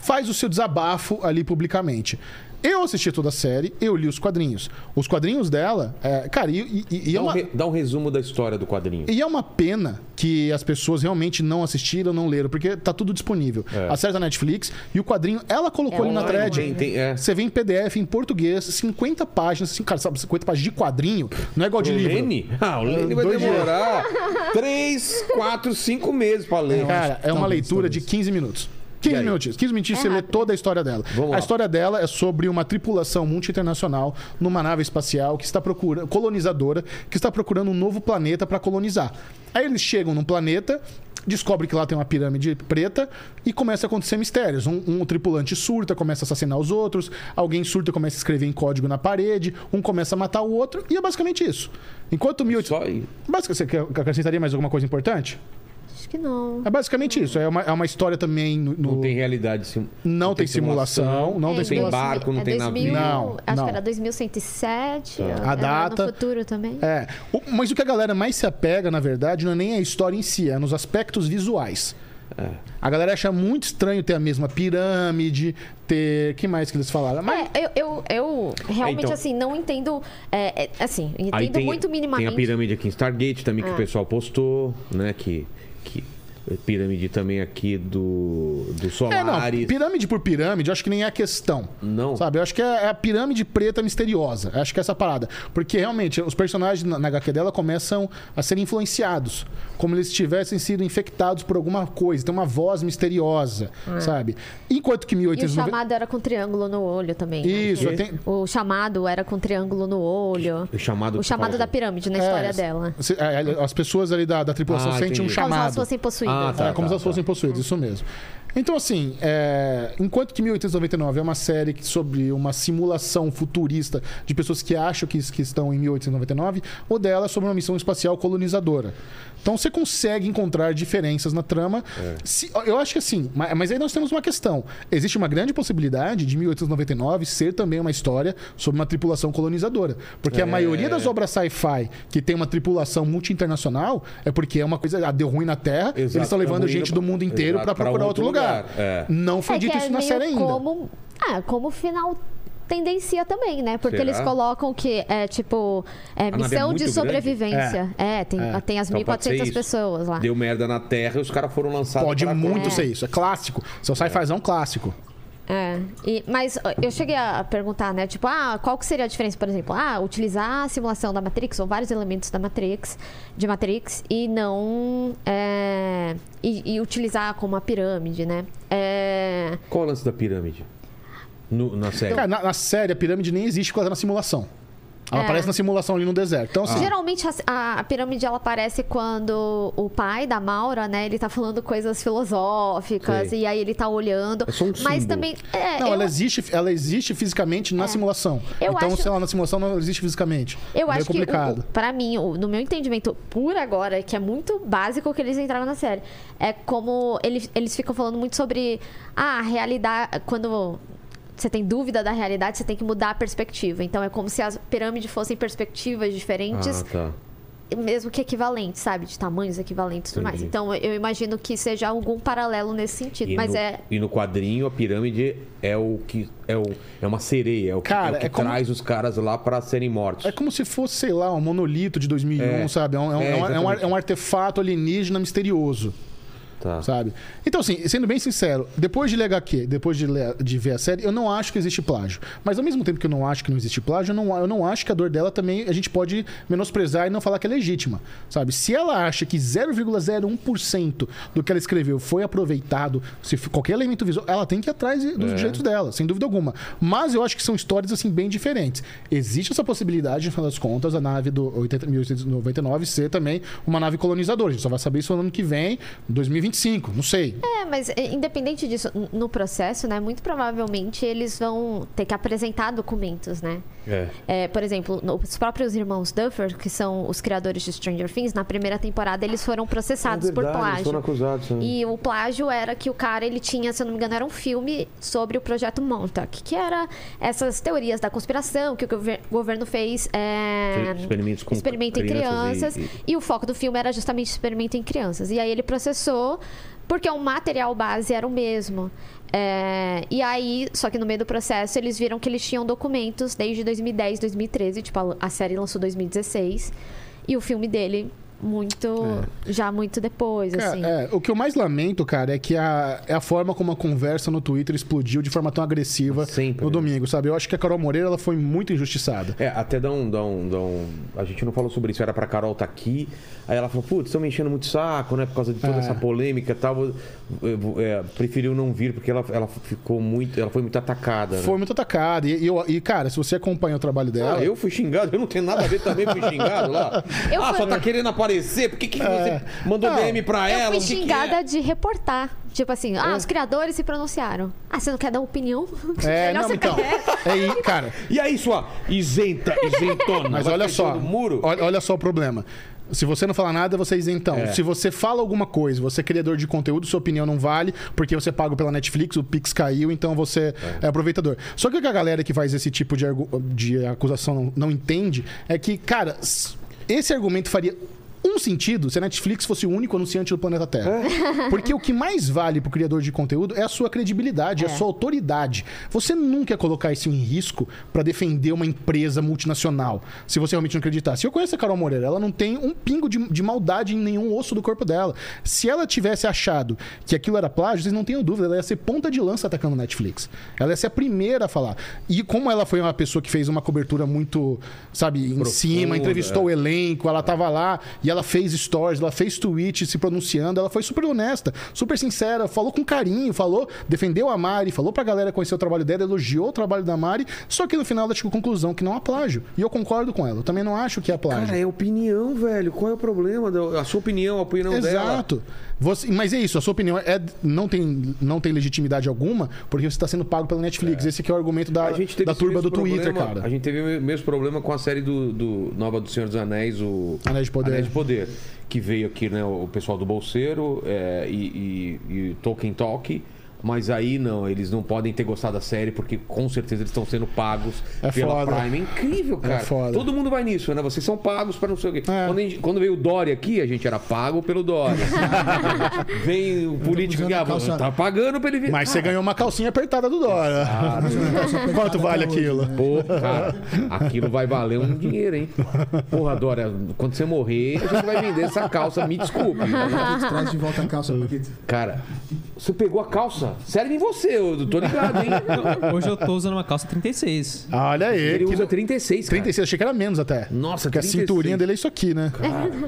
Speaker 3: faz o seu desabafo ali publicamente. Eu assisti toda a série, eu li os quadrinhos. Os quadrinhos dela, é, cara, e, e, e é
Speaker 1: Dá um,
Speaker 3: uma...
Speaker 1: re- dá um resumo da história do quadrinho.
Speaker 3: E é uma pena que as pessoas realmente não assistiram, não leram, porque tá tudo disponível. A série da Netflix e o quadrinho, ela colocou
Speaker 5: É
Speaker 3: ali na
Speaker 5: online,
Speaker 3: thread.
Speaker 1: tem- tem- é.
Speaker 3: Você vê em PDF, em português, 50 páginas, assim, cara, sabe, 50 páginas de quadrinho, não é igual de
Speaker 1: O
Speaker 3: livro.
Speaker 1: Lene? Ah, o Lene vai
Speaker 3: Dois dias.
Speaker 1: demorar 3, 4, 5 meses pra ler.
Speaker 3: Cara, é uma
Speaker 2: Talvez,
Speaker 3: leitura
Speaker 2: talvez.
Speaker 3: de 15 minutos.
Speaker 1: E
Speaker 3: 15
Speaker 1: aí?
Speaker 3: minutinhos. 15 minutinhos
Speaker 5: É
Speaker 3: você lê
Speaker 5: rápido.
Speaker 3: toda a história dela.
Speaker 1: Vamos
Speaker 3: a
Speaker 1: lá.
Speaker 3: história dela é sobre uma tripulação multi-internacional numa nave espacial que está procurando colonizadora, que está procurando um novo planeta para colonizar. Aí eles chegam num planeta, descobrem que lá tem uma pirâmide preta e começa a acontecer mistérios. Um, um tripulante surta, começa a assassinar os outros, alguém surta, começa a escrever em código na parede, um começa a matar o outro e é basicamente isso. Enquanto 1800
Speaker 1: Só aí.
Speaker 3: Basicamente, você quer- acrescentaria mais alguma coisa importante?
Speaker 5: Acho que não.
Speaker 3: É basicamente isso. É uma, é uma história também no. no-
Speaker 1: Não tem realidade. sim.
Speaker 3: Não tem simulação, não tem
Speaker 5: É, em
Speaker 1: tem
Speaker 3: simulação.
Speaker 1: barco, não
Speaker 5: é
Speaker 1: tem navio.
Speaker 5: 2000,
Speaker 1: Tá.
Speaker 3: Não,
Speaker 5: Acho
Speaker 3: não.
Speaker 5: que era 2107.
Speaker 3: A
Speaker 5: era
Speaker 3: data-
Speaker 5: é, No futuro também.
Speaker 3: É. O- mas o que a galera mais se apega, na verdade, não é nem a história em si, é nos aspectos visuais.
Speaker 1: É.
Speaker 3: A galera acha muito estranho ter a mesma pirâmide, ter. que mais que eles falaram? Mas
Speaker 5: É, eu, eu, eu realmente,
Speaker 1: então.
Speaker 5: assim, não entendo. é, é, assim, entendo muito
Speaker 1: tem
Speaker 5: minimamente.
Speaker 1: a pirâmide aqui em Stargate também, que
Speaker 5: Ah.
Speaker 1: o pessoal postou, né? Que, que Pirâmide também aqui do, do
Speaker 3: É, não,
Speaker 1: Solaris.
Speaker 3: pirâmide por pirâmide, eu acho que nem é a questão.
Speaker 1: Não.
Speaker 3: Sabe, eu acho que é é a pirâmide preta misteriosa. Eu acho que é essa parada. Porque realmente, os personagens na, na HQ dela começam a ser influenciados. Como eles tivessem sido infectados por alguma coisa. Tem uma voz misteriosa, sabe? Enquanto que
Speaker 5: É. E o
Speaker 3: 1890...
Speaker 5: chamado era com triângulo no olho também. né?
Speaker 3: Isso,
Speaker 5: Que
Speaker 3: tem-
Speaker 5: O chamado era com triângulo no olho.
Speaker 1: O chamado
Speaker 5: O
Speaker 1: que
Speaker 5: chamado
Speaker 1: fala-
Speaker 5: da pirâmide na
Speaker 3: É,
Speaker 5: história dela.
Speaker 3: se- é, As pessoas ali da, da tripulação
Speaker 1: Ah,
Speaker 3: sentem um
Speaker 1: entendi.
Speaker 5: Como se elas
Speaker 3: chamado.
Speaker 5: fossem possuídas.
Speaker 1: Ah, tá.
Speaker 5: né?
Speaker 3: É, como se elas fossem possuídas, isso mesmo. Então, assim, é, enquanto que 1899 é uma série que- sobre uma simulação futurista de pessoas que acham que, que estão em 1899, o dela é sobre uma missão espacial colonizadora. Então, você consegue encontrar diferenças na trama.
Speaker 1: É.
Speaker 3: Se- eu acho que assim, ma- mas aí nós temos uma questão. Existe uma grande possibilidade de 1899 ser também uma história sobre uma tripulação colonizadora.
Speaker 1: É.
Speaker 3: Porque a maioria das obras sci-fi que tem uma tripulação multi-internacional é porque é uma coisa, ah, deu ruim na Terra,
Speaker 1: Exato,
Speaker 3: eles estão levando
Speaker 1: tamo indo
Speaker 3: gente
Speaker 1: pra-
Speaker 3: do mundo inteiro
Speaker 1: Exato,
Speaker 3: pra
Speaker 1: pra
Speaker 3: procurar
Speaker 1: outro
Speaker 3: outro lugar.
Speaker 1: lugar, é.
Speaker 3: Não foi
Speaker 5: É que
Speaker 3: dito
Speaker 5: é
Speaker 3: isso na
Speaker 5: meio
Speaker 3: série ainda.
Speaker 5: Como, ah, como final tendencia também, né? Porque
Speaker 1: Será?
Speaker 5: eles colocam que é tipo é,
Speaker 1: nave é
Speaker 5: missão de
Speaker 1: muito
Speaker 5: sobrevivência. É, tem, tem as
Speaker 1: Então pode ser
Speaker 5: 1.400
Speaker 1: isso.
Speaker 5: pessoas lá.
Speaker 1: Deu merda na Terra e os caras foram lançados.
Speaker 3: Pode
Speaker 1: pra-
Speaker 3: muito
Speaker 5: É.
Speaker 3: ser isso. É clássico. Seu sci-fi é um clássico.
Speaker 5: É, e- mas ó, eu cheguei a perguntar, né? Tipo, ah, qual que seria a diferença, por exemplo? Ah, utilizar a simulação da Matrix ou vários elementos da Matrix, de Matrix, e não. é, e, e utilizar como a pirâmide, né? É,
Speaker 1: Qual é o lance da pirâmide? No- na série.
Speaker 5: Então,
Speaker 3: Cara, na, na série, a pirâmide nem existe porque ela tá na simulação. Ela
Speaker 5: É.
Speaker 3: aparece na simulação ali no deserto.
Speaker 1: Ah.
Speaker 3: Então, assim,
Speaker 5: Geralmente a, a- a pirâmide ela aparece quando o pai da Maura, né, ele tá falando coisas filosóficas
Speaker 1: Sei.
Speaker 5: e aí ele tá olhando.
Speaker 1: É só um
Speaker 5: mas
Speaker 1: símbolo.
Speaker 5: também é,
Speaker 3: Não,
Speaker 5: eu, É.
Speaker 3: ela existe, ela existe fisicamente na simulação.
Speaker 5: Eu
Speaker 3: então,
Speaker 5: acho-
Speaker 3: sei lá, na simulação não existe fisicamente.
Speaker 5: eu
Speaker 3: é meio
Speaker 5: acho que
Speaker 3: complicado.
Speaker 5: para mim, o- no meu entendimento por agora, que é muito básico que eles entraram na série, é como eles, eles ficam falando muito sobre ah, a realidade quando você tem dúvida da realidade, você tem que mudar a perspectiva. Então é como se as pirâmides fossem perspectivas diferentes
Speaker 1: Ah, tá.
Speaker 5: mesmo que equivalente, sabe? De tamanhos equivalentes e tudo mais.
Speaker 1: Entendi.
Speaker 5: Então, eu imagino que seja algum paralelo nesse sentido.
Speaker 1: E,
Speaker 5: mas
Speaker 1: no,
Speaker 5: é.
Speaker 1: e no quadrinho, a pirâmide é o que. É, o, é uma sereia, é o que,
Speaker 3: Cara,
Speaker 1: é o que
Speaker 3: é como-
Speaker 1: traz os caras lá pra serem mortos.
Speaker 3: É como se fosse, sei lá, um monolito de 2001,
Speaker 1: É.
Speaker 3: sabe? É um, é um-
Speaker 1: É,
Speaker 3: é um- é um ar-
Speaker 1: exatamente.
Speaker 3: é um artefato alienígena misterioso.
Speaker 1: Tá.
Speaker 3: sabe? Então, assim, sendo bem sincero, depois de ler HQ, depois de, ler- de ver a série, eu não acho que existe plágio. Mas ao mesmo tempo que eu não acho que não existe plágio, eu não, eu não acho que a dor dela também a gente pode menosprezar e não falar que é legítima, sabe? Se ela acha que 0,01% do que ela escreveu foi aproveitado, se f- qualquer elemento visual, ela tem que ir atrás
Speaker 1: É.
Speaker 3: dos direitos dela, sem dúvida alguma. Mas eu acho que são histórias, assim, bem diferentes. Existe essa possibilidade, no final das contas, a nave do 80, 1899 ser também uma nave colonizadora. A gente só vai saber isso no ano que vem, 2025, não sei.
Speaker 5: É, mas é, independente disso, n- no processo, né? Muito provavelmente eles vão ter que apresentar documentos, né?
Speaker 1: É.
Speaker 5: É, por exemplo, no- os próprios irmãos Duffer, que são os criadores de Stranger Things, na primeira temporada eles foram processados
Speaker 1: É verdade,
Speaker 5: por
Speaker 1: eles
Speaker 5: plágio.
Speaker 1: foram acusados, né?
Speaker 5: E o plágio era que o cara, ele tinha, se eu não me engano, era um filme sobre o projeto Montauk, que era essas teorias da conspiração que o gover- governo fez. é,
Speaker 1: Fe- experimentos com
Speaker 5: experimento
Speaker 1: crianças
Speaker 5: em crianças.
Speaker 1: e-
Speaker 5: E o foco do filme era justamente experimento em crianças. E aí ele processou porque o material base era o mesmo. É, e aí, só que no meio do processo, eles viram que eles tinham documentos desde 2010, 2013. Tipo, a, a série lançou 2016. E o filme dele, muito. Já muito depois,
Speaker 3: É. Cara,
Speaker 5: assim.
Speaker 3: é, o que eu mais lamento, cara, é que a, é a forma como a conversa no Twitter explodiu de forma tão agressiva
Speaker 1: Sempre,
Speaker 3: no
Speaker 1: né?
Speaker 3: domingo, sabe? Eu acho que a Carol Moreira ela foi muito injustiçada.
Speaker 1: É, até dá um, dá, um, dá um. A gente não falou sobre isso, era pra Carol tá aqui. Aí ela falou, putz, estão me enchendo muito o saco, né? Por causa de toda
Speaker 3: É.
Speaker 1: essa polêmica e tal. Vou- eu vou- é, preferiu não vir, porque ela, ela ficou muito. Ela foi muito atacada. né?
Speaker 3: Foi muito atacada. E, e eu- e, cara, se você acompanha o trabalho dela.
Speaker 1: Ah, eu fui xingado, eu não tenho nada a ver também, fui xingado lá.
Speaker 5: Eu
Speaker 1: ah,
Speaker 5: fui-
Speaker 1: só
Speaker 5: É.
Speaker 1: tá querendo aparecer? Por que, que você mandou
Speaker 3: Não,
Speaker 1: DM pra
Speaker 5: Eu
Speaker 1: ela?
Speaker 5: fui
Speaker 1: O que que
Speaker 5: xingada
Speaker 1: é?
Speaker 5: de reportar. Tipo assim, ah, os criadores se pronunciaram. Ah, você não quer dar opinião?
Speaker 3: É,
Speaker 5: Melhor
Speaker 3: não,
Speaker 5: você
Speaker 3: então.
Speaker 5: ficar quieto.
Speaker 3: É, aí, cara,
Speaker 1: E aí, sua isenta, isentona?
Speaker 3: Mas
Speaker 1: vai
Speaker 3: olha
Speaker 1: fechando
Speaker 3: só,
Speaker 1: o Muro?
Speaker 3: Olha, olha só o problema. Se você não falar nada, você é isentão. Se você fala alguma coisa, você é criador de conteúdo, sua opinião não vale, porque você é pago pela Netflix, o Pix caiu, então você é, aproveitador. Só que o que a galera que faz esse tipo de, argu- de acusação não, não entende é que, cara, s- esse argumento faria um sentido se a Netflix fosse o único anunciante do planeta Terra. Porque o que mais vale pro criador de conteúdo é a sua credibilidade, é. a sua autoridade. Você nunca ia colocar isso em risco pra defender uma empresa multinacional, se você realmente não acreditar. Se eu conheço a Carol Moreira, ela não tem um pingo de, de maldade em nenhum osso do corpo dela. Se ela tivesse achado que aquilo era plágio, vocês não tenham dúvida, ela ia ser ponta de lança atacando a Netflix. Ela ia ser a primeira a falar. E como ela foi uma pessoa que fez uma cobertura muito, sabe, em cima, entrevistou o elenco, ela tava lá e ela fez stories, ela fez tweet se pronunciando, ela foi super honesta, super sincera, falou com carinho, falou, defendeu a Mari, falou pra galera conhecer o trabalho dela, elogiou o trabalho da Mari, só que no final ela chegou à conclusão que não há plágio. E eu concordo com ela, eu também não acho que há plágio.
Speaker 1: Cara, é opinião, velho. Qual é o problema? da- A sua opinião, a opinião dela.
Speaker 3: Exato. Você- mas é isso, a sua opinião é, não, tem, não tem legitimidade alguma porque você está sendo pago pela Netflix. Esse aqui é o argumento da,
Speaker 1: A gente teve
Speaker 3: da
Speaker 1: esse
Speaker 3: turba do
Speaker 1: mesmo
Speaker 3: Twitter,
Speaker 1: problema-
Speaker 3: cara.
Speaker 1: A gente teve o mesmo problema com a série do, do Nova do Senhor dos Anéis, o
Speaker 3: Anéis de Poder.
Speaker 1: Anéis de Poder, que veio aqui, né, o pessoal do Bolseiro é, e, e, e Tolkien Talk. Mas aí não, eles não podem ter gostado da série, porque com certeza eles estão sendo pagos
Speaker 3: É
Speaker 1: pela
Speaker 3: foda.
Speaker 1: Prime. É incrível, cara.
Speaker 3: foda. É.
Speaker 1: Todo mundo vai nisso, né? Vocês são pagos pra não sei o quê. Quando, a gente- quando veio o Dória aqui, a gente era pago pelo Dória. Vem o político que
Speaker 2: usando a
Speaker 1: ah,
Speaker 2: calça-
Speaker 1: tá pagando pra ele vir.
Speaker 3: Mas você
Speaker 1: Cara,
Speaker 3: ganhou uma calcinha apertada do Dora. Quanto vale
Speaker 2: até hoje,
Speaker 3: aquilo?
Speaker 2: né?
Speaker 1: Pô, cara, aquilo vai valer um dinheiro, hein? Porra, Dória, quando você morrer, a gente vai vender essa calça, me desculpe.
Speaker 2: Paquito, Traz de volta a calça, Paquito.
Speaker 1: Cara, você pegou a calça? Serve em você, eu tô ligado, hein?
Speaker 4: Hoje eu tô usando uma calça 36.
Speaker 3: Olha aí.
Speaker 1: Ele
Speaker 3: que-
Speaker 1: usa 36, cara.
Speaker 3: 36, achei que era menos até.
Speaker 1: Nossa,
Speaker 3: Porque a
Speaker 1: 36.
Speaker 3: cinturinha dele é isso aqui, né?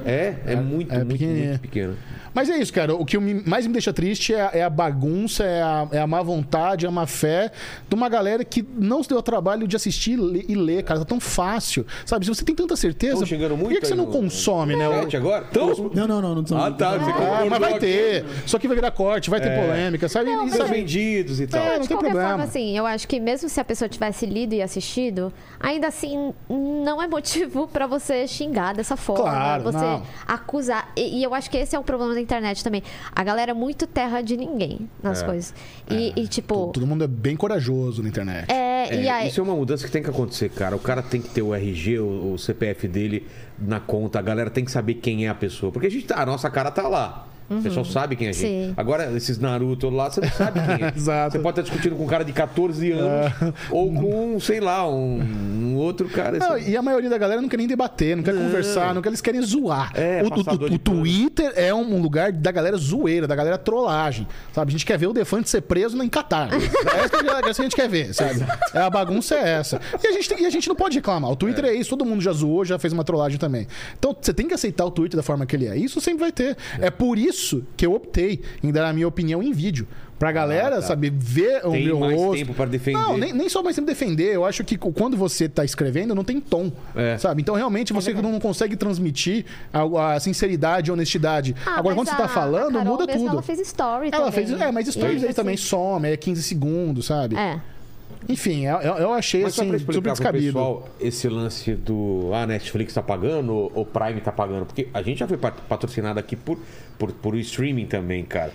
Speaker 1: É, é muito,
Speaker 3: é
Speaker 1: muito,
Speaker 3: pequenininha.
Speaker 1: muito pequeno.
Speaker 3: Mas é isso, cara. O que me- mais me deixa triste é, a- é a bagunça, é a, é a má vontade, é a má fé de uma galera que não se deu ao trabalho de assistir e le- e ler, cara. Tá tão fácil. Sabe, se você tem tanta certeza.
Speaker 1: Tão chegando
Speaker 3: por que
Speaker 1: muito
Speaker 3: que você
Speaker 1: aí
Speaker 3: não
Speaker 1: no-
Speaker 3: consome, né?
Speaker 5: É.
Speaker 3: O-
Speaker 1: Corte agora? Então,
Speaker 2: Não, não, não, não tô.
Speaker 1: ah, tá, você
Speaker 3: Ah,
Speaker 1: concordou
Speaker 3: mas vai
Speaker 1: aqui.
Speaker 3: ter. Só que vai virar corte, vai ter
Speaker 1: É.
Speaker 3: polêmica, sabe?
Speaker 5: Não,
Speaker 3: E-
Speaker 5: mas
Speaker 1: Seus
Speaker 3: sabe?
Speaker 1: vendidos e tal.
Speaker 3: É, não
Speaker 5: De
Speaker 3: tem
Speaker 5: qualquer
Speaker 3: problema.
Speaker 5: forma, assim, eu acho que mesmo se a pessoa tivesse lido e assistido, ainda assim não é motivo pra você xingar dessa forma, né?
Speaker 3: Claro,
Speaker 5: você
Speaker 3: não.
Speaker 5: acusar. E, e eu acho que esse é o problema da internet também. A galera é muito terra de ninguém nas coisas. E, e, tipo,
Speaker 3: Todo mundo é bem corajoso na internet.
Speaker 5: é, e
Speaker 1: É,
Speaker 5: aí
Speaker 1: isso é uma mudança que tem que acontecer, cara. O cara tem que ter o RG, o, o CPF dele na conta. A galera tem que saber quem é a pessoa. Porque a, gente tá- a nossa cara tá lá. O pessoal sabe quem é a gente.
Speaker 5: Uhum. Sim.
Speaker 1: Agora, esses Naruto lá, você não sabe quem é.
Speaker 3: Exato.
Speaker 1: Você pode estar discutindo com um cara de 14
Speaker 5: É.
Speaker 1: anos ou com, sei lá, um, um outro cara.
Speaker 3: Não,
Speaker 1: assim.
Speaker 3: e a maioria da galera não quer nem debater, não quer conversar, não quer, eles querem zoar.
Speaker 1: É,
Speaker 3: o,
Speaker 1: passar
Speaker 3: o-
Speaker 1: dor
Speaker 3: o
Speaker 1: de pano.
Speaker 3: Twitter é um lugar da galera zoeira, da galera trollagem, sabe? A gente quer ver o Defante ser preso em Catar. é isso que a- é isso que a gente quer ver, sabe? É, a bagunça é essa. E a, gente, tem- e a gente não pode reclamar. O Twitter é. isso, todo mundo já zoou, já fez uma trollagem também. Então você tem que aceitar o Twitter da forma que ele é. Isso sempre vai ter. É, por isso que eu optei em dar a minha opinião em vídeo. Pra galera, sabe, ver o
Speaker 1: Ah, tá. Tem
Speaker 3: meu
Speaker 1: mais
Speaker 3: rosto.
Speaker 1: tempo pra defender.
Speaker 3: Não, nem, nem só mais tempo defender. Eu acho que quando você tá escrevendo, não tem tom.
Speaker 1: É.
Speaker 3: Sabe? Então, realmente, você não consegue transmitir a, a sinceridade, a honestidade.
Speaker 5: Ah,
Speaker 3: Agora,
Speaker 5: mas
Speaker 3: quando você tá
Speaker 5: a-
Speaker 3: falando,
Speaker 5: a Carol
Speaker 3: muda
Speaker 5: mesmo,
Speaker 3: tudo.
Speaker 5: Ela fez story
Speaker 3: Ela
Speaker 5: também.
Speaker 3: fez- É, mas stories aí
Speaker 5: Então,
Speaker 3: também
Speaker 5: assim,
Speaker 3: some, é 15 segundos, sabe?
Speaker 5: É.
Speaker 3: Enfim, eu, eu- eu achei
Speaker 1: Mas só pra
Speaker 3: assim, super
Speaker 1: explicar pro
Speaker 3: descabido.
Speaker 1: pessoal esse lance do ah, Netflix tá pagando, ou ou Prime tá pagando, porque a gente já foi pat- patrocinado aqui por, por, por streaming também, cara.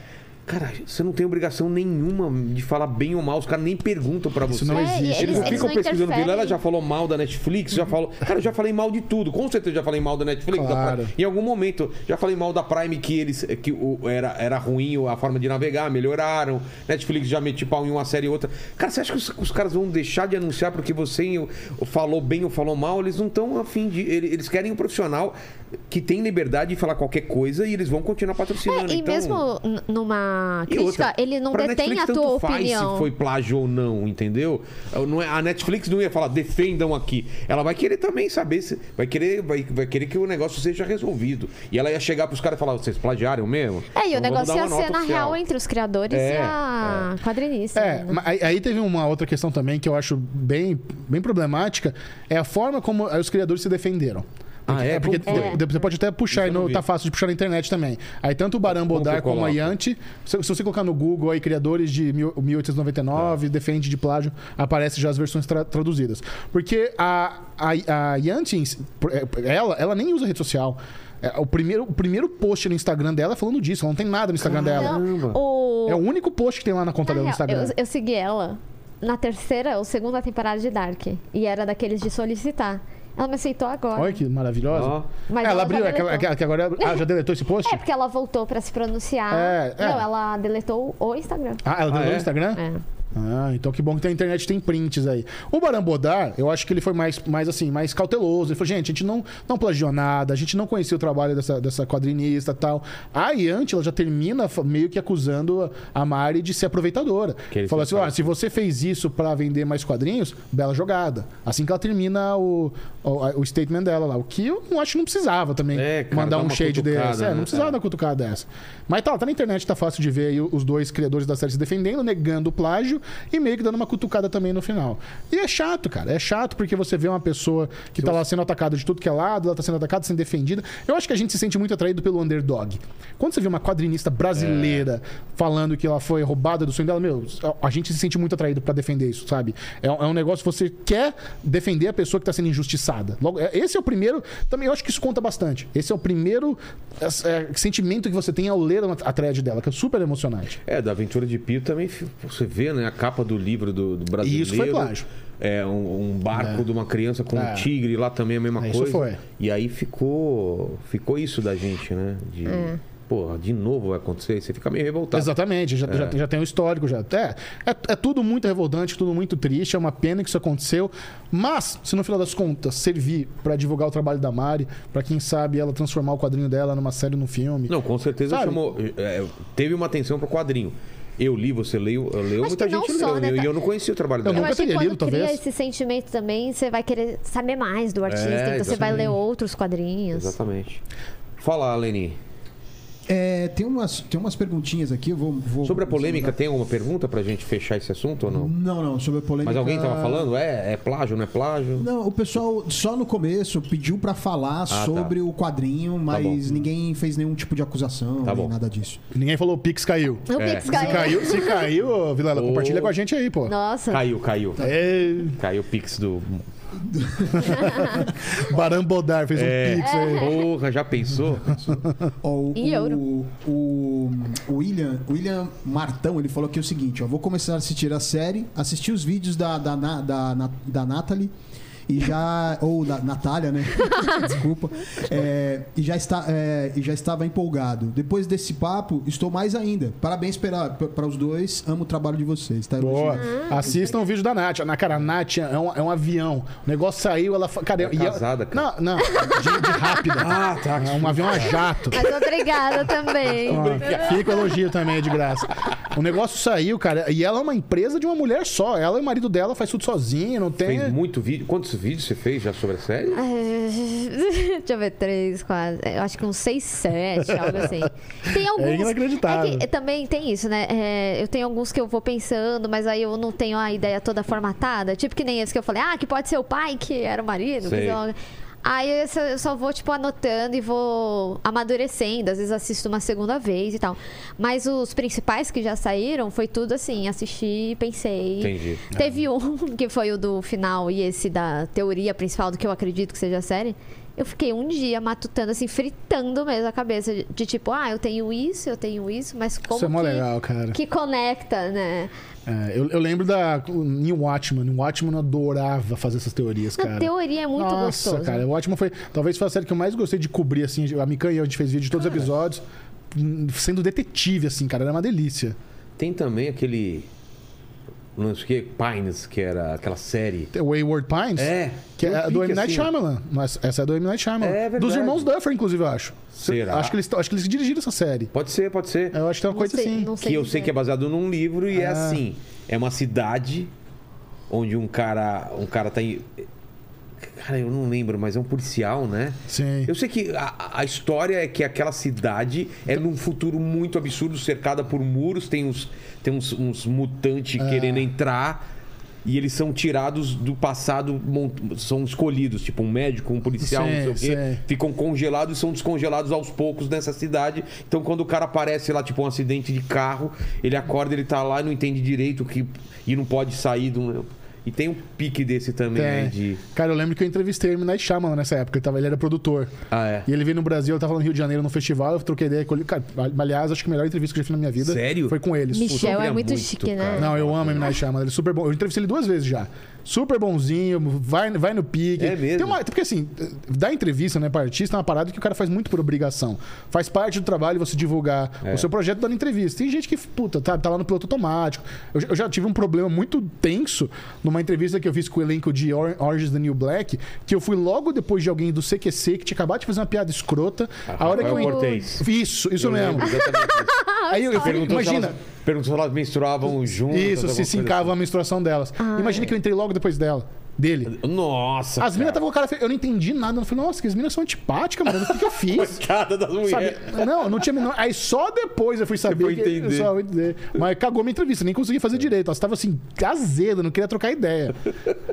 Speaker 1: Cara, você não tem obrigação nenhuma de falar bem ou mal, os caras nem perguntam pra você.
Speaker 3: Isso não
Speaker 5: É, e
Speaker 3: existe.
Speaker 1: Eles,
Speaker 5: Eles-
Speaker 1: não
Speaker 5: eles
Speaker 1: ficam
Speaker 5: não
Speaker 1: pesquisando,
Speaker 5: interferem.
Speaker 1: Vila, ela já falou mal da Netflix, já falou. Cara, eu já falei mal de tudo, com certeza já falei mal da Netflix. da
Speaker 3: Claro.
Speaker 1: Prime. em algum momento, já falei mal da Prime que eles que o- era, era ruim a forma de navegar, melhoraram. Netflix já meti pau em uma série e outra. Cara, você acha que os, os caras vão deixar de anunciar porque você falou bem ou falou mal? Eles não estão afim de. ele- Eles querem um profissional que tem liberdade de falar qualquer coisa e eles vão continuar patrocinando.
Speaker 5: É, e
Speaker 1: então...
Speaker 5: mesmo n- numa
Speaker 1: E
Speaker 5: crítica,
Speaker 1: outra,
Speaker 5: ele não
Speaker 1: pra
Speaker 5: detém
Speaker 1: Netflix,
Speaker 5: a tua
Speaker 1: tanto faz
Speaker 5: opinião.
Speaker 1: se foi plágio ou não, entendeu? Não é- a Netflix não ia falar defendam aqui. Ela vai querer também saber se vai querer vai, vai querer que o negócio seja resolvido. E ela ia chegar pros caras e falar vocês plagiaram mesmo?
Speaker 5: É, e
Speaker 1: Então vamos
Speaker 5: o negócio
Speaker 1: dar
Speaker 5: ia
Speaker 1: uma
Speaker 5: ser
Speaker 1: nota
Speaker 5: na
Speaker 1: oficial.
Speaker 5: real entre os criadores
Speaker 1: É,
Speaker 5: e a quadrinista.
Speaker 3: É,
Speaker 5: né?
Speaker 3: ma- aí, aí teve uma outra questão também que eu acho bem, bem problemática, é a forma como os criadores se defenderam.
Speaker 1: Ah, é?
Speaker 3: porque
Speaker 1: Como foi?
Speaker 3: de- de- você pode até puxar aí
Speaker 1: eu não
Speaker 3: no,
Speaker 1: vi.
Speaker 3: tá fácil de puxar na internet também. Aí tanto o
Speaker 1: Como
Speaker 3: Barambodar
Speaker 1: que eu
Speaker 3: como a
Speaker 1: coloco?
Speaker 3: Yanti, se, se você colocar no Google aí criadores de mil- 1899,
Speaker 1: Tá.
Speaker 3: defende de plágio, aparece já as versões tra- traduzidas. Porque a, a, a Yanti, em si, por- é, ela, ela nem usa rede social. É, O primeiro, o primeiro post no Instagram dela é falando disso, ela não tem nada no Instagram dela.
Speaker 5: Então, o...
Speaker 1: um
Speaker 3: É o único post que tem lá na conta
Speaker 5: na
Speaker 3: dela no
Speaker 5: real,
Speaker 3: Instagram.
Speaker 5: eu, eu segui ela na terceira ou segunda temporada de Dark. E era daqueles de solicitar. Ela me aceitou agora.
Speaker 3: Olha que maravilhosa.
Speaker 1: Ó.
Speaker 5: Mas
Speaker 3: ela
Speaker 5: ela
Speaker 3: abriu
Speaker 5: já
Speaker 3: aquela,
Speaker 5: deletou.
Speaker 3: aquela que agora. Ah, já deletou esse post?
Speaker 5: É porque ela voltou pra se pronunciar.
Speaker 3: É, é.
Speaker 5: Não, ela deletou o Instagram.
Speaker 3: Ah, ela deletou
Speaker 1: Ah, é?
Speaker 3: o Instagram?
Speaker 5: É.
Speaker 3: Ah, então que bom que a internet tem prints aí. O Barambodar, eu acho que ele foi mais, mais assim, mais cauteloso. Ele falou, gente, a gente não, não plagiou nada, a gente não conhecia o trabalho dessa, dessa quadrinista e tal. A Yanti, ela já termina fa- meio que acusando a Mari de ser aproveitadora.
Speaker 1: Que ele
Speaker 3: Falou
Speaker 1: fez
Speaker 3: assim, ó,
Speaker 1: parte.
Speaker 3: se você fez isso pra vender mais quadrinhos, bela jogada. Assim que ela termina o, o, a- o statement dela lá. O que eu não acho que não precisava também
Speaker 1: É, cara,
Speaker 3: mandar
Speaker 1: dá
Speaker 3: um
Speaker 1: uma
Speaker 3: shade
Speaker 1: cutucada,
Speaker 3: desse. É,
Speaker 1: né?
Speaker 3: não precisava
Speaker 1: É.
Speaker 3: dar uma cutucada dessa. Mas tá, tá na internet, tá fácil de ver aí os dois criadores da série se defendendo, negando o plágio e meio que dando uma cutucada também no final. E é chato, cara. É chato porque você vê uma pessoa que tá lá sendo atacada de tudo que é lado, ela tá sendo atacada, sendo defendida. Eu acho que a gente se sente muito atraído pelo underdog. Quando você vê uma quadrinista brasileira falando que ela foi roubada do sonho dela, meu, a- a gente se sente muito atraído pra defender isso, sabe? É, um- é um negócio que você quer defender a pessoa que tá sendo injustiçada. Logo, é- esse é o primeiro. Também eu acho que isso conta bastante. Esse é o primeiro é, é, sentimento que você tem ao ler uma- a thread dela, que é super emocionante.
Speaker 1: É, da Aventura de Pio também fi- você vê, né? A capa do livro do, do brasileiro.
Speaker 3: Isso foi plágio.
Speaker 1: É, um, um barco de uma criança com
Speaker 3: É.
Speaker 1: um tigre lá também, a mesma
Speaker 3: É, isso
Speaker 1: coisa.
Speaker 3: foi.
Speaker 1: E aí ficou, ficou isso da gente, né? De,
Speaker 5: É.
Speaker 1: Porra, de novo vai acontecer. Você fica meio revoltado.
Speaker 3: Exatamente, já, já, já tem o histórico, já. É, é, é tudo muito revoltante, tudo muito triste, é uma pena que isso aconteceu. Mas, se no final das contas servir pra divulgar o trabalho da Mari, pra quem sabe ela transformar o quadrinho dela numa série, num filme.
Speaker 1: Não, com certeza
Speaker 3: Sabe?
Speaker 1: chamou. é, teve uma atenção pro quadrinho. Eu li, você leu, eu leu
Speaker 5: Acho
Speaker 1: muita
Speaker 5: que não
Speaker 1: gente
Speaker 5: só,
Speaker 1: leu.
Speaker 5: né,
Speaker 1: E eu,
Speaker 5: tá?
Speaker 1: eu não conhecia o trabalho
Speaker 3: Eu
Speaker 1: dela.
Speaker 5: Eu
Speaker 3: nunca
Speaker 5: acho que
Speaker 3: teria
Speaker 5: quando
Speaker 3: lido,
Speaker 5: cria
Speaker 3: talvez.
Speaker 5: esse sentimento também, você vai querer saber mais do artista,
Speaker 1: É,
Speaker 5: então você vai
Speaker 1: exatamente.
Speaker 5: ler outros quadrinhos.
Speaker 1: Exatamente. Fala, Leni.
Speaker 2: É, tem, umas, tem umas perguntinhas aqui, eu vou. vou-
Speaker 1: Sobre a polêmica, tem alguma pergunta pra gente fechar esse assunto ou não?
Speaker 2: Não, não, sobre a polêmica.
Speaker 1: Mas alguém tava falando? É, é plágio, não é plágio?
Speaker 2: Não, o pessoal só no começo pediu pra falar
Speaker 1: tá.
Speaker 2: sobre o quadrinho, mas ninguém fez nenhum tipo de acusação,
Speaker 1: Tá
Speaker 2: nem
Speaker 1: bom.
Speaker 2: nada disso.
Speaker 3: Ninguém falou o Pix caiu.
Speaker 5: O
Speaker 1: É.
Speaker 5: Pix
Speaker 1: Se
Speaker 5: caiu.
Speaker 3: Se caiu, se caiu, ô, Vilela,
Speaker 1: Ô.
Speaker 3: compartilha com a gente aí, pô.
Speaker 5: Nossa.
Speaker 1: Caiu, caiu.
Speaker 3: É,
Speaker 1: Caiu o Pix do.
Speaker 3: Barambodar fez
Speaker 1: É.
Speaker 3: um Pix aí.
Speaker 1: Porra, já pensou?
Speaker 2: Ó, o,
Speaker 5: Em euro.
Speaker 2: O, o- o William, o William Martão, ele falou aqui o seguinte, ó, vou começar a assistir a série, assistir os vídeos da, da, Na- da, Na- da Natalie e já... ou da Natália, né? Desculpa. É, e, já está, é, e já estava empolgado. Depois desse papo, estou mais ainda. Parabéns para para os dois, amo o trabalho de vocês. Tá
Speaker 3: Boa.
Speaker 2: elogiando.
Speaker 3: Assistam o vídeo da Nath. Na cara, a Nath é um, é um avião. O negócio saiu, ela. fa- Cara,
Speaker 1: Ela é
Speaker 3: e ela-
Speaker 1: casada, cara.
Speaker 3: Não, não. De, de rápida. Ah, tá. É um avião a jato.
Speaker 5: Mas obrigada também.
Speaker 3: Ó, Fica o elogio também, é de graça. O negócio saiu, cara, e ela é uma empresa de uma mulher só. Ela e o marido dela faz tudo sozinha, não tem.
Speaker 1: Fez muito vídeo. Quantos vídeos você fez já sobre a série?
Speaker 5: Deixa eu ver, três, quatro. Eu acho que uns seis, sete, algo assim.
Speaker 1: É
Speaker 5: Tem alguns.
Speaker 3: inacreditável.
Speaker 5: é que também tem isso, né? É, eu tenho alguns que eu vou pensando, mas aí eu não tenho a ideia toda formatada. Tipo que nem esse que eu falei, ah, que pode ser o pai que era o marido. que
Speaker 1: Sei.
Speaker 5: droga. Aí eu só- eu só vou, tipo, anotando e vou amadurecendo. Às vezes assisto uma segunda vez e tal. Mas os principais que já saíram foi tudo assim, assisti, pensei.
Speaker 1: Entendi.
Speaker 5: Teve um que foi o do final e esse da teoria principal do que eu acredito que seja a série. Eu fiquei um dia matutando, assim, fritando mesmo a cabeça. De, de tipo, ah, eu tenho isso, eu tenho isso, mas como
Speaker 3: Isso é mó
Speaker 5: que,
Speaker 3: legal, cara.
Speaker 5: que conecta, né?
Speaker 3: É, eu, eu lembro da em Watchman. Em Watchman eu adorava fazer essas teorias,
Speaker 5: A
Speaker 3: cara.
Speaker 5: teoria é muito
Speaker 3: Nossa,
Speaker 5: gostosa.
Speaker 3: cara, o Watchman foi. Talvez foi a série que eu mais gostei de cobrir, assim. A Mikan e eu, a gente fez vídeo de todos os episódios. hum, Sendo detetive, assim, cara, era uma delícia.
Speaker 1: Tem também aquele. Não sei o que, é Pines, que era aquela série.
Speaker 3: The Wayward Pines?
Speaker 1: É,
Speaker 3: Que é
Speaker 1: tem um
Speaker 3: do M.
Speaker 1: pique
Speaker 3: Night
Speaker 1: assim.
Speaker 3: Shyamalan. Mas essa é do M. Night Shyamalan.
Speaker 1: É verdade.
Speaker 3: Dos irmãos Duffer, inclusive, eu acho.
Speaker 1: Será?
Speaker 3: Acho que eles, acho que eles dirigiram essa série.
Speaker 1: Pode ser, pode ser.
Speaker 3: Eu acho que é uma
Speaker 5: Não
Speaker 3: coisa
Speaker 5: sei,
Speaker 3: assim.
Speaker 5: não
Speaker 1: que eu sei
Speaker 5: dizer.
Speaker 1: que é baseado num livro
Speaker 3: Ah.
Speaker 1: e é assim. É uma cidade onde um cara. Um cara tá em. Cara, eu não lembro, mas é um policial, né?
Speaker 3: Sim.
Speaker 1: Eu sei que a, a história é que aquela cidade é num futuro muito absurdo, cercada por muros, tem uns, tem uns, uns mutantes
Speaker 3: É.
Speaker 1: querendo entrar. E eles são tirados do passado, mon- são escolhidos, tipo um médico, um policial,
Speaker 3: Sei,
Speaker 1: não sei o quê.
Speaker 3: sei.
Speaker 1: Ficam congelados e são descongelados aos poucos nessa cidade. Então, quando o cara aparece lá, tipo um acidente de carro, ele acorda, ele tá lá e não entende direito o que e não pode sair do. E tem um pique desse também, né?
Speaker 3: Tem.
Speaker 1: De...
Speaker 3: Cara, eu lembro que eu entrevistei o M. Night Shyamalan nessa época. Ele, tava, ele era produtor.
Speaker 1: Ah, é.
Speaker 3: E ele veio no Brasil, eu tava no Rio de Janeiro no festival, eu troquei ideia com ele. Cara, aliás, acho que a melhor entrevista que eu já fiz na minha vida
Speaker 1: Sério?
Speaker 3: foi com ele.
Speaker 5: Michel
Speaker 1: eu
Speaker 5: é
Speaker 1: queria
Speaker 5: muito
Speaker 1: muito,
Speaker 5: chique, né?
Speaker 1: cara.
Speaker 3: Não, eu amo o M. Night Shyamalan, ele é super bom. Eu entrevistei ele duas vezes já. Super bonzinho, vai, vai no pique.
Speaker 1: É mesmo?
Speaker 3: Tem uma- porque assim, dar entrevista, né, pra artista é uma parada que o cara faz muito por obrigação. Faz parte do trabalho você divulgar
Speaker 1: É.
Speaker 3: o seu projeto dando entrevista. Tem gente que, puta, tá, tá lá no piloto automático. Eu, já- eu já tive um problema muito tenso numa entrevista que eu fiz com o elenco de Or- Orange is the New Black, que eu fui logo depois de alguém do CQC que tinha acabado de fazer uma piada escrota. a hora que eu...
Speaker 1: Ah, Rafael
Speaker 3: en-
Speaker 1: Cortez.
Speaker 3: Isso, isso
Speaker 1: Eu
Speaker 3: mesmo.
Speaker 1: lembro exatamente disso.
Speaker 3: Aí eu, eu falei,
Speaker 1: Perguntou se
Speaker 3: imagina...
Speaker 1: elas- Perguntou se elas menstruavam juntas.
Speaker 3: Isso,
Speaker 1: alguma
Speaker 3: se se
Speaker 1: coisa assim.
Speaker 3: encava a menstruação delas. Imagina que eu entrei logo depois dela. Dele.
Speaker 1: assim. Nossa.
Speaker 3: As
Speaker 1: cara.
Speaker 3: minas estavam com o cara feio. Eu não entendi nada. Eu falei, nossa, que as minas são antipáticas, mano. O que, que eu fiz?
Speaker 1: Coitada das
Speaker 3: Sabe?
Speaker 1: mulheres.
Speaker 3: Não, não tinha menor. Aí só depois eu fui saber.
Speaker 1: foi
Speaker 3: que-
Speaker 1: entender.
Speaker 3: só eu entender. Mas cagou minha entrevista, nem consegui fazer direito. Elas tava assim, azeda, não queria trocar ideia.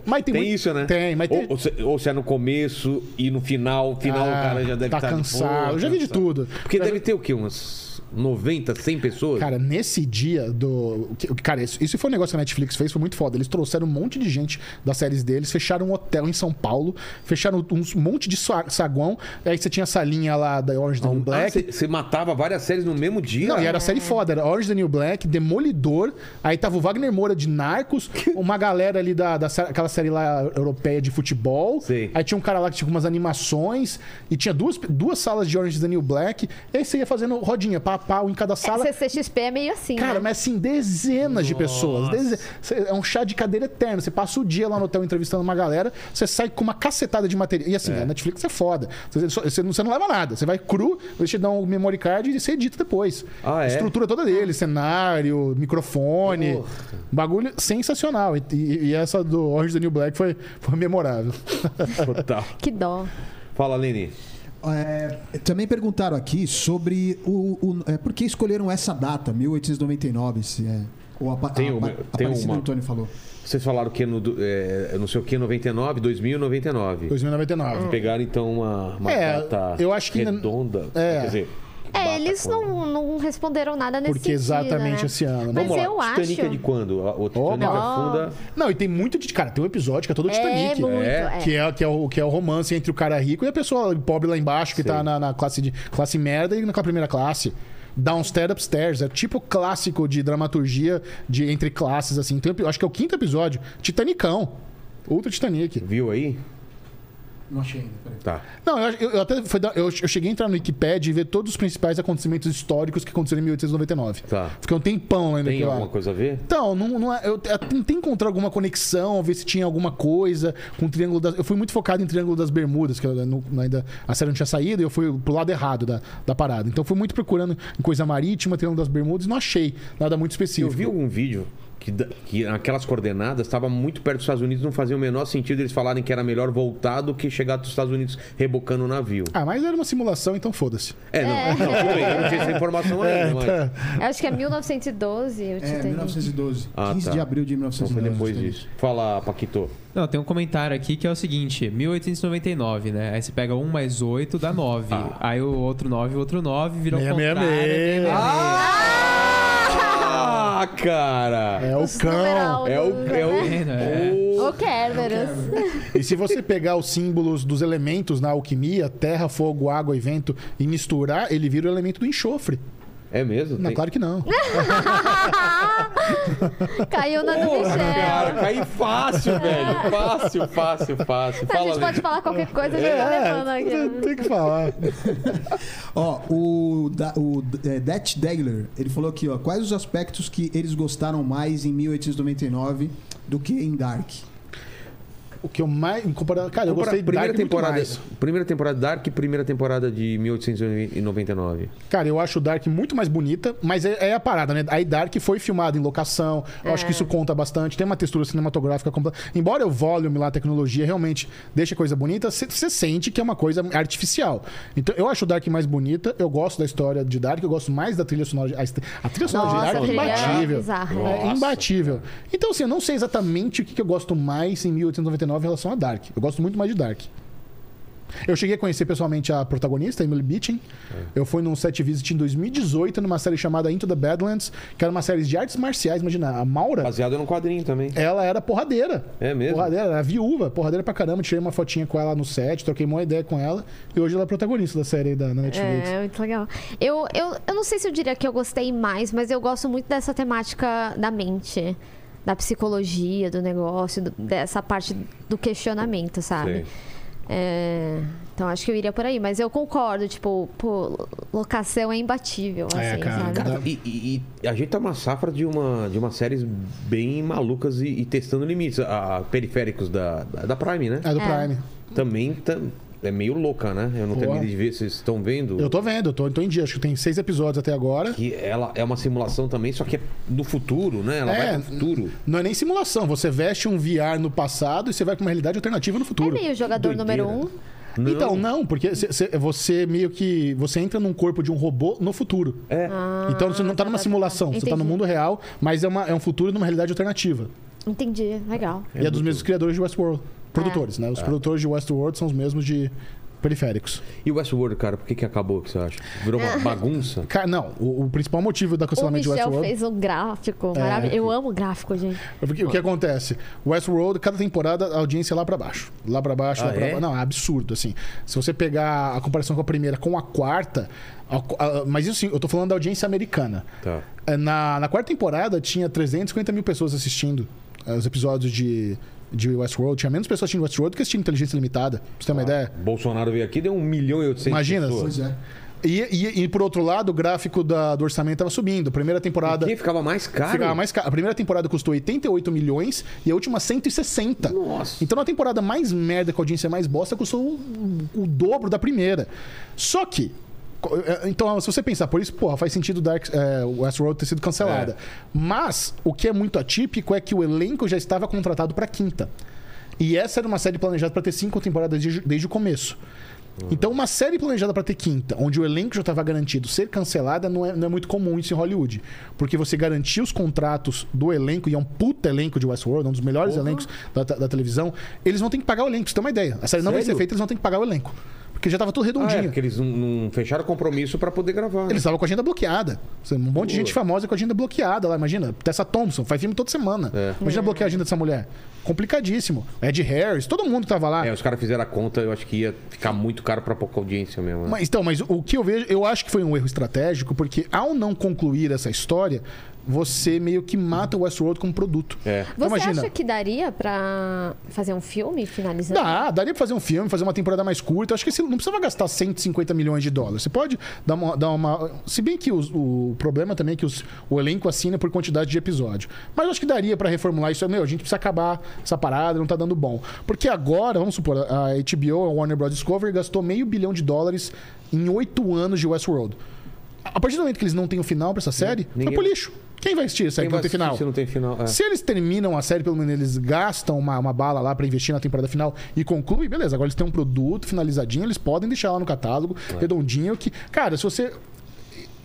Speaker 3: Mas tem,
Speaker 1: Tem
Speaker 3: muito-
Speaker 1: isso, né?
Speaker 3: Tem, mas tem.
Speaker 1: Ou, ou se, ou se é no começo e no final, final o
Speaker 3: Ah,
Speaker 1: cara já deve
Speaker 3: tá
Speaker 1: estar de
Speaker 3: cansado.
Speaker 1: boa,
Speaker 3: Eu já vi de
Speaker 1: cansado.
Speaker 3: tudo.
Speaker 1: Porque
Speaker 3: Já
Speaker 1: deve
Speaker 3: vi-
Speaker 1: ter o quê? Umas 90, 100 pessoas?
Speaker 3: Cara, nesse dia do. que- Cara, isso, isso foi um negócio que a Netflix fez, foi muito foda. Eles trouxeram um monte de gente das séries deles, fecharam um hotel em São Paulo, fecharam um monte de sa- saguão. Aí você tinha a salinha lá da Orange the New um Black.
Speaker 1: ah, Você matava várias séries no mesmo dia?
Speaker 3: Não, e era série foda, era Orange the New Black, Demolidor, aí tava o Wagner Moura de Narcos, uma galera ali da, da sé- aquela série lá europeia de futebol,
Speaker 1: Sei.
Speaker 3: aí tinha um cara lá que tinha umas animações, e tinha duas, duas salas de Orange the New Black, e aí você ia fazendo rodinha, pá, pá, um em cada sala.
Speaker 5: CCXP é meio assim,
Speaker 3: Cara,
Speaker 5: né?
Speaker 3: mas assim, dezenas de pessoas. Deze- Cê- É um chá de cadeira eterno. Você passa o dia lá no hotel entrevistando uma galera, você sai com uma cacetada de material. E assim, a Netflix é foda. Você só- você não, você não leva nada. Você vai cru, eles te dão um memory card e você edita depois.
Speaker 1: Ah, é?
Speaker 3: Estrutura toda dele, cenário, microfone. Bagulho sensacional. E, e- e essa do Orange is the New Black foi, foi memorável.
Speaker 1: Total.
Speaker 5: Que dó.
Speaker 1: Fala, Lene.
Speaker 2: É, também perguntaram aqui sobre o, o- é, por que escolheram essa data, 1899, se é. Ou a,
Speaker 1: Tem uma- tem
Speaker 2: Aparecido
Speaker 1: uma-
Speaker 2: Antônio falou.
Speaker 1: Vocês falaram que no, do- é, não sei o que, 99, 2099.
Speaker 3: 2099.
Speaker 1: Pegaram então uma, uma
Speaker 3: É,
Speaker 1: data
Speaker 3: eu acho que ainda-
Speaker 1: redonda.
Speaker 3: É.
Speaker 1: Quer dizer,
Speaker 5: É,
Speaker 1: data
Speaker 5: eles
Speaker 1: com-
Speaker 5: não, não responderam nada nesse
Speaker 3: Porque
Speaker 5: sentido,
Speaker 3: exatamente
Speaker 5: né?
Speaker 3: esse ano. né?
Speaker 5: Mas
Speaker 1: Vamos
Speaker 5: eu
Speaker 1: lá, Titanic
Speaker 5: acho-
Speaker 1: é de quando? O Titanic
Speaker 3: Opa.
Speaker 1: afunda.
Speaker 3: Não, e tem muito de. Cara, tem um episódio que é todo
Speaker 5: É
Speaker 3: Titanic.
Speaker 5: muito,
Speaker 1: É,
Speaker 5: é.
Speaker 3: Que é, que, é o, que é o romance entre o cara rico e a pessoa pobre lá embaixo, que tá na, na classe, de, classe merda e naquela primeira classe. Downstairs, upstairs. É tipo clássico de dramaturgia de entre classes, assim. Tem um epi- acho que é o quinto episódio. Titanicão. Outro Titanic.
Speaker 1: Viu aí?
Speaker 2: Não achei ainda, peraí.
Speaker 1: Tá.
Speaker 3: Não, eu, eu- eu até foi da- eu, eu cheguei a entrar no Wikipedia e ver todos os principais acontecimentos históricos que aconteceram em 1899.
Speaker 1: Tá.
Speaker 3: Fiquei um tempão lendo
Speaker 1: Tem
Speaker 3: aquilo lá.
Speaker 1: alguma coisa a ver?
Speaker 3: Então, não, não é- eu te- eu tentei encontrar alguma conexão, ver se tinha alguma coisa com o Triângulo das... Eu fui muito focado em Triângulo das Bermudas, que eu não- ainda a série não tinha saído, e eu fui pro lado errado da, da parada. Então, fui muito procurando em coisa marítima, Triângulo das Bermudas, e não achei nada muito específico.
Speaker 1: Eu vi algum vídeo que, da- que naquelas coordenadas estava muito perto dos Estados Unidos, não fazia o menor sentido eles falarem que era melhor voltar do que chegar dos Estados Unidos rebocando o navio.
Speaker 3: Ah, mas era uma simulação, então foda-se.
Speaker 1: É, não, não, tudo bem, eu não tinha essa informação ainda, mas.
Speaker 3: tá.
Speaker 5: Eu acho que é 1912 o
Speaker 2: É,
Speaker 5: Titanic.
Speaker 2: 1912.
Speaker 1: Ah,
Speaker 2: 15
Speaker 1: tá.
Speaker 2: de abril de
Speaker 1: Então foi
Speaker 2: 1912.
Speaker 1: depois
Speaker 2: Titanic.
Speaker 1: disso. Fala, Paquito.
Speaker 4: Não, tem um comentário aqui que é o seguinte: 1899, né? Aí você pega 1 mais 8 dá 9. Aí o outro 9, o outro 9 vira o
Speaker 3: Meia, meia,
Speaker 4: contrário. é
Speaker 3: meia.
Speaker 1: Ah, cara!
Speaker 3: É o
Speaker 5: Os
Speaker 3: cão.
Speaker 5: numeral
Speaker 1: É o.
Speaker 5: dos-
Speaker 1: É o,
Speaker 5: né?
Speaker 4: É.
Speaker 1: o-
Speaker 5: Ou Kerberos.
Speaker 3: E se você pegar os símbolos dos elementos na alquimia, terra, fogo, água e vento, e misturar, ele vira o elemento do enxofre.
Speaker 1: é mesmo?
Speaker 3: Não,
Speaker 1: Tem-
Speaker 3: claro que não.
Speaker 5: Caiu na do
Speaker 1: Porra,
Speaker 3: é.
Speaker 1: cara,
Speaker 5: Michel.
Speaker 1: cai fácil, velho. Fácil, fácil, fácil.
Speaker 5: A
Speaker 1: Fala,
Speaker 5: gente pode
Speaker 1: Lene.
Speaker 5: falar qualquer coisa, a gente tá levando
Speaker 3: tem-
Speaker 5: aqui.
Speaker 3: É, tem que falar.
Speaker 2: Ó, o, da, o é, Det Degler, ele falou aqui, ó, quais os aspectos que eles gostaram mais em 1899 do que em Dark?
Speaker 3: O que eu mais. Em compara... Cara,
Speaker 1: Compara-
Speaker 3: eu gostei de
Speaker 1: primeira
Speaker 3: Dark muito
Speaker 1: temporada,
Speaker 3: mais.
Speaker 1: primeira temporada Dark e primeira temporada de 1899.
Speaker 3: Cara, eu acho o Dark muito mais bonita, mas é, é a parada, né? Aí Dark foi filmado em locação, eu acho que isso conta bastante, tem uma textura cinematográfica completa. Embora o volume lá, a tecnologia, realmente deixe a coisa bonita, você sente que é uma coisa artificial. Então, eu acho o Dark mais bonita, eu gosto da história de Dark, eu gosto mais da trilha sonora. de- A, est- a trilha sonora
Speaker 5: Nossa,
Speaker 3: de Dark é
Speaker 5: trilha
Speaker 3: imbatível.
Speaker 5: bizarra.
Speaker 3: É
Speaker 1: Nossa.
Speaker 3: imbatível. Então, assim, eu não sei exatamente o que, que eu gosto mais em 1899 em relação a Dark. Eu gosto muito mais de Dark. Eu cheguei a conhecer pessoalmente a protagonista, Emily Beating.
Speaker 1: É.
Speaker 3: Eu fui num set visit em 2018, numa série chamada Into the Badlands, que era uma série de artes marciais. Imagina, a Maura,
Speaker 1: Baseado num quadrinho também.
Speaker 3: ela era porradeira.
Speaker 1: É mesmo?
Speaker 3: Porradeira, era viúva, porradeira pra caramba. Tirei uma fotinha com ela no set, troquei uma ideia com ela. E hoje ela é protagonista da série aí da na Netflix.
Speaker 5: É, muito legal. Eu, eu, eu não sei se eu diria que eu gostei mais, mas eu gosto muito dessa temática da mente. Da psicologia, do negócio, do- dessa parte do questionamento, sabe?
Speaker 1: Sei.
Speaker 5: É, então acho que eu iria por aí, mas eu concordo, tipo, pô, locação é imbatível,
Speaker 3: É,
Speaker 5: assim,
Speaker 3: cara,
Speaker 5: sabe?
Speaker 3: cada-
Speaker 1: Cara, e, e- e a gente tá numa safra de uma, de umas séries bem malucas e, e testando limites. A, a Periféricos da, da, da Prime, né?
Speaker 3: É, do
Speaker 5: É.
Speaker 3: Prime.
Speaker 1: Também tá- é meio louca, né? Eu não
Speaker 3: Porra.
Speaker 1: terminei de ver, vocês estão vendo?
Speaker 3: Eu tô vendo, eu tô, tô em dia. Acho que tem seis episódios até agora.
Speaker 1: Que ela é uma simulação também, só que é do futuro, né? Ela
Speaker 3: É.
Speaker 1: vai pro futuro.
Speaker 3: Não é nem simulação. Você veste um VR no passado e você vai pra uma realidade alternativa no
Speaker 5: É
Speaker 3: futuro.
Speaker 5: meio jogador
Speaker 1: Doideira.
Speaker 5: número um.
Speaker 3: Então, não, porque cê- cê- você meio que. Você entra num corpo de um robô no futuro.
Speaker 1: É.
Speaker 3: então você não tá numa
Speaker 5: tá, tá, tá.
Speaker 3: simulação, você tá no
Speaker 5: Entendi.
Speaker 3: mundo real, mas é, uma- é um futuro numa realidade alternativa.
Speaker 5: um. Entendi, legal.
Speaker 3: e é dos mesmos criadores de Westworld.
Speaker 5: É.
Speaker 3: Produtores, né? Os produtores de Westworld são os mesmos de periféricos.
Speaker 1: E o Westworld, cara, por que, que acabou, que você acha? Virou uma bagunça?
Speaker 3: Cara, não, o, o principal motivo da
Speaker 5: O
Speaker 3: cancelamento de
Speaker 5: Michel
Speaker 3: Westworld. É,
Speaker 5: fez um gráfico maravilhoso. Eu amo gráfico, gente.
Speaker 3: O que, o que acontece? Westworld, cada temporada, a audiência é lá pra baixo. Lá pra baixo,
Speaker 1: Ah,
Speaker 3: lá pra
Speaker 1: é?
Speaker 3: baixo. Não, é absurdo, assim. Se você pegar a comparação com a primeira com a quarta. a qu- a- mas isso sim, eu tô falando da audiência americana.
Speaker 1: Tá.
Speaker 3: É, Na, na quarta temporada tinha 350 mil pessoas assistindo é, os episódios de, de Westworld. Tinha menos pessoas assistindo Westworld do que assistindo Inteligência Limitada. Pra você ter uma ideia.
Speaker 1: Bolsonaro veio aqui, deu 1 milhão e 800
Speaker 3: Imagina,
Speaker 1: pessoas.
Speaker 2: Pois é.
Speaker 3: E, e, e, por outro lado, o gráfico da- do orçamento tava subindo. Primeira temporada.
Speaker 1: Quem ficava mais caro?
Speaker 3: Ficava mais caro. A primeira temporada custou 88 milhões e a última 160.
Speaker 1: Nossa.
Speaker 3: Então na temporada mais merda, com a audiência mais bosta, custou o, o dobro da primeira. Só que. co- eh, Então, se você pensar por isso, porra, faz sentido Dark, eh, Westworld ter sido cancelada. Mas o que é muito atípico é que o elenco já estava contratado para quinta. E essa era uma série planejada para ter cinco temporadas desde, desde o começo. Então, uma série planejada para ter quinta, onde o elenco já estava garantido, ser cancelada não é, não é muito comum isso em Hollywood. Porque você garantir os contratos do elenco, e é um puta elenco de Westworld, um dos melhores elencos da, da televisão, eles vão ter que pagar o elenco, você tem uma ideia. A série não vai
Speaker 1: Sério?
Speaker 3: ser feita, eles vão ter que pagar o elenco. Porque já estava tudo
Speaker 1: Ah, é,
Speaker 3: redondinho.
Speaker 1: porque eles não, não fecharam compromisso pra poder gravar. né?
Speaker 3: Eles estavam com a agenda bloqueada. Um monte de gente famosa com a agenda bloqueada lá, imagina. Tessa Thompson, faz filme toda semana.
Speaker 1: É.
Speaker 3: Imagina bloquear a agenda dessa mulher. Complicadíssimo. Ed Harris, todo mundo que tava lá.
Speaker 1: É, os caras fizeram a conta, eu acho que ia ficar muito caro pra pouca audiência mesmo. né?
Speaker 3: Mas, então, mas o que eu vejo, eu acho que foi um erro estratégico, porque ao não concluir essa história, você meio que mata o Westworld como produto.
Speaker 1: É.
Speaker 5: Você
Speaker 3: Então, imagina.
Speaker 5: acha que daria pra fazer um filme finalizando?
Speaker 3: Dá, daria pra fazer um filme, fazer uma temporada mais curta. Acho que você não precisava gastar 150 milhões de dólares. Você pode dar uma. Dar uma se bem que os- o problema também é que os- o elenco assina por quantidade de episódio. Mas acho que daria pra reformular isso. Meu, a gente precisa acabar essa parada, não tá dando bom. Porque agora, vamos supor, a HBO, a Warner Bros. Discovery, gastou meio bilhão de dólares em oito anos de Westworld. A partir do momento que eles não têm um final pra essa série,
Speaker 1: Ninguém-
Speaker 3: vai pro lixo. Quem vai assistir essa série
Speaker 1: Quem
Speaker 3: que
Speaker 1: vai
Speaker 3: não tem
Speaker 1: assistir
Speaker 3: final?
Speaker 1: Se não tem final. é.
Speaker 3: Se eles terminam a série, pelo menos eles gastam uma, uma bala lá pra investir na temporada final e concluem, beleza. Agora eles têm um produto finalizadinho, eles podem deixar lá no catálogo, redondinho, que. Cara, se você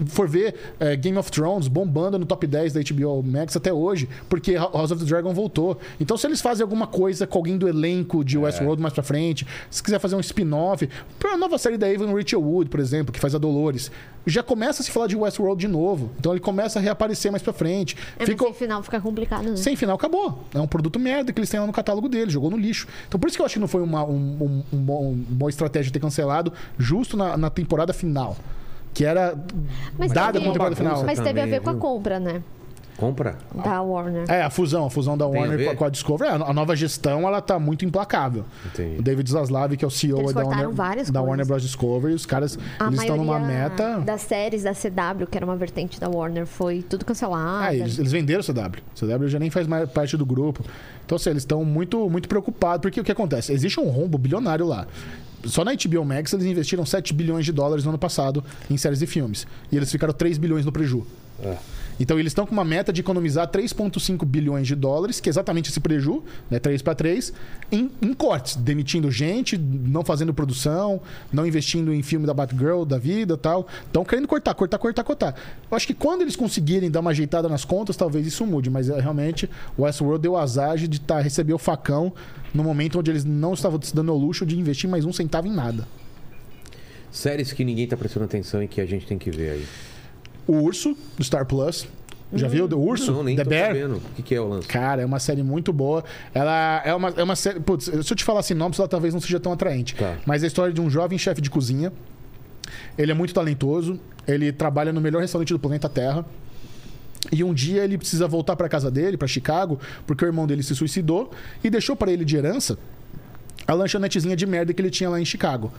Speaker 3: for ver eh, Game of Thrones bombando no top 10 da HBO Max até hoje, porque House of the Dragon voltou. Então, se eles fazem alguma coisa com alguém do elenco de Westworld mais pra frente, se quiser fazer um spin-off, pra nova série da Evan Rachel Wood, por exemplo, que faz a Dolores, já começa a se falar de Westworld de novo. Então, ele começa a reaparecer mais pra frente.
Speaker 5: É,
Speaker 3: Fica-
Speaker 5: Ficou... Sem final fica complicado, né?
Speaker 3: sem final, acabou. É um produto merda que eles têm lá no catálogo deles, jogou no lixo. Então por isso que eu acho que não foi uma, um, um, um bom, uma boa estratégia ter cancelado justo na, na temporada final. Que era dada
Speaker 5: teve-
Speaker 3: como temporada final.
Speaker 5: é Mas teve a
Speaker 1: Também,
Speaker 5: ver com a
Speaker 1: viu?
Speaker 5: compra, né?
Speaker 1: Compra.
Speaker 5: Da Warner.
Speaker 3: É, a fusão, a fusão da
Speaker 1: a
Speaker 3: Warner
Speaker 1: ver?
Speaker 3: com a- com a Discovery. É, a nova gestão, ela tá muito implacável.
Speaker 1: Entendi.
Speaker 3: O David Zaslav, que é o CEO
Speaker 5: Eles
Speaker 3: da,
Speaker 5: cortaram
Speaker 3: Warner,
Speaker 5: várias
Speaker 3: da
Speaker 5: coisas.
Speaker 3: Warner Bros. Discovery, os caras,
Speaker 5: A
Speaker 3: eles estão numa
Speaker 5: maioria
Speaker 3: meta...
Speaker 5: Das séries da CW, que era uma vertente da Warner, foi tudo cancelado.
Speaker 3: Ah, eles, eles venderam o CW. O CW já nem faz mais parte do grupo. Então, assim, eles estão muito, muito preocupados. Porque o que acontece? Existe um rombo bilionário lá. Só na HBO Max eles investiram 7 bilhões de dólares no ano passado em séries e filmes. E eles ficaram 3 bilhões no preju. Então eles estão com uma meta de economizar 3,5 bilhões de dólares, que é exatamente esse preju, né, 3 para 3, em, em cortes, demitindo gente, não fazendo produção, não investindo em filme da Batgirl, da vida tal. Estão querendo cortar, cortar, cortar, cortar. Eu acho que quando eles conseguirem dar uma ajeitada nas contas, talvez isso mude, mas é, realmente o Westworld deu azar de tá, receber o facão no momento onde eles não estavam se dando ao luxo de investir mais um centavo em nada.
Speaker 1: Séries que ninguém tá prestando atenção e que a gente tem que ver aí.
Speaker 3: O Urso, do Star Plus. Já viu? O Urso?
Speaker 1: Hum. Não, nem
Speaker 3: The
Speaker 1: tô
Speaker 3: Bear?
Speaker 1: sabendo. O que, que é o lance?
Speaker 3: Cara, é uma série muito boa. Ela é uma, é uma série. Putz, se eu te falar a sinopse, ela talvez não seja tão atraente.
Speaker 1: Tá.
Speaker 3: Mas é a história de um jovem chefe de cozinha. Ele é muito talentoso. Ele trabalha no melhor restaurante do planeta Terra. E um dia ele precisa voltar para casa dele, para Chicago, porque o irmão dele se suicidou e deixou para ele de herança a lanchonetezinha de merda que ele tinha lá em Chicago.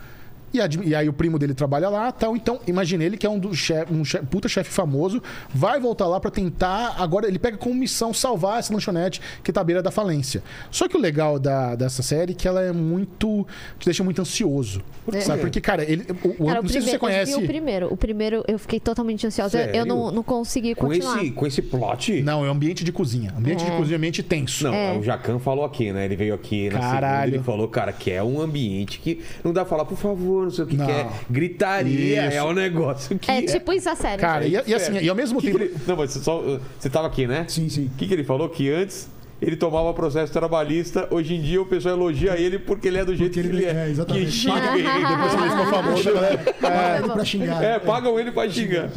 Speaker 3: E, admi- e aí o primo dele trabalha lá tal. Então, imagina ele que é um, do chefe, um chefe- puta chefe famoso, vai voltar lá pra tentar. Agora ele pega como missão salvar essa lanchonete que tá à beira da falência. Só que o legal da, dessa série é que ela é muito. te deixa muito ansioso. Sabe? Porque, cara, ele. O, o-
Speaker 5: Cara, o
Speaker 3: não sei
Speaker 5: primeiro,
Speaker 3: se você
Speaker 5: Eu vi
Speaker 3: conhece.
Speaker 5: o primeiro. O primeiro eu fiquei totalmente ansiosa. Eu- Eu
Speaker 1: Sério?
Speaker 5: não, não consegui
Speaker 1: Com
Speaker 5: continuar.
Speaker 1: esse, com esse plot?
Speaker 3: Não, é ambiente de cozinha. Ambiente de cozinha é ambiente tenso.
Speaker 1: Não, o Jacan falou aqui, né? Ele veio aqui na
Speaker 3: Caralho.
Speaker 1: segunda e falou, cara, que é um ambiente que não dá pra falar, por favor, não sei o que,
Speaker 3: Não.
Speaker 1: que é. Gritaria
Speaker 3: Isso.
Speaker 1: é um negócio que.
Speaker 5: É tipo isso a série.
Speaker 3: Cara, e, e assim, e ao mesmo
Speaker 1: Que
Speaker 3: tempo.
Speaker 1: que ele- Não, mas você só. Você tava aqui, né?
Speaker 2: Sim, sim.
Speaker 1: O que, que ele falou? Que antes ele tomava processo trabalhista, hoje em dia o pessoal elogia ele porque ele é do jeito
Speaker 2: Porque
Speaker 1: que
Speaker 2: ele-
Speaker 1: ele é.
Speaker 2: é, exatamente.
Speaker 1: Que xinga
Speaker 3: Depois que ele ficou famoso, a galera-
Speaker 2: Pagam pra xingar.
Speaker 1: É, pagam ele pra xingar.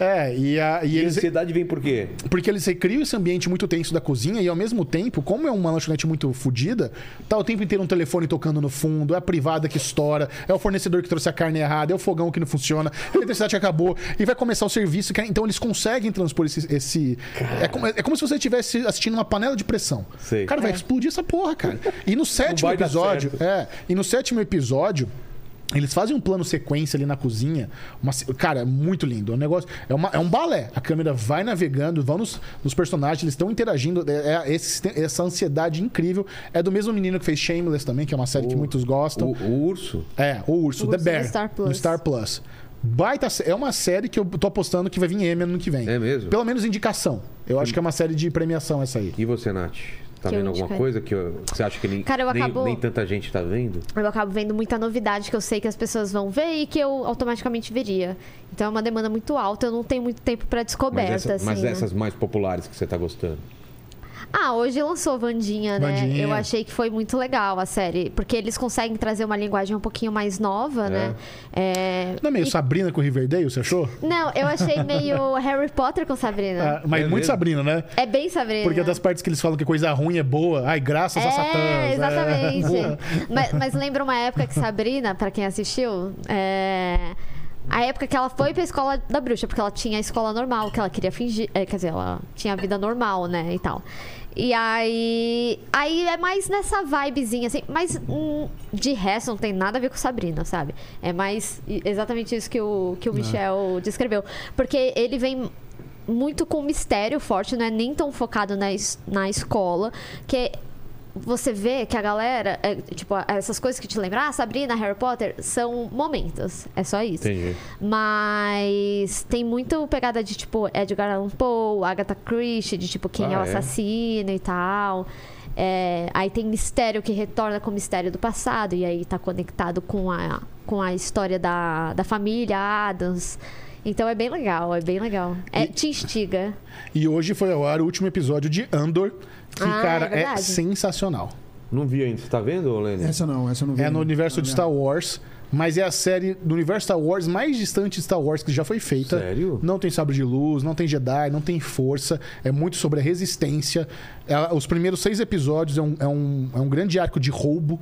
Speaker 3: É, e, a, e
Speaker 1: E a
Speaker 3: eles,
Speaker 1: ansiedade vem por quê?
Speaker 3: Porque eles recriam esse ambiente muito tenso da cozinha e, ao mesmo tempo, como é uma lanchonete muito fodida, tá o tempo inteiro um telefone tocando no fundo, é a privada que estoura, é o fornecedor que trouxe a carne errada, é o fogão que não funciona, a eletricidade que acabou e vai começar o serviço. que- Então, eles conseguem transpor esse. esse- é, como, é como se você estivesse assistindo uma panela de pressão.
Speaker 1: Sei.
Speaker 3: Cara, vai explodir essa porra, cara. E no sétimo
Speaker 1: vai dar
Speaker 3: episódio.
Speaker 1: certo.
Speaker 3: É, e no sétimo episódio. Eles fazem um plano sequência ali na cozinha. uma se- cara, é muito lindo. É um negócio. É, uma- é um balé. A câmera vai navegando, vão nos, nos personagens, eles estão interagindo. É, é esse- essa ansiedade incrível. É do mesmo menino que fez Shameless também, que é uma série que muitos
Speaker 1: O,
Speaker 3: gostam.
Speaker 1: o urso?
Speaker 3: É, o Urso,
Speaker 5: O
Speaker 3: The
Speaker 5: Urso
Speaker 3: Bear.
Speaker 5: no Star Plus.
Speaker 3: no Star Plus. Baita, sé- é uma série que eu tô apostando que vai vir em Emmy ano que vem.
Speaker 1: É mesmo?
Speaker 3: Pelo menos indicação. Eu acho que é uma série de premiação essa aí.
Speaker 1: E você, Nath? Tá
Speaker 5: Que eu
Speaker 1: vendo alguma
Speaker 5: indicaria.
Speaker 1: coisa que eu- você acha que nem,
Speaker 5: Cara, eu
Speaker 1: nem,
Speaker 5: acabou-
Speaker 1: nem tanta gente tá vendo?
Speaker 5: Eu acabo vendo muita novidade que eu sei que as pessoas vão ver e que eu automaticamente veria. Então é uma demanda muito alta, eu não tenho muito tempo pra
Speaker 1: Mas,
Speaker 5: descoberta,
Speaker 1: essa-
Speaker 5: assim.
Speaker 1: mas
Speaker 5: né?
Speaker 1: essas mais populares que você tá gostando.
Speaker 5: Ah, hoje lançou Vandinha, né?
Speaker 3: Wandinha.
Speaker 5: Eu achei que foi muito legal a série. Porque eles conseguem trazer uma linguagem um pouquinho mais nova, né? É,
Speaker 3: Não é meio
Speaker 5: e-
Speaker 3: Sabrina com Riverdale, você achou?
Speaker 5: Não, eu achei meio Harry Potter com Sabrina.
Speaker 3: Ah, mas
Speaker 1: É
Speaker 3: muito
Speaker 1: mesmo?
Speaker 3: Sabrina, né?
Speaker 5: É bem Sabrina.
Speaker 3: Porque das partes que eles falam que coisa ruim é boa, ai, graças a Satã.
Speaker 5: É,
Speaker 3: né?
Speaker 5: exatamente. mas, mas lembra uma época que Sabrina, pra quem assistiu, é, a época que ela foi pra escola da bruxa, porque ela tinha a escola normal, que ela queria fingir, é, quer dizer, ela tinha a vida normal, né, e tal. E aí, aí é mais nessa vibezinha assim, mas hum, de resto não tem nada a ver com Sabrina, sabe? É mais e- exatamente isso que o que o Michel descreveu, porque ele vem muito com mistério forte, não é nem tão focado na, es- na escola, que você vê que a galera, é, tipo, essas coisas que te lembram, ah, Sabrina, Harry Potter, são momentos. É só isso.
Speaker 1: Entendi.
Speaker 5: Mas tem muito pegada de, tipo, Edgar Allan Poe, Agatha Christie, de, tipo, quem
Speaker 1: Ah,
Speaker 5: é o
Speaker 1: é?
Speaker 5: assassino e tal. É, aí tem mistério que retorna com o mistério do passado, e aí tá conectado com a, com a história da, da família Adams. Então é bem legal, é bem legal. É, Te instiga.
Speaker 3: E hoje foi ao ar o último episódio de Andor, que,
Speaker 5: Ah, é
Speaker 3: cara, é,
Speaker 5: verdade.
Speaker 3: sensacional.
Speaker 1: Não vi ainda. Você tá vendo, Lênin?
Speaker 2: Essa não, essa eu não vi.
Speaker 3: É no universo de
Speaker 2: Não,
Speaker 3: Star Wars, mas é a série do universo Star Wars mais distante de Star Wars que já foi feita.
Speaker 1: Sério?
Speaker 3: Não tem sabre de luz, não tem Jedi, não tem força. É muito sobre a resistência. Ela- os primeiros seis episódios é um, é um- é um grande arco de roubo.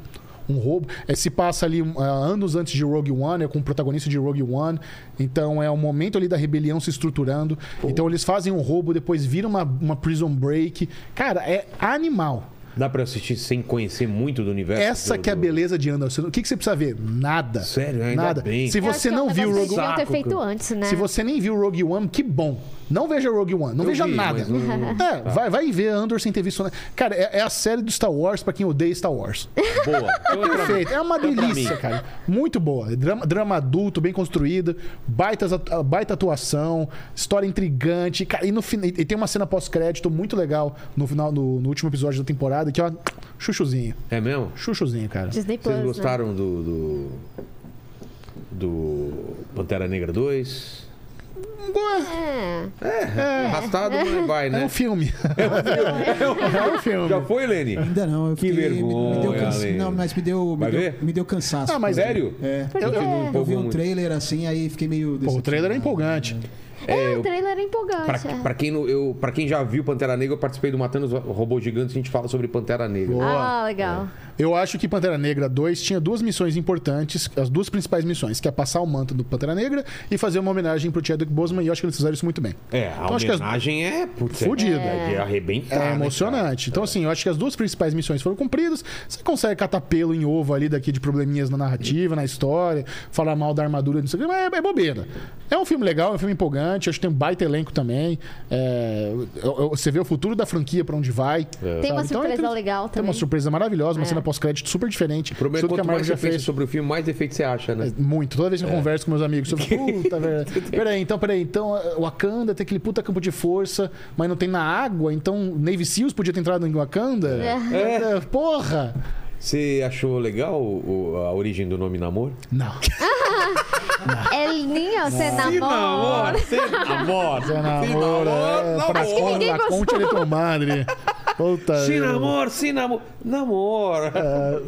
Speaker 3: Um roubo. É, se passa ali um, ah, anos antes de Rogue One, é com o protagonista de Rogue One. Então é o momento ali da rebelião se estruturando. Então eles fazem um roubo, depois vira uma, uma prison break. Cara, é animal.
Speaker 1: Dá pra assistir sem conhecer muito do universo?
Speaker 3: Essa
Speaker 1: do-
Speaker 3: que é a
Speaker 1: do-
Speaker 3: beleza de Anderson. O que, que você precisa ver? Nada.
Speaker 1: Sério? Ainda
Speaker 3: Nada.
Speaker 1: bem.
Speaker 3: Se
Speaker 5: Eu acho
Speaker 3: você
Speaker 5: que é um
Speaker 3: não viu o
Speaker 5: negócio que
Speaker 3: Rogue
Speaker 5: eles deviam ter
Speaker 1: Saco,
Speaker 5: feito
Speaker 1: cara.
Speaker 5: antes, né?
Speaker 3: se você nem viu o Rogue One, que bom. Não veja Rogue One, não
Speaker 1: Eu
Speaker 3: veja
Speaker 1: vi,
Speaker 3: nada.
Speaker 1: mas não- Tá.
Speaker 3: É, vai, vai ver Andor sem ter visto nada. Cara, é, é a série do Star Wars pra quem odeia Star Wars.
Speaker 5: É
Speaker 1: Boa. Então, pra mim.
Speaker 3: Perfeito. É uma
Speaker 1: Então, pra
Speaker 3: delícia,
Speaker 1: mim.
Speaker 3: cara. Muito boa. É Drama, drama adulto, bem construído, baitas atu- baita atuação, história intrigante. Cara, e, no, fina- e tem uma cena pós-crédito muito legal no final, no, no último episódio da temporada, que ó, chuchuzinho.
Speaker 1: É mesmo?
Speaker 3: Chuchuzinho, cara.
Speaker 5: Disney Plus.
Speaker 1: Vocês
Speaker 5: né?
Speaker 1: gostaram do, do. do Pantera Negra 2?
Speaker 5: É.
Speaker 1: Arrastado não é vai,
Speaker 3: É
Speaker 1: né?
Speaker 3: um filme. É um filme.
Speaker 1: Já foi, Lene?
Speaker 2: Ainda não, eu
Speaker 1: Que
Speaker 2: fiquei, me-
Speaker 1: vergonha,
Speaker 2: me deu cansa-
Speaker 1: Ale.
Speaker 2: Não, mas me deu, me
Speaker 1: Vai
Speaker 2: deu,
Speaker 1: ver?
Speaker 2: me deu cansaço.
Speaker 3: Ah, mas
Speaker 2: cara.
Speaker 1: Sério?
Speaker 2: É.
Speaker 5: Porque
Speaker 3: Eu- eu-
Speaker 1: Empolgou
Speaker 2: Eu vi um
Speaker 1: muito.
Speaker 2: trailer assim, aí fiquei meio.
Speaker 3: Pô, o trailer
Speaker 2: decepcionado.
Speaker 3: é empolgante.
Speaker 5: É,
Speaker 1: eu-
Speaker 5: o trailer é empolgante.
Speaker 1: Pra,
Speaker 5: é.
Speaker 1: pra quem, não- eu, pra quem já viu Pantera Negra, eu participei do Matando os Robôs Gigantes, a gente fala sobre Pantera Negra.
Speaker 5: Ah, legal.
Speaker 3: Eu acho que Pantera Negra 2 tinha duas missões importantes, as duas principais missões, que é passar o manto do Pantera Negra e fazer uma homenagem pro Chadwick Boseman, e eu acho que eles fizeram isso muito bem.
Speaker 1: É, a
Speaker 3: Então, acho que as-
Speaker 1: homenagem é... Putz, é-
Speaker 3: Fudida.
Speaker 1: É, é arrebentar, né,
Speaker 3: É
Speaker 1: cara?
Speaker 3: emocionante. então, assim, eu acho que as duas principais missões foram cumpridas. Você consegue catar pelo em ovo ali daqui de probleminhas na narrativa, na história, falar mal da armadura, não sei o que, mas é, é bobeira. É um filme legal, é um filme empolgante, acho que tem um baita elenco também. É, eu- eu- você vê o futuro da franquia pra onde vai.
Speaker 5: É. Tem
Speaker 3: sabe?
Speaker 5: uma
Speaker 3: Então,
Speaker 5: surpresa
Speaker 3: entre-
Speaker 5: legal
Speaker 3: Tem
Speaker 5: também. É.
Speaker 3: uma surpresa maravilhosa, uma cena pós-crédito super diferente.
Speaker 1: O problema é
Speaker 3: Tudo que a
Speaker 1: quanto
Speaker 3: Marvel
Speaker 1: mais
Speaker 3: já
Speaker 1: você pensa
Speaker 3: fez.
Speaker 1: sobre o filme, mais defeito você acha, né?
Speaker 3: É, Muito. Toda vez que eu converso com meus amigos, eu fico, puta, velho. Peraí, então, peraí. Então, eh, Wakanda tem aquele puta campo de força, mas não tem na água, então Navy Seals podia ter entrado em Wakanda?
Speaker 5: É.
Speaker 3: Eh, Porra!
Speaker 1: Você achou legal o- o- a origem do nome Namor?
Speaker 3: Não.
Speaker 1: É.
Speaker 5: El Niño se namora.
Speaker 1: Namor!
Speaker 3: Zé Namor, é, pra
Speaker 5: Acho que
Speaker 3: fora
Speaker 5: ninguém
Speaker 3: da
Speaker 5: gostou.
Speaker 3: Conte Eletromadre. Puta.
Speaker 1: Sim,
Speaker 3: eu-
Speaker 1: namor, sim, namor. Namor.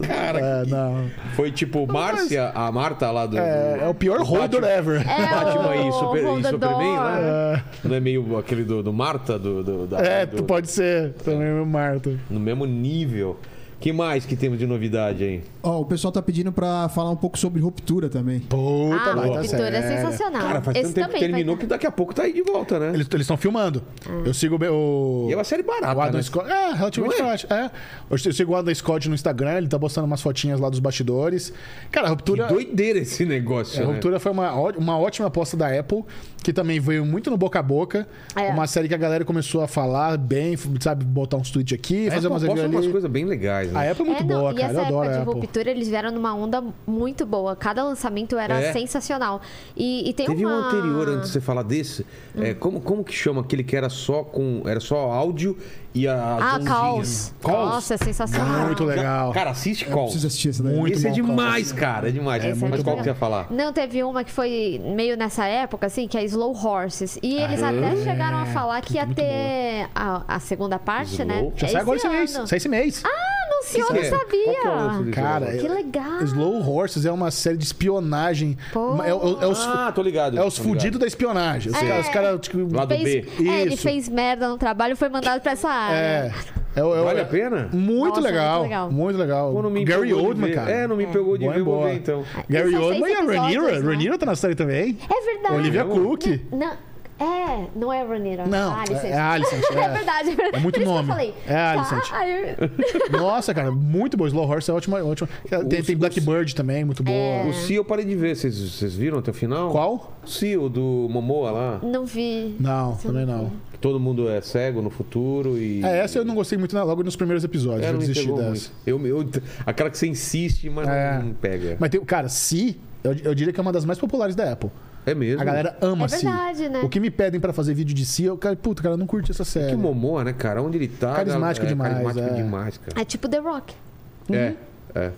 Speaker 1: Cara,
Speaker 3: É,
Speaker 1: que-
Speaker 3: não.
Speaker 1: foi tipo Márcia, a Marta lá do.
Speaker 3: É, é o pior holder
Speaker 1: Batman.
Speaker 3: ever.
Speaker 5: É
Speaker 1: Batman
Speaker 5: o
Speaker 1: e, Super- e
Speaker 5: Hold the
Speaker 1: Superman,
Speaker 5: Door.
Speaker 1: né? Não é meio aquele do, do Marta? Do, do- da,
Speaker 3: É,
Speaker 1: do-
Speaker 3: tu pode ser também, meu Marto.
Speaker 1: No mesmo nível. que mais que temos de novidade aí?
Speaker 2: Ó, o pessoal tá pedindo pra falar um pouco sobre ruptura também.
Speaker 3: Puta,
Speaker 5: Ah,
Speaker 3: vai,
Speaker 5: o
Speaker 3: tá
Speaker 5: Vitor é
Speaker 3: sério.
Speaker 5: sensacional.
Speaker 1: Cara, faz
Speaker 5: Esse
Speaker 1: tanto tempo que
Speaker 5: também
Speaker 1: terminou que
Speaker 5: vai...
Speaker 1: daqui a pouco tá aí de volta, né?
Speaker 3: Eles estão filmando.
Speaker 5: Ah.
Speaker 3: Eu sigo bem o.
Speaker 1: E é uma série barata,
Speaker 3: O Adam
Speaker 1: né?
Speaker 3: Scott. É, relativamente
Speaker 1: Não é?
Speaker 3: barato. É. Eu sigo o Adam Scott no Instagram, ele tá postando umas fotinhas lá dos bastidores. Cara, a ruptura.
Speaker 1: Que doideira esse
Speaker 3: É,
Speaker 1: negócio,
Speaker 3: A
Speaker 1: né?
Speaker 3: Ruptura foi uma, ó- uma ótima aposta da Apple, que também veio muito no boca a boca.
Speaker 5: É.
Speaker 3: Uma série que a galera começou a falar bem, f- sabe, botar uns tweets aqui,
Speaker 1: Essa
Speaker 3: fazer umas
Speaker 1: proposta é
Speaker 3: reviews
Speaker 1: umas
Speaker 3: ali.
Speaker 1: coisas bem legais, né?
Speaker 3: A Apple é muito
Speaker 5: é, não,
Speaker 3: boa,
Speaker 5: e
Speaker 3: cara.
Speaker 5: essa
Speaker 3: Eu adoro
Speaker 5: época
Speaker 3: a
Speaker 5: de
Speaker 3: Apple.
Speaker 5: ruptura, eles vieram numa onda muito boa. Cada lançamento era
Speaker 1: É.
Speaker 5: sensacional. E, e tem
Speaker 1: Teve
Speaker 5: uma... Hum.
Speaker 1: um anterior, antes de você falar desse, é, como, como que chama aquele que era só com. Era só áudio e a.
Speaker 5: Ah,
Speaker 1: ondinhas?
Speaker 5: Calls.
Speaker 1: Calls?
Speaker 5: Nossa, é sensacional.
Speaker 3: Muito legal.
Speaker 1: Cara, assiste Calls.
Speaker 2: Preciso assistir essa daí.
Speaker 3: Muito
Speaker 1: Esse é
Speaker 3: bom,
Speaker 1: demais, cara. É demais.
Speaker 5: Esse é
Speaker 1: Mas
Speaker 5: muito
Speaker 1: qual que
Speaker 5: bom.
Speaker 1: você ia falar?
Speaker 5: Não, teve uma que foi meio nessa época, assim, que é Slow Horses. E eles
Speaker 3: Ah,
Speaker 5: até
Speaker 3: é.
Speaker 5: chegaram a falar que ia ter a, a segunda parte,
Speaker 1: Slow?
Speaker 5: né?
Speaker 3: Já
Speaker 5: É
Speaker 3: sai agora esse
Speaker 5: esse
Speaker 3: mês.
Speaker 5: ano.
Speaker 3: Sai esse mês.
Speaker 5: Anunciou, não
Speaker 1: Qual que é o lance
Speaker 5: sabia.
Speaker 1: desse
Speaker 3: Cara,
Speaker 1: negócio?
Speaker 5: Que legal.
Speaker 3: Slow Horses é uma série de espionagem.
Speaker 5: Pô.
Speaker 3: É, o- é os,
Speaker 1: Ah, tô ligado.
Speaker 3: é os
Speaker 1: tô ligado.
Speaker 3: fudidos da espionagem. Os
Speaker 5: É.
Speaker 3: caras, os caras, tipo,
Speaker 1: Lá do
Speaker 5: Fez-
Speaker 1: B.
Speaker 5: É, ele
Speaker 3: Isso.
Speaker 5: fez merda no trabalho e foi mandado pra essa área.
Speaker 3: É. é, o- é o-
Speaker 1: Vale a pena?
Speaker 3: Muito
Speaker 5: Nossa,
Speaker 3: legal.
Speaker 5: muito legal.
Speaker 3: Muito legal.
Speaker 1: Pô, não me
Speaker 3: Gary
Speaker 1: empolgou de
Speaker 3: Oldman,
Speaker 1: ver.
Speaker 3: cara.
Speaker 1: É, não me pegou de
Speaker 3: Boa,
Speaker 1: ver, vou
Speaker 3: boa.
Speaker 1: ver então.
Speaker 3: Gary
Speaker 5: São seis
Speaker 3: Oldman e a Ranira.
Speaker 5: episódios, né?
Speaker 3: Ranira tá na série também.
Speaker 5: É verdade.
Speaker 3: Olivia Cook.
Speaker 5: Não, é, não é Ronira.
Speaker 3: Não,
Speaker 5: Alicent.
Speaker 3: é, é Alicent,
Speaker 5: É.
Speaker 3: é.
Speaker 5: verdade.
Speaker 3: É muito
Speaker 5: Por isso que
Speaker 3: nome.
Speaker 5: eu falei.
Speaker 3: É Alicent.
Speaker 5: Tá, aí-
Speaker 3: Nossa, cara, muito bom. Slow Horse é ótima. ótima. Tem,
Speaker 1: Os-
Speaker 3: tem Blackbird também, muito boa.
Speaker 5: É.
Speaker 1: O Si eu parei de ver. Vocês- Vocês viram até o final?
Speaker 3: Qual?
Speaker 1: Si, o do Momoa lá.
Speaker 5: Não vi.
Speaker 3: Não, também não.
Speaker 1: Que todo mundo é cego no futuro e.
Speaker 3: É, essa eu não gostei muito né, logo nos primeiros episódios.
Speaker 1: É,
Speaker 3: eu
Speaker 1: não me
Speaker 3: desisti
Speaker 1: pegou
Speaker 3: dessa.
Speaker 1: muito. Eu, eu, aquela que você insiste, mas
Speaker 3: É.
Speaker 1: não pega.
Speaker 3: Mas tem, cara, Si, eu, eu diria que é uma das mais populares da Apple.
Speaker 1: É mesmo.
Speaker 3: A galera ama
Speaker 5: É
Speaker 3: Si.
Speaker 5: verdade, né?
Speaker 3: O que me pedem pra fazer vídeo de Si, eu, cara, puta, cara, eu não curti essa série.
Speaker 1: Que Momoa, né, cara? Onde ele tá.
Speaker 3: é Carismático
Speaker 1: é,
Speaker 3: demais,
Speaker 1: Carismático
Speaker 3: é.
Speaker 1: demais, cara.
Speaker 5: É tipo The Rock.
Speaker 1: É, é.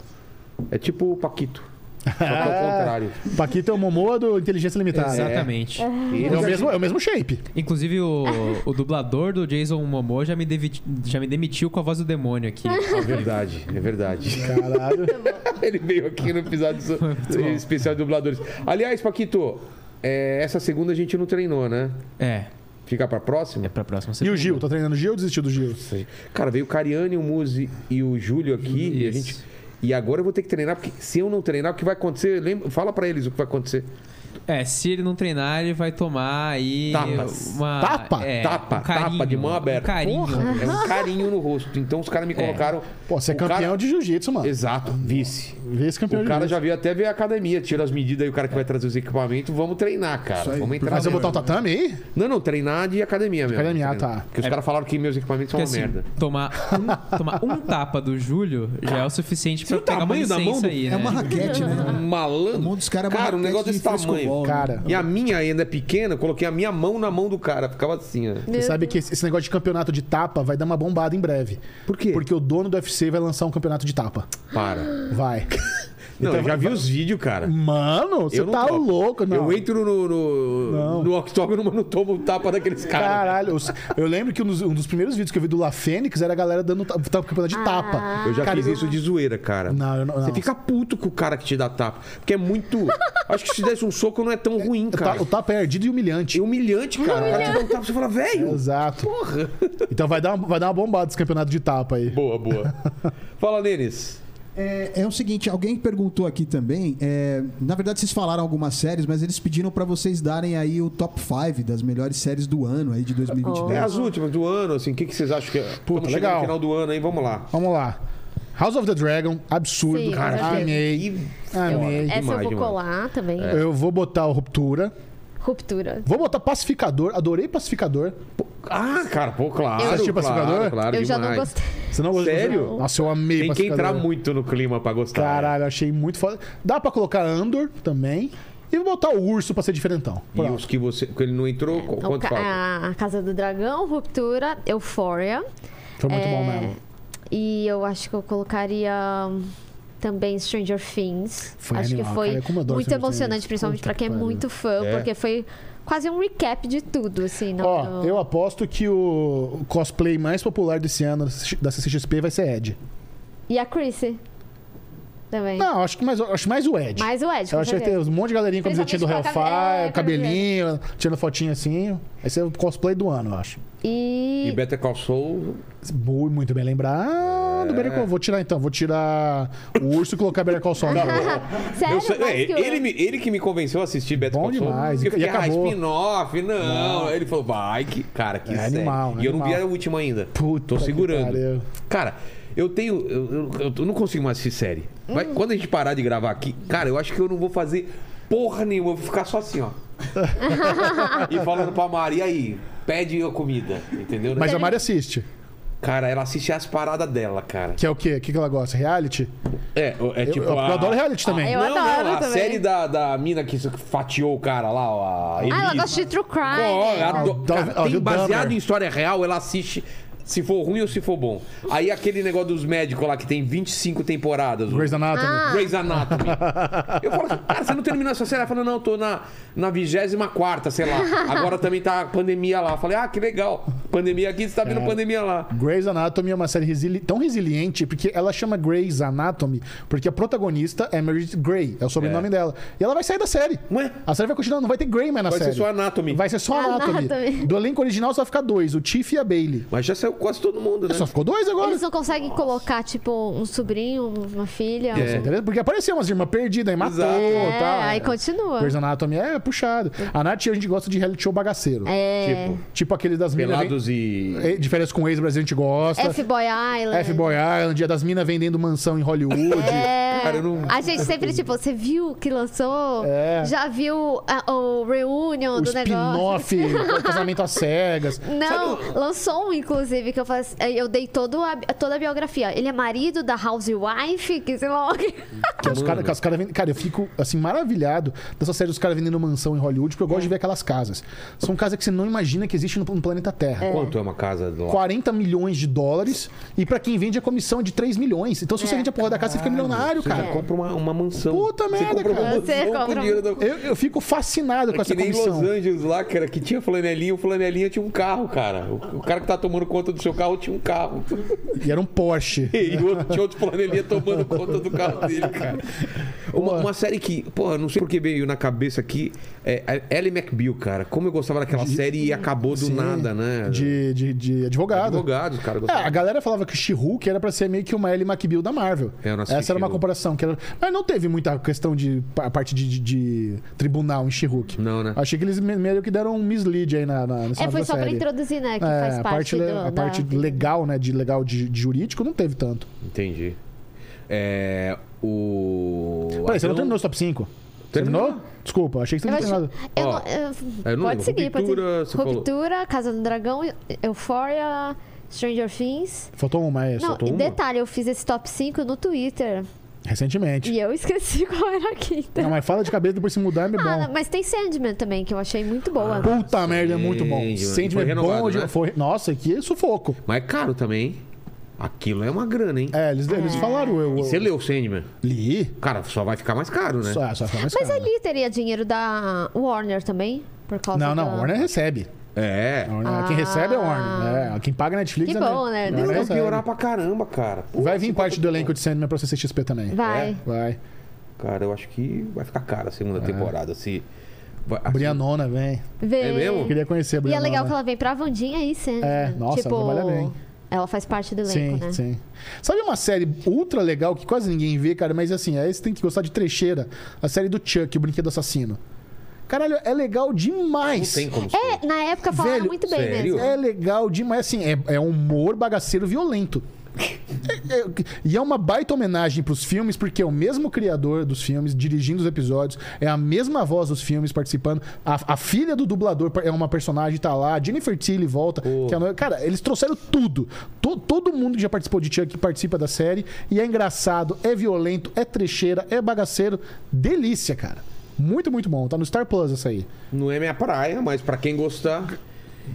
Speaker 1: É tipo o Paquito. Só que é o contrário.
Speaker 3: Paquito é o Momoa do Inteligência Limitada.
Speaker 4: Exatamente.
Speaker 3: É, o mesmo, é o mesmo shape.
Speaker 4: Inclusive, o, o dublador do Jason Momoa já me, devi- já me demitiu com a voz do demônio aqui.
Speaker 1: É verdade, é verdade.
Speaker 3: Caralho.
Speaker 1: Ele veio aqui no episódio so- especial de dubladores. Aliás, Paquito, é, essa segunda a gente não treinou, né?
Speaker 4: É,
Speaker 1: Fica pra próxima?
Speaker 4: é pra próxima
Speaker 3: E
Speaker 4: semana.
Speaker 3: o Gil, tá treinando o Gil ou desistiu do Gil?
Speaker 1: Cara, veio o Cariani, o Muzi e o Júlio aqui. E, a
Speaker 4: Isso.
Speaker 1: gente, e agora eu vou ter que treinar, porque se eu não treinar, o que vai acontecer? Lembra, fala pra eles o que vai acontecer.
Speaker 4: É, se ele não treinar, ele vai tomar aí.
Speaker 1: Tapas.
Speaker 4: Uma,
Speaker 3: Tapa?
Speaker 4: é,
Speaker 1: tapa,
Speaker 4: um carinho,
Speaker 1: tapa de mão aberta.
Speaker 4: Um carinho.
Speaker 1: Porra, é um carinho no rosto. Então os caras me colocaram.
Speaker 3: Pô, você é
Speaker 1: o
Speaker 3: campeão
Speaker 1: cara-
Speaker 3: de jiu-jitsu, mano.
Speaker 1: Exato, vice.
Speaker 3: Vice-campeão
Speaker 1: O
Speaker 3: de
Speaker 1: cara já
Speaker 3: jiu-jitsu.
Speaker 1: veio até ver a academia, tira as medidas aí, o cara que vai trazer os equipamentos, vamos treinar, cara.
Speaker 2: Isso aí.
Speaker 1: Vamos entrar
Speaker 3: Mas eu
Speaker 1: nessa.
Speaker 3: botar o tatame aí?
Speaker 1: Não, não, treinar de academia mesmo.
Speaker 3: Academia,
Speaker 1: Treinar.
Speaker 3: tá.
Speaker 1: Porque os caras falaram que meus equipamentos são
Speaker 4: É. Porque
Speaker 1: uma
Speaker 4: assim,
Speaker 1: merda.
Speaker 4: tomar um, tomar um tapa do Júlio já é o suficiente pra
Speaker 1: o
Speaker 4: pegar uma
Speaker 1: tamanho da
Speaker 4: licença
Speaker 1: mão do-
Speaker 4: aí,
Speaker 2: É
Speaker 4: né?
Speaker 2: uma raquete, né?
Speaker 1: Malandro.
Speaker 2: O mão dos caras é uma
Speaker 1: cara, um
Speaker 2: raquete
Speaker 1: negócio
Speaker 2: de
Speaker 1: desse
Speaker 2: frescobol,
Speaker 1: tamanho.
Speaker 2: né?
Speaker 3: Cara,
Speaker 1: E a minha ainda é pequena, eu coloquei a minha mão na mão do cara. Ficava assim, ó.
Speaker 3: você sabe que esse esse negócio de campeonato de tapa vai dar uma bombada em breve.
Speaker 1: Por quê?
Speaker 3: Porque o dono do UFC vai lançar um campeonato de tapa.
Speaker 1: Para.
Speaker 3: Vai.
Speaker 1: Não, eu já vi os vídeos, cara.
Speaker 3: Mano, Então você
Speaker 1: Eu não
Speaker 3: tá
Speaker 1: topo.
Speaker 3: louco, não.
Speaker 1: Eu entro no, no,
Speaker 3: Não.
Speaker 1: no octógono, mas não tomo o tapa daqueles caras.
Speaker 3: Caralho, os- eu lembro que um dos, um dos primeiros vídeos que eu vi do La Fênix era a galera dando ta- ta- campeonato de tapa.
Speaker 1: Ah. Eu já
Speaker 3: Cara,
Speaker 1: fiz isso de zoeira, cara.
Speaker 3: Não, eu não-
Speaker 1: Você
Speaker 3: não.
Speaker 1: fica puto com o cara que te dá tapa. Porque é muito. Acho que se desse um soco não é tão ruim,
Speaker 3: o ta-
Speaker 1: cara.
Speaker 3: O tapa é ardido e humilhante.
Speaker 1: É humilhante, cara. O cara te dá um tapa, você fala, velho.
Speaker 3: Exato.
Speaker 1: Porra.
Speaker 3: Então vai dar, uma- vai dar uma bombada esse campeonato de tapa aí.
Speaker 1: Boa, boa. Fala, Denis.
Speaker 2: É, é o seguinte, alguém perguntou aqui também. é, na verdade, vocês falaram algumas séries, mas eles pediram pra vocês darem aí o top 5 das melhores séries do ano aí de 2022.
Speaker 1: É as últimas do ano, assim. O que, que vocês acham que é? Estamos chegando
Speaker 3: legal.
Speaker 1: no final do ano, hein? Vamos lá.
Speaker 3: Vamos lá. House of the Dragon, absurdo.
Speaker 5: Sim,
Speaker 3: cara,
Speaker 5: com certeza.
Speaker 3: amei.
Speaker 5: Eu-
Speaker 3: Amei.
Speaker 5: essa eu
Speaker 1: demais,
Speaker 5: vou
Speaker 1: demais. É.
Speaker 5: colar também.
Speaker 3: Eu vou botar o Ruptura.
Speaker 5: Ruptura.
Speaker 3: Vou botar Pacificador. Adorei Pacificador.
Speaker 1: Ah, cara, pô, claro. tipo, assim, né?
Speaker 3: Você assistiu
Speaker 1: claro,
Speaker 3: Pacificador?
Speaker 1: claro,
Speaker 5: eu já não
Speaker 1: demais.
Speaker 5: gostei.
Speaker 3: Você não gostou?
Speaker 1: Sério?
Speaker 3: Nossa, eu amei
Speaker 1: Tem que
Speaker 3: Pacificador.
Speaker 1: entrar muito no clima pra gostar. né?
Speaker 3: Caralho, achei muito foda. Dá pra colocar Andor também. E vou botar o Urso pra ser diferentão.
Speaker 1: E
Speaker 3: Pronto.
Speaker 1: os que você. que ele não entrou, qu-
Speaker 5: Então,
Speaker 1: quanto
Speaker 5: ca-
Speaker 1: falta?
Speaker 5: a Casa do Dragão, Ruptura, Euphoria.
Speaker 3: Foi muito
Speaker 5: É,
Speaker 3: bom mesmo.
Speaker 5: E eu acho que eu colocaria hum, também Stranger Things.
Speaker 3: Foi
Speaker 5: acho
Speaker 3: animal,
Speaker 5: que foi
Speaker 3: cara, como eu adoro
Speaker 5: muito
Speaker 3: Stranger
Speaker 5: emocionante,
Speaker 3: Things.
Speaker 5: principalmente
Speaker 3: Puta
Speaker 5: pra quem é
Speaker 3: que pariu.
Speaker 5: muito fã,
Speaker 1: É.
Speaker 5: porque foi quase um recap de tudo, assim. Não,
Speaker 3: Ó, eu aposto que o cosplay mais popular desse ano da CCXP vai ser Ed.
Speaker 5: E a Chrissy também.
Speaker 3: Não, acho que mais, acho mais o Ed.
Speaker 5: Mas o Ed,
Speaker 3: Eu
Speaker 5: com
Speaker 3: achei que tem
Speaker 5: certeza.
Speaker 3: um monte de galerinha com camisetinha do
Speaker 5: Principalmente com a
Speaker 3: Hellfire,
Speaker 5: cabe- é,
Speaker 3: cabelinho, tirando fotinha assim. Esse é o cosplay do ano, eu acho.
Speaker 5: E...
Speaker 1: E Better Call Saul.
Speaker 3: Muito, muito bem
Speaker 1: É.
Speaker 3: lembrado. Better Call- Vou tirar então, vou tirar o urso e colocar Better Call Saul.
Speaker 5: Ah, Sério?
Speaker 1: Eu sei-
Speaker 5: Mais
Speaker 1: é,
Speaker 5: que o-
Speaker 1: ele, me- ele que me convenceu a assistir Better
Speaker 3: Bom
Speaker 1: Call Saul.
Speaker 3: demais,
Speaker 1: Porque eu
Speaker 3: e
Speaker 1: fiquei, ah,
Speaker 3: acabou.
Speaker 1: spin-off, não. Ele falou, vai, que, cara, que
Speaker 3: É
Speaker 1: série.
Speaker 3: animal, é
Speaker 1: E eu não vi a
Speaker 3: animal.
Speaker 1: última ainda.
Speaker 3: Puta
Speaker 1: Tô
Speaker 3: que
Speaker 1: segurando.
Speaker 3: pariu.
Speaker 1: Cara, eu tenho. Eu, eu- eu não consigo mais assistir série.
Speaker 5: Hum.
Speaker 1: Mas quando a gente parar de gravar aqui, cara, eu acho que eu não vou fazer porra nenhuma. Eu vou ficar só assim, ó. e falando pra Mari, e aí? Pede a comida, entendeu?
Speaker 3: Mas a Mari assiste.
Speaker 1: Cara, ela assiste as paradas dela, cara.
Speaker 3: Que é o quê? O que que ela gosta? Reality?
Speaker 1: É, é tipo.
Speaker 3: eu, eu
Speaker 1: a-
Speaker 3: adoro reality também.
Speaker 5: Eu
Speaker 1: não,
Speaker 5: adoro
Speaker 1: não, a
Speaker 5: também.
Speaker 1: série da, da mina que fatiou o cara lá, ó. a
Speaker 5: Ah, ela
Speaker 1: Elise.
Speaker 5: gosta de True Crime. Ah,
Speaker 1: Ó, eu adoro-
Speaker 3: Dá-
Speaker 1: cara,
Speaker 3: ó,
Speaker 1: tem
Speaker 3: viu,
Speaker 1: baseado
Speaker 3: Dahmer.
Speaker 1: em história real, ela assiste se for ruim ou se for bom. Aí aquele negócio dos médicos lá que tem 25 temporadas. o
Speaker 3: Grey's Anatomy.
Speaker 5: Ah,
Speaker 1: Grey's Anatomy. Eu falo, cara, você não terminou essa série? Ela falou, não, eu tô na, na 24 sei lá. Agora também tá a pandemia lá. Eu falei, ah, que legal. Pandemia aqui, você tá
Speaker 3: É.
Speaker 1: vendo pandemia lá.
Speaker 3: Grey's Anatomy é uma série resili- tão resiliente, porque ela chama Grey's Anatomy, porque a protagonista é Meredith Grey, é o sobrenome dela. E ela vai sair da série.
Speaker 1: Ué?
Speaker 3: A série vai continuar, não vai ter Grey mais na
Speaker 1: Vai ser
Speaker 3: série.
Speaker 1: só Anatomy.
Speaker 3: Vai ser só Anatomy.
Speaker 5: Anatomy.
Speaker 3: Do elenco original só vai ficar dois, o Tiff e a Bailey.
Speaker 1: Mas já saiu quase todo mundo, né?
Speaker 3: Só ficou dois agora.
Speaker 5: Eles não conseguem colocar, tipo, um sobrinho, uma filha. um-
Speaker 1: É.
Speaker 3: Entendeu? Porque apareceu umas irmãs perdidas, aí matou
Speaker 1: Exato.
Speaker 5: É,
Speaker 3: tal.
Speaker 5: aí continua.
Speaker 3: Grey's Anatomy é puxado. A Nath e a gente gosta de reality show bagaceiro.
Speaker 5: É.
Speaker 1: Tipo,
Speaker 3: Tipo aquele das minas...
Speaker 1: pelados e...
Speaker 3: vem- De férias com ex brasileiro a gente gosta.
Speaker 1: Tipo,
Speaker 5: F-Boy Island.
Speaker 3: F-Boy
Speaker 5: né?
Speaker 3: Island, dia das minas vendendo mansão em Hollywood.
Speaker 5: É.
Speaker 1: Cara, eu não-
Speaker 5: A gente sempre, tipo, você viu que lançou?
Speaker 3: É.
Speaker 5: Já viu a- o reunion
Speaker 3: o
Speaker 5: do negócio?
Speaker 3: spin-off, o casamento às cegas.
Speaker 5: Não, lançou um, inclusive, que eu faço, eu dei todo a- toda a biografia. Ele é marido da Housewife, que sei lá o que.
Speaker 3: Que os cara, que os cara, vende- cara, eu fico assim maravilhado dessa série dos caras vendendo mansão em Hollywood, porque eu gosto de ver aquelas casas. São casas que você não imagina que existe no, no planeta Terra.
Speaker 1: Quanto é uma casa lá?
Speaker 3: 40 milhões de dólares e pra quem vende a comissão é de 3 milhões. Então se você vende a porra da casa, você fica milionário,
Speaker 1: É. Você já
Speaker 3: cara.
Speaker 1: compra uma, uma mansão.
Speaker 3: Puta
Speaker 1: você
Speaker 3: merda,
Speaker 1: compra
Speaker 3: cara.
Speaker 1: Uma
Speaker 5: É. Você
Speaker 1: mansão
Speaker 5: compra um
Speaker 1: com dinheiro da...
Speaker 3: Eu, eu fico fascinado com
Speaker 1: É que
Speaker 3: essa
Speaker 1: nem Los
Speaker 3: comissão.
Speaker 1: Angeles lá, cara, que tinha flanelinha, o flanelinha tinha um carro, cara. O, o cara que tá tomando conta do seu carro tinha um carro.
Speaker 3: E era um Porsche.
Speaker 1: E o outro, tinha outro planelinha tomando conta do carro dele, cara. Uma, uma série que, porra, não sei por que veio na cabeça aqui. É é Ally McBeal, cara. Como eu gostava daquela série e acabou do
Speaker 3: Sim.
Speaker 1: nada, né?
Speaker 3: De, de, de advogado.
Speaker 1: Advogados, cara. eu
Speaker 3: É,
Speaker 1: gostava.
Speaker 3: a galera falava que o She-Hulk era pra ser meio que uma Ellie McBeal da Marvel.
Speaker 1: É, eu não assisti
Speaker 3: Essa era uma
Speaker 1: She-Hulk.
Speaker 3: comparação. Que era... Mas não teve muita questão de a parte de, de- de tribunal em She-Hulk.
Speaker 1: Não, né?
Speaker 3: Achei que eles me- meio que deram um mislead aí na, na, nesse
Speaker 5: É,
Speaker 3: final
Speaker 5: foi
Speaker 3: da
Speaker 5: só pra
Speaker 3: série.
Speaker 5: introduzir, né? Que
Speaker 3: É,
Speaker 5: faz
Speaker 3: a
Speaker 5: parte,
Speaker 3: parte, le-
Speaker 5: do, né?
Speaker 3: a parte
Speaker 5: da...
Speaker 3: legal, né? De legal de, de jurídico, não teve tanto.
Speaker 1: Entendi. É. O.
Speaker 3: Peraí, você não
Speaker 1: Adão-
Speaker 3: terminou o top 5?
Speaker 1: Terminou?
Speaker 3: Terminou? Desculpa, achei que você
Speaker 5: Eu
Speaker 3: não
Speaker 5: acho-
Speaker 3: tinha terminado.
Speaker 5: eu
Speaker 1: Ó, é,
Speaker 5: não- eu-
Speaker 1: eu não
Speaker 5: pode
Speaker 1: lembro.
Speaker 5: seguir, pode seguir.
Speaker 1: Ruptura, você falou.
Speaker 5: Ruptura, Casa do Dragão, Euphoria, Stranger Things.
Speaker 3: Faltou uma, é,
Speaker 5: Não,
Speaker 3: faltou
Speaker 5: e
Speaker 3: uma.
Speaker 5: detalhe, eu fiz esse top 5 no Twitter
Speaker 3: Recentemente.
Speaker 5: e eu esqueci qual era a quinta.
Speaker 3: Não, mas fala de cabeça, depois se mudar é bom.
Speaker 5: Ah, não, mas tem Sandman também, que eu achei muito boa.
Speaker 3: Puta merda, é muito bom.
Speaker 1: Sandman.
Speaker 3: Sandman
Speaker 1: Foi
Speaker 3: é bom.
Speaker 1: renovado,
Speaker 3: de-
Speaker 1: né?
Speaker 3: Foi... Nossa, que sufoco.
Speaker 1: Mas é caro também, hein? Aquilo é uma grana, hein?
Speaker 3: É, eles, eles falaram. Eu,
Speaker 1: E você
Speaker 3: eu-
Speaker 1: leu o Sandman?
Speaker 3: Li.
Speaker 1: Cara, só vai ficar mais caro, né?
Speaker 3: Só, ah, só fica mais
Speaker 5: Mas é
Speaker 3: caro.
Speaker 5: ali teria dinheiro da Warner também? Por causa
Speaker 3: Não,
Speaker 5: da...
Speaker 3: não, Warner recebe.
Speaker 1: É.
Speaker 3: A Warner- Quem recebe é a Warner. né? Quem paga a Netflix
Speaker 5: Ah. Que
Speaker 3: é a
Speaker 5: bom, né?
Speaker 3: Net- a
Speaker 5: Não,
Speaker 1: Mano,
Speaker 3: Warner
Speaker 1: vai
Speaker 3: recebe.
Speaker 1: piorar pra caramba, cara. Pô,
Speaker 3: Vai vir parte
Speaker 1: um
Speaker 3: do elenco de Sandman pra CCXP também.
Speaker 1: É?
Speaker 5: Vai.
Speaker 3: Vai.
Speaker 1: Cara, eu acho que vai ficar cara a segunda temporada. Se... Vai,
Speaker 3: É.
Speaker 1: assim,
Speaker 3: A Brianona vem.
Speaker 5: Vê.
Speaker 1: É mesmo?
Speaker 3: Eu queria conhecer a
Speaker 5: E é
Speaker 3: Brianona.
Speaker 5: legal que ela vem pra Vandinha aí, Sandman.
Speaker 3: É, nossa,
Speaker 5: tipo,
Speaker 3: ela trabalha bem.
Speaker 5: Ela faz parte do elenco,
Speaker 3: Sim,
Speaker 5: né?
Speaker 3: sim. Sabe uma série ultra legal que quase ninguém vê, cara, mas assim, aí você tem que gostar de trecheira. A série do Chuck, o Brinquedo Assassino. Caralho, é legal demais.
Speaker 1: Não tem como ser.
Speaker 5: É, na época falaram
Speaker 3: Velho,
Speaker 5: muito bem
Speaker 1: sério?
Speaker 5: mesmo.
Speaker 3: É legal demais, assim, é, é um humor bagaceiro violento. É- é- e é uma baita homenagem pros filmes, porque é o mesmo criador dos filmes, dirigindo os episódios, é a mesma voz dos filmes participando. A, a filha do dublador é uma personagem, tá lá, a Jennifer Tilly volta. que é a noiva. cara, eles trouxeram tudo. To- todo mundo que já participou de Chuck participa da série. E é engraçado, é violento, é trecheira, é bagaceiro. Delícia, cara. Muito, muito bom. Tá no Star Plus essa aí.
Speaker 1: Não é minha praia, mas pra quem gostar.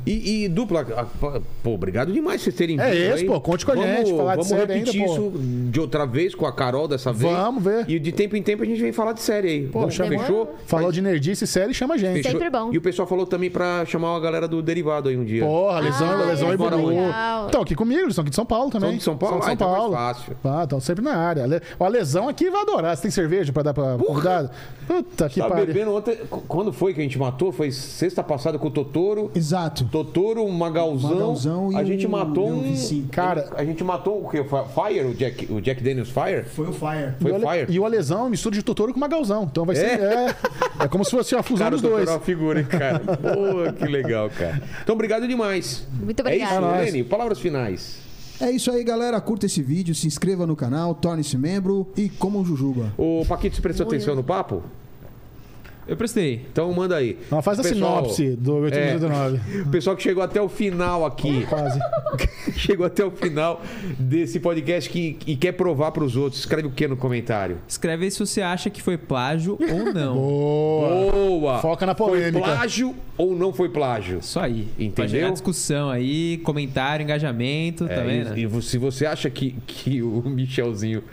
Speaker 1: E, e dupla, ah, pô, obrigado demais vocês terem
Speaker 3: É
Speaker 1: vindo
Speaker 3: isso,
Speaker 1: aí.
Speaker 3: pô, conte com a
Speaker 1: vamos,
Speaker 3: gente, falar de
Speaker 1: Vamos
Speaker 3: série
Speaker 1: repetir
Speaker 3: ainda, pô.
Speaker 1: isso de outra vez com a Carol dessa vez.
Speaker 3: Vamos ver.
Speaker 1: E de tempo em tempo a gente vem falar de série aí. Vamos,
Speaker 5: demorou.
Speaker 1: fechou?
Speaker 3: Falou de nerdice, série, chama a gente.
Speaker 1: Fechou.
Speaker 5: Sempre bom.
Speaker 1: E o pessoal falou também pra chamar a galera do Derivado aí um dia.
Speaker 3: Porra, lesão,
Speaker 5: Ah,
Speaker 3: lesão e
Speaker 1: eles moram
Speaker 3: Bubu.
Speaker 5: aí.
Speaker 3: Então, aqui comigo, eles são aqui de São Paulo também.
Speaker 1: São de São Paulo?
Speaker 3: São de
Speaker 1: Ah,
Speaker 3: São
Speaker 1: então é
Speaker 3: Paulo.
Speaker 1: mais fácil.
Speaker 3: Ah, estão sempre na área. Le- Ó, A lesão aqui vai adorar. Você tem cerveja pra dar pra convidado? Puta que
Speaker 1: Tá
Speaker 3: pariu.
Speaker 1: bebendo ontem. qu- Quando foi que a gente matou? Foi sexta passada com o Totoro.
Speaker 2: Exato.
Speaker 1: Totoro, um Magalzão.
Speaker 2: Magalzão e
Speaker 1: a gente
Speaker 2: um-
Speaker 1: matou
Speaker 2: e um
Speaker 1: um.
Speaker 2: Vicinho.
Speaker 3: Cara-
Speaker 1: A gente matou o que? Fire? O Jack, o Jack Daniels Fire?
Speaker 2: Foi o Fire.
Speaker 1: Foi
Speaker 3: e, o Ale-
Speaker 1: Fire?
Speaker 3: e o Alesão mistura de Totoro com Magalzão. Então vai ser. É, é, como se fosse a fusão
Speaker 1: Cara,
Speaker 3: dos
Speaker 1: o Totoro
Speaker 3: dois.
Speaker 1: é uma figura, hein, cara? Pô, que legal, cara. Então, obrigado demais.
Speaker 5: Muito
Speaker 1: É
Speaker 5: obrigada.
Speaker 1: isso,
Speaker 3: É nóis.
Speaker 1: Lene. Palavras finais.
Speaker 2: É isso aí, galera. Curta esse vídeo, se inscreva no canal, torne-se membro e coma um jujuba.
Speaker 1: Ô, Paquito, você prestou atenção no papo?
Speaker 4: Eu prestei.
Speaker 1: Então, manda aí.
Speaker 3: Não, faz a
Speaker 1: Pessoal- é.
Speaker 3: sinopse do 899.
Speaker 1: O pessoal que chegou até o final aqui.
Speaker 3: Quase.
Speaker 1: chegou até o final desse podcast que, e quer provar pros outros. Escreve o que no comentário?
Speaker 4: Escreve aí se você acha que foi plágio ou não.
Speaker 3: Boa.
Speaker 1: Boa!
Speaker 3: Foca na polêmica.
Speaker 1: Foi plágio ou não foi plágio?
Speaker 4: Isso aí.
Speaker 1: Entendeu?
Speaker 4: Pra gerar discussão aí, comentário, engajamento,
Speaker 1: É, e-
Speaker 4: tá vendo?
Speaker 1: e, vo- se você acha que, que o Michelzinho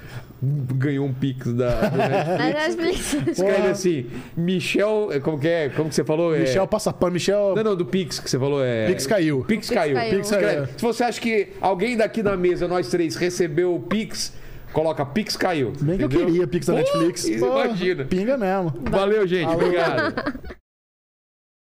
Speaker 1: ganhou um pix da. do É, Netflix,
Speaker 5: Na Netflix.
Speaker 1: Escreve assim, Michel. é, Como que é? Como que você falou? É-
Speaker 3: Michel passa pano, Michel.
Speaker 1: Não, não, do Pix que você falou é.
Speaker 3: Pix caiu.
Speaker 1: Pix
Speaker 5: Pix
Speaker 1: caiu.
Speaker 5: caiu.
Speaker 1: Pix caiu. Se você acha que alguém daqui na mesa, nós três, recebeu o Pix, coloca Pix caiu.
Speaker 3: Bem que eu
Speaker 1: entendeu?
Speaker 3: queria Pix da
Speaker 1: Pô,
Speaker 3: Netflix.
Speaker 1: isso,
Speaker 3: Pô,
Speaker 1: imagina.
Speaker 3: Pinga mesmo.
Speaker 1: Valeu, gente. Obrigado.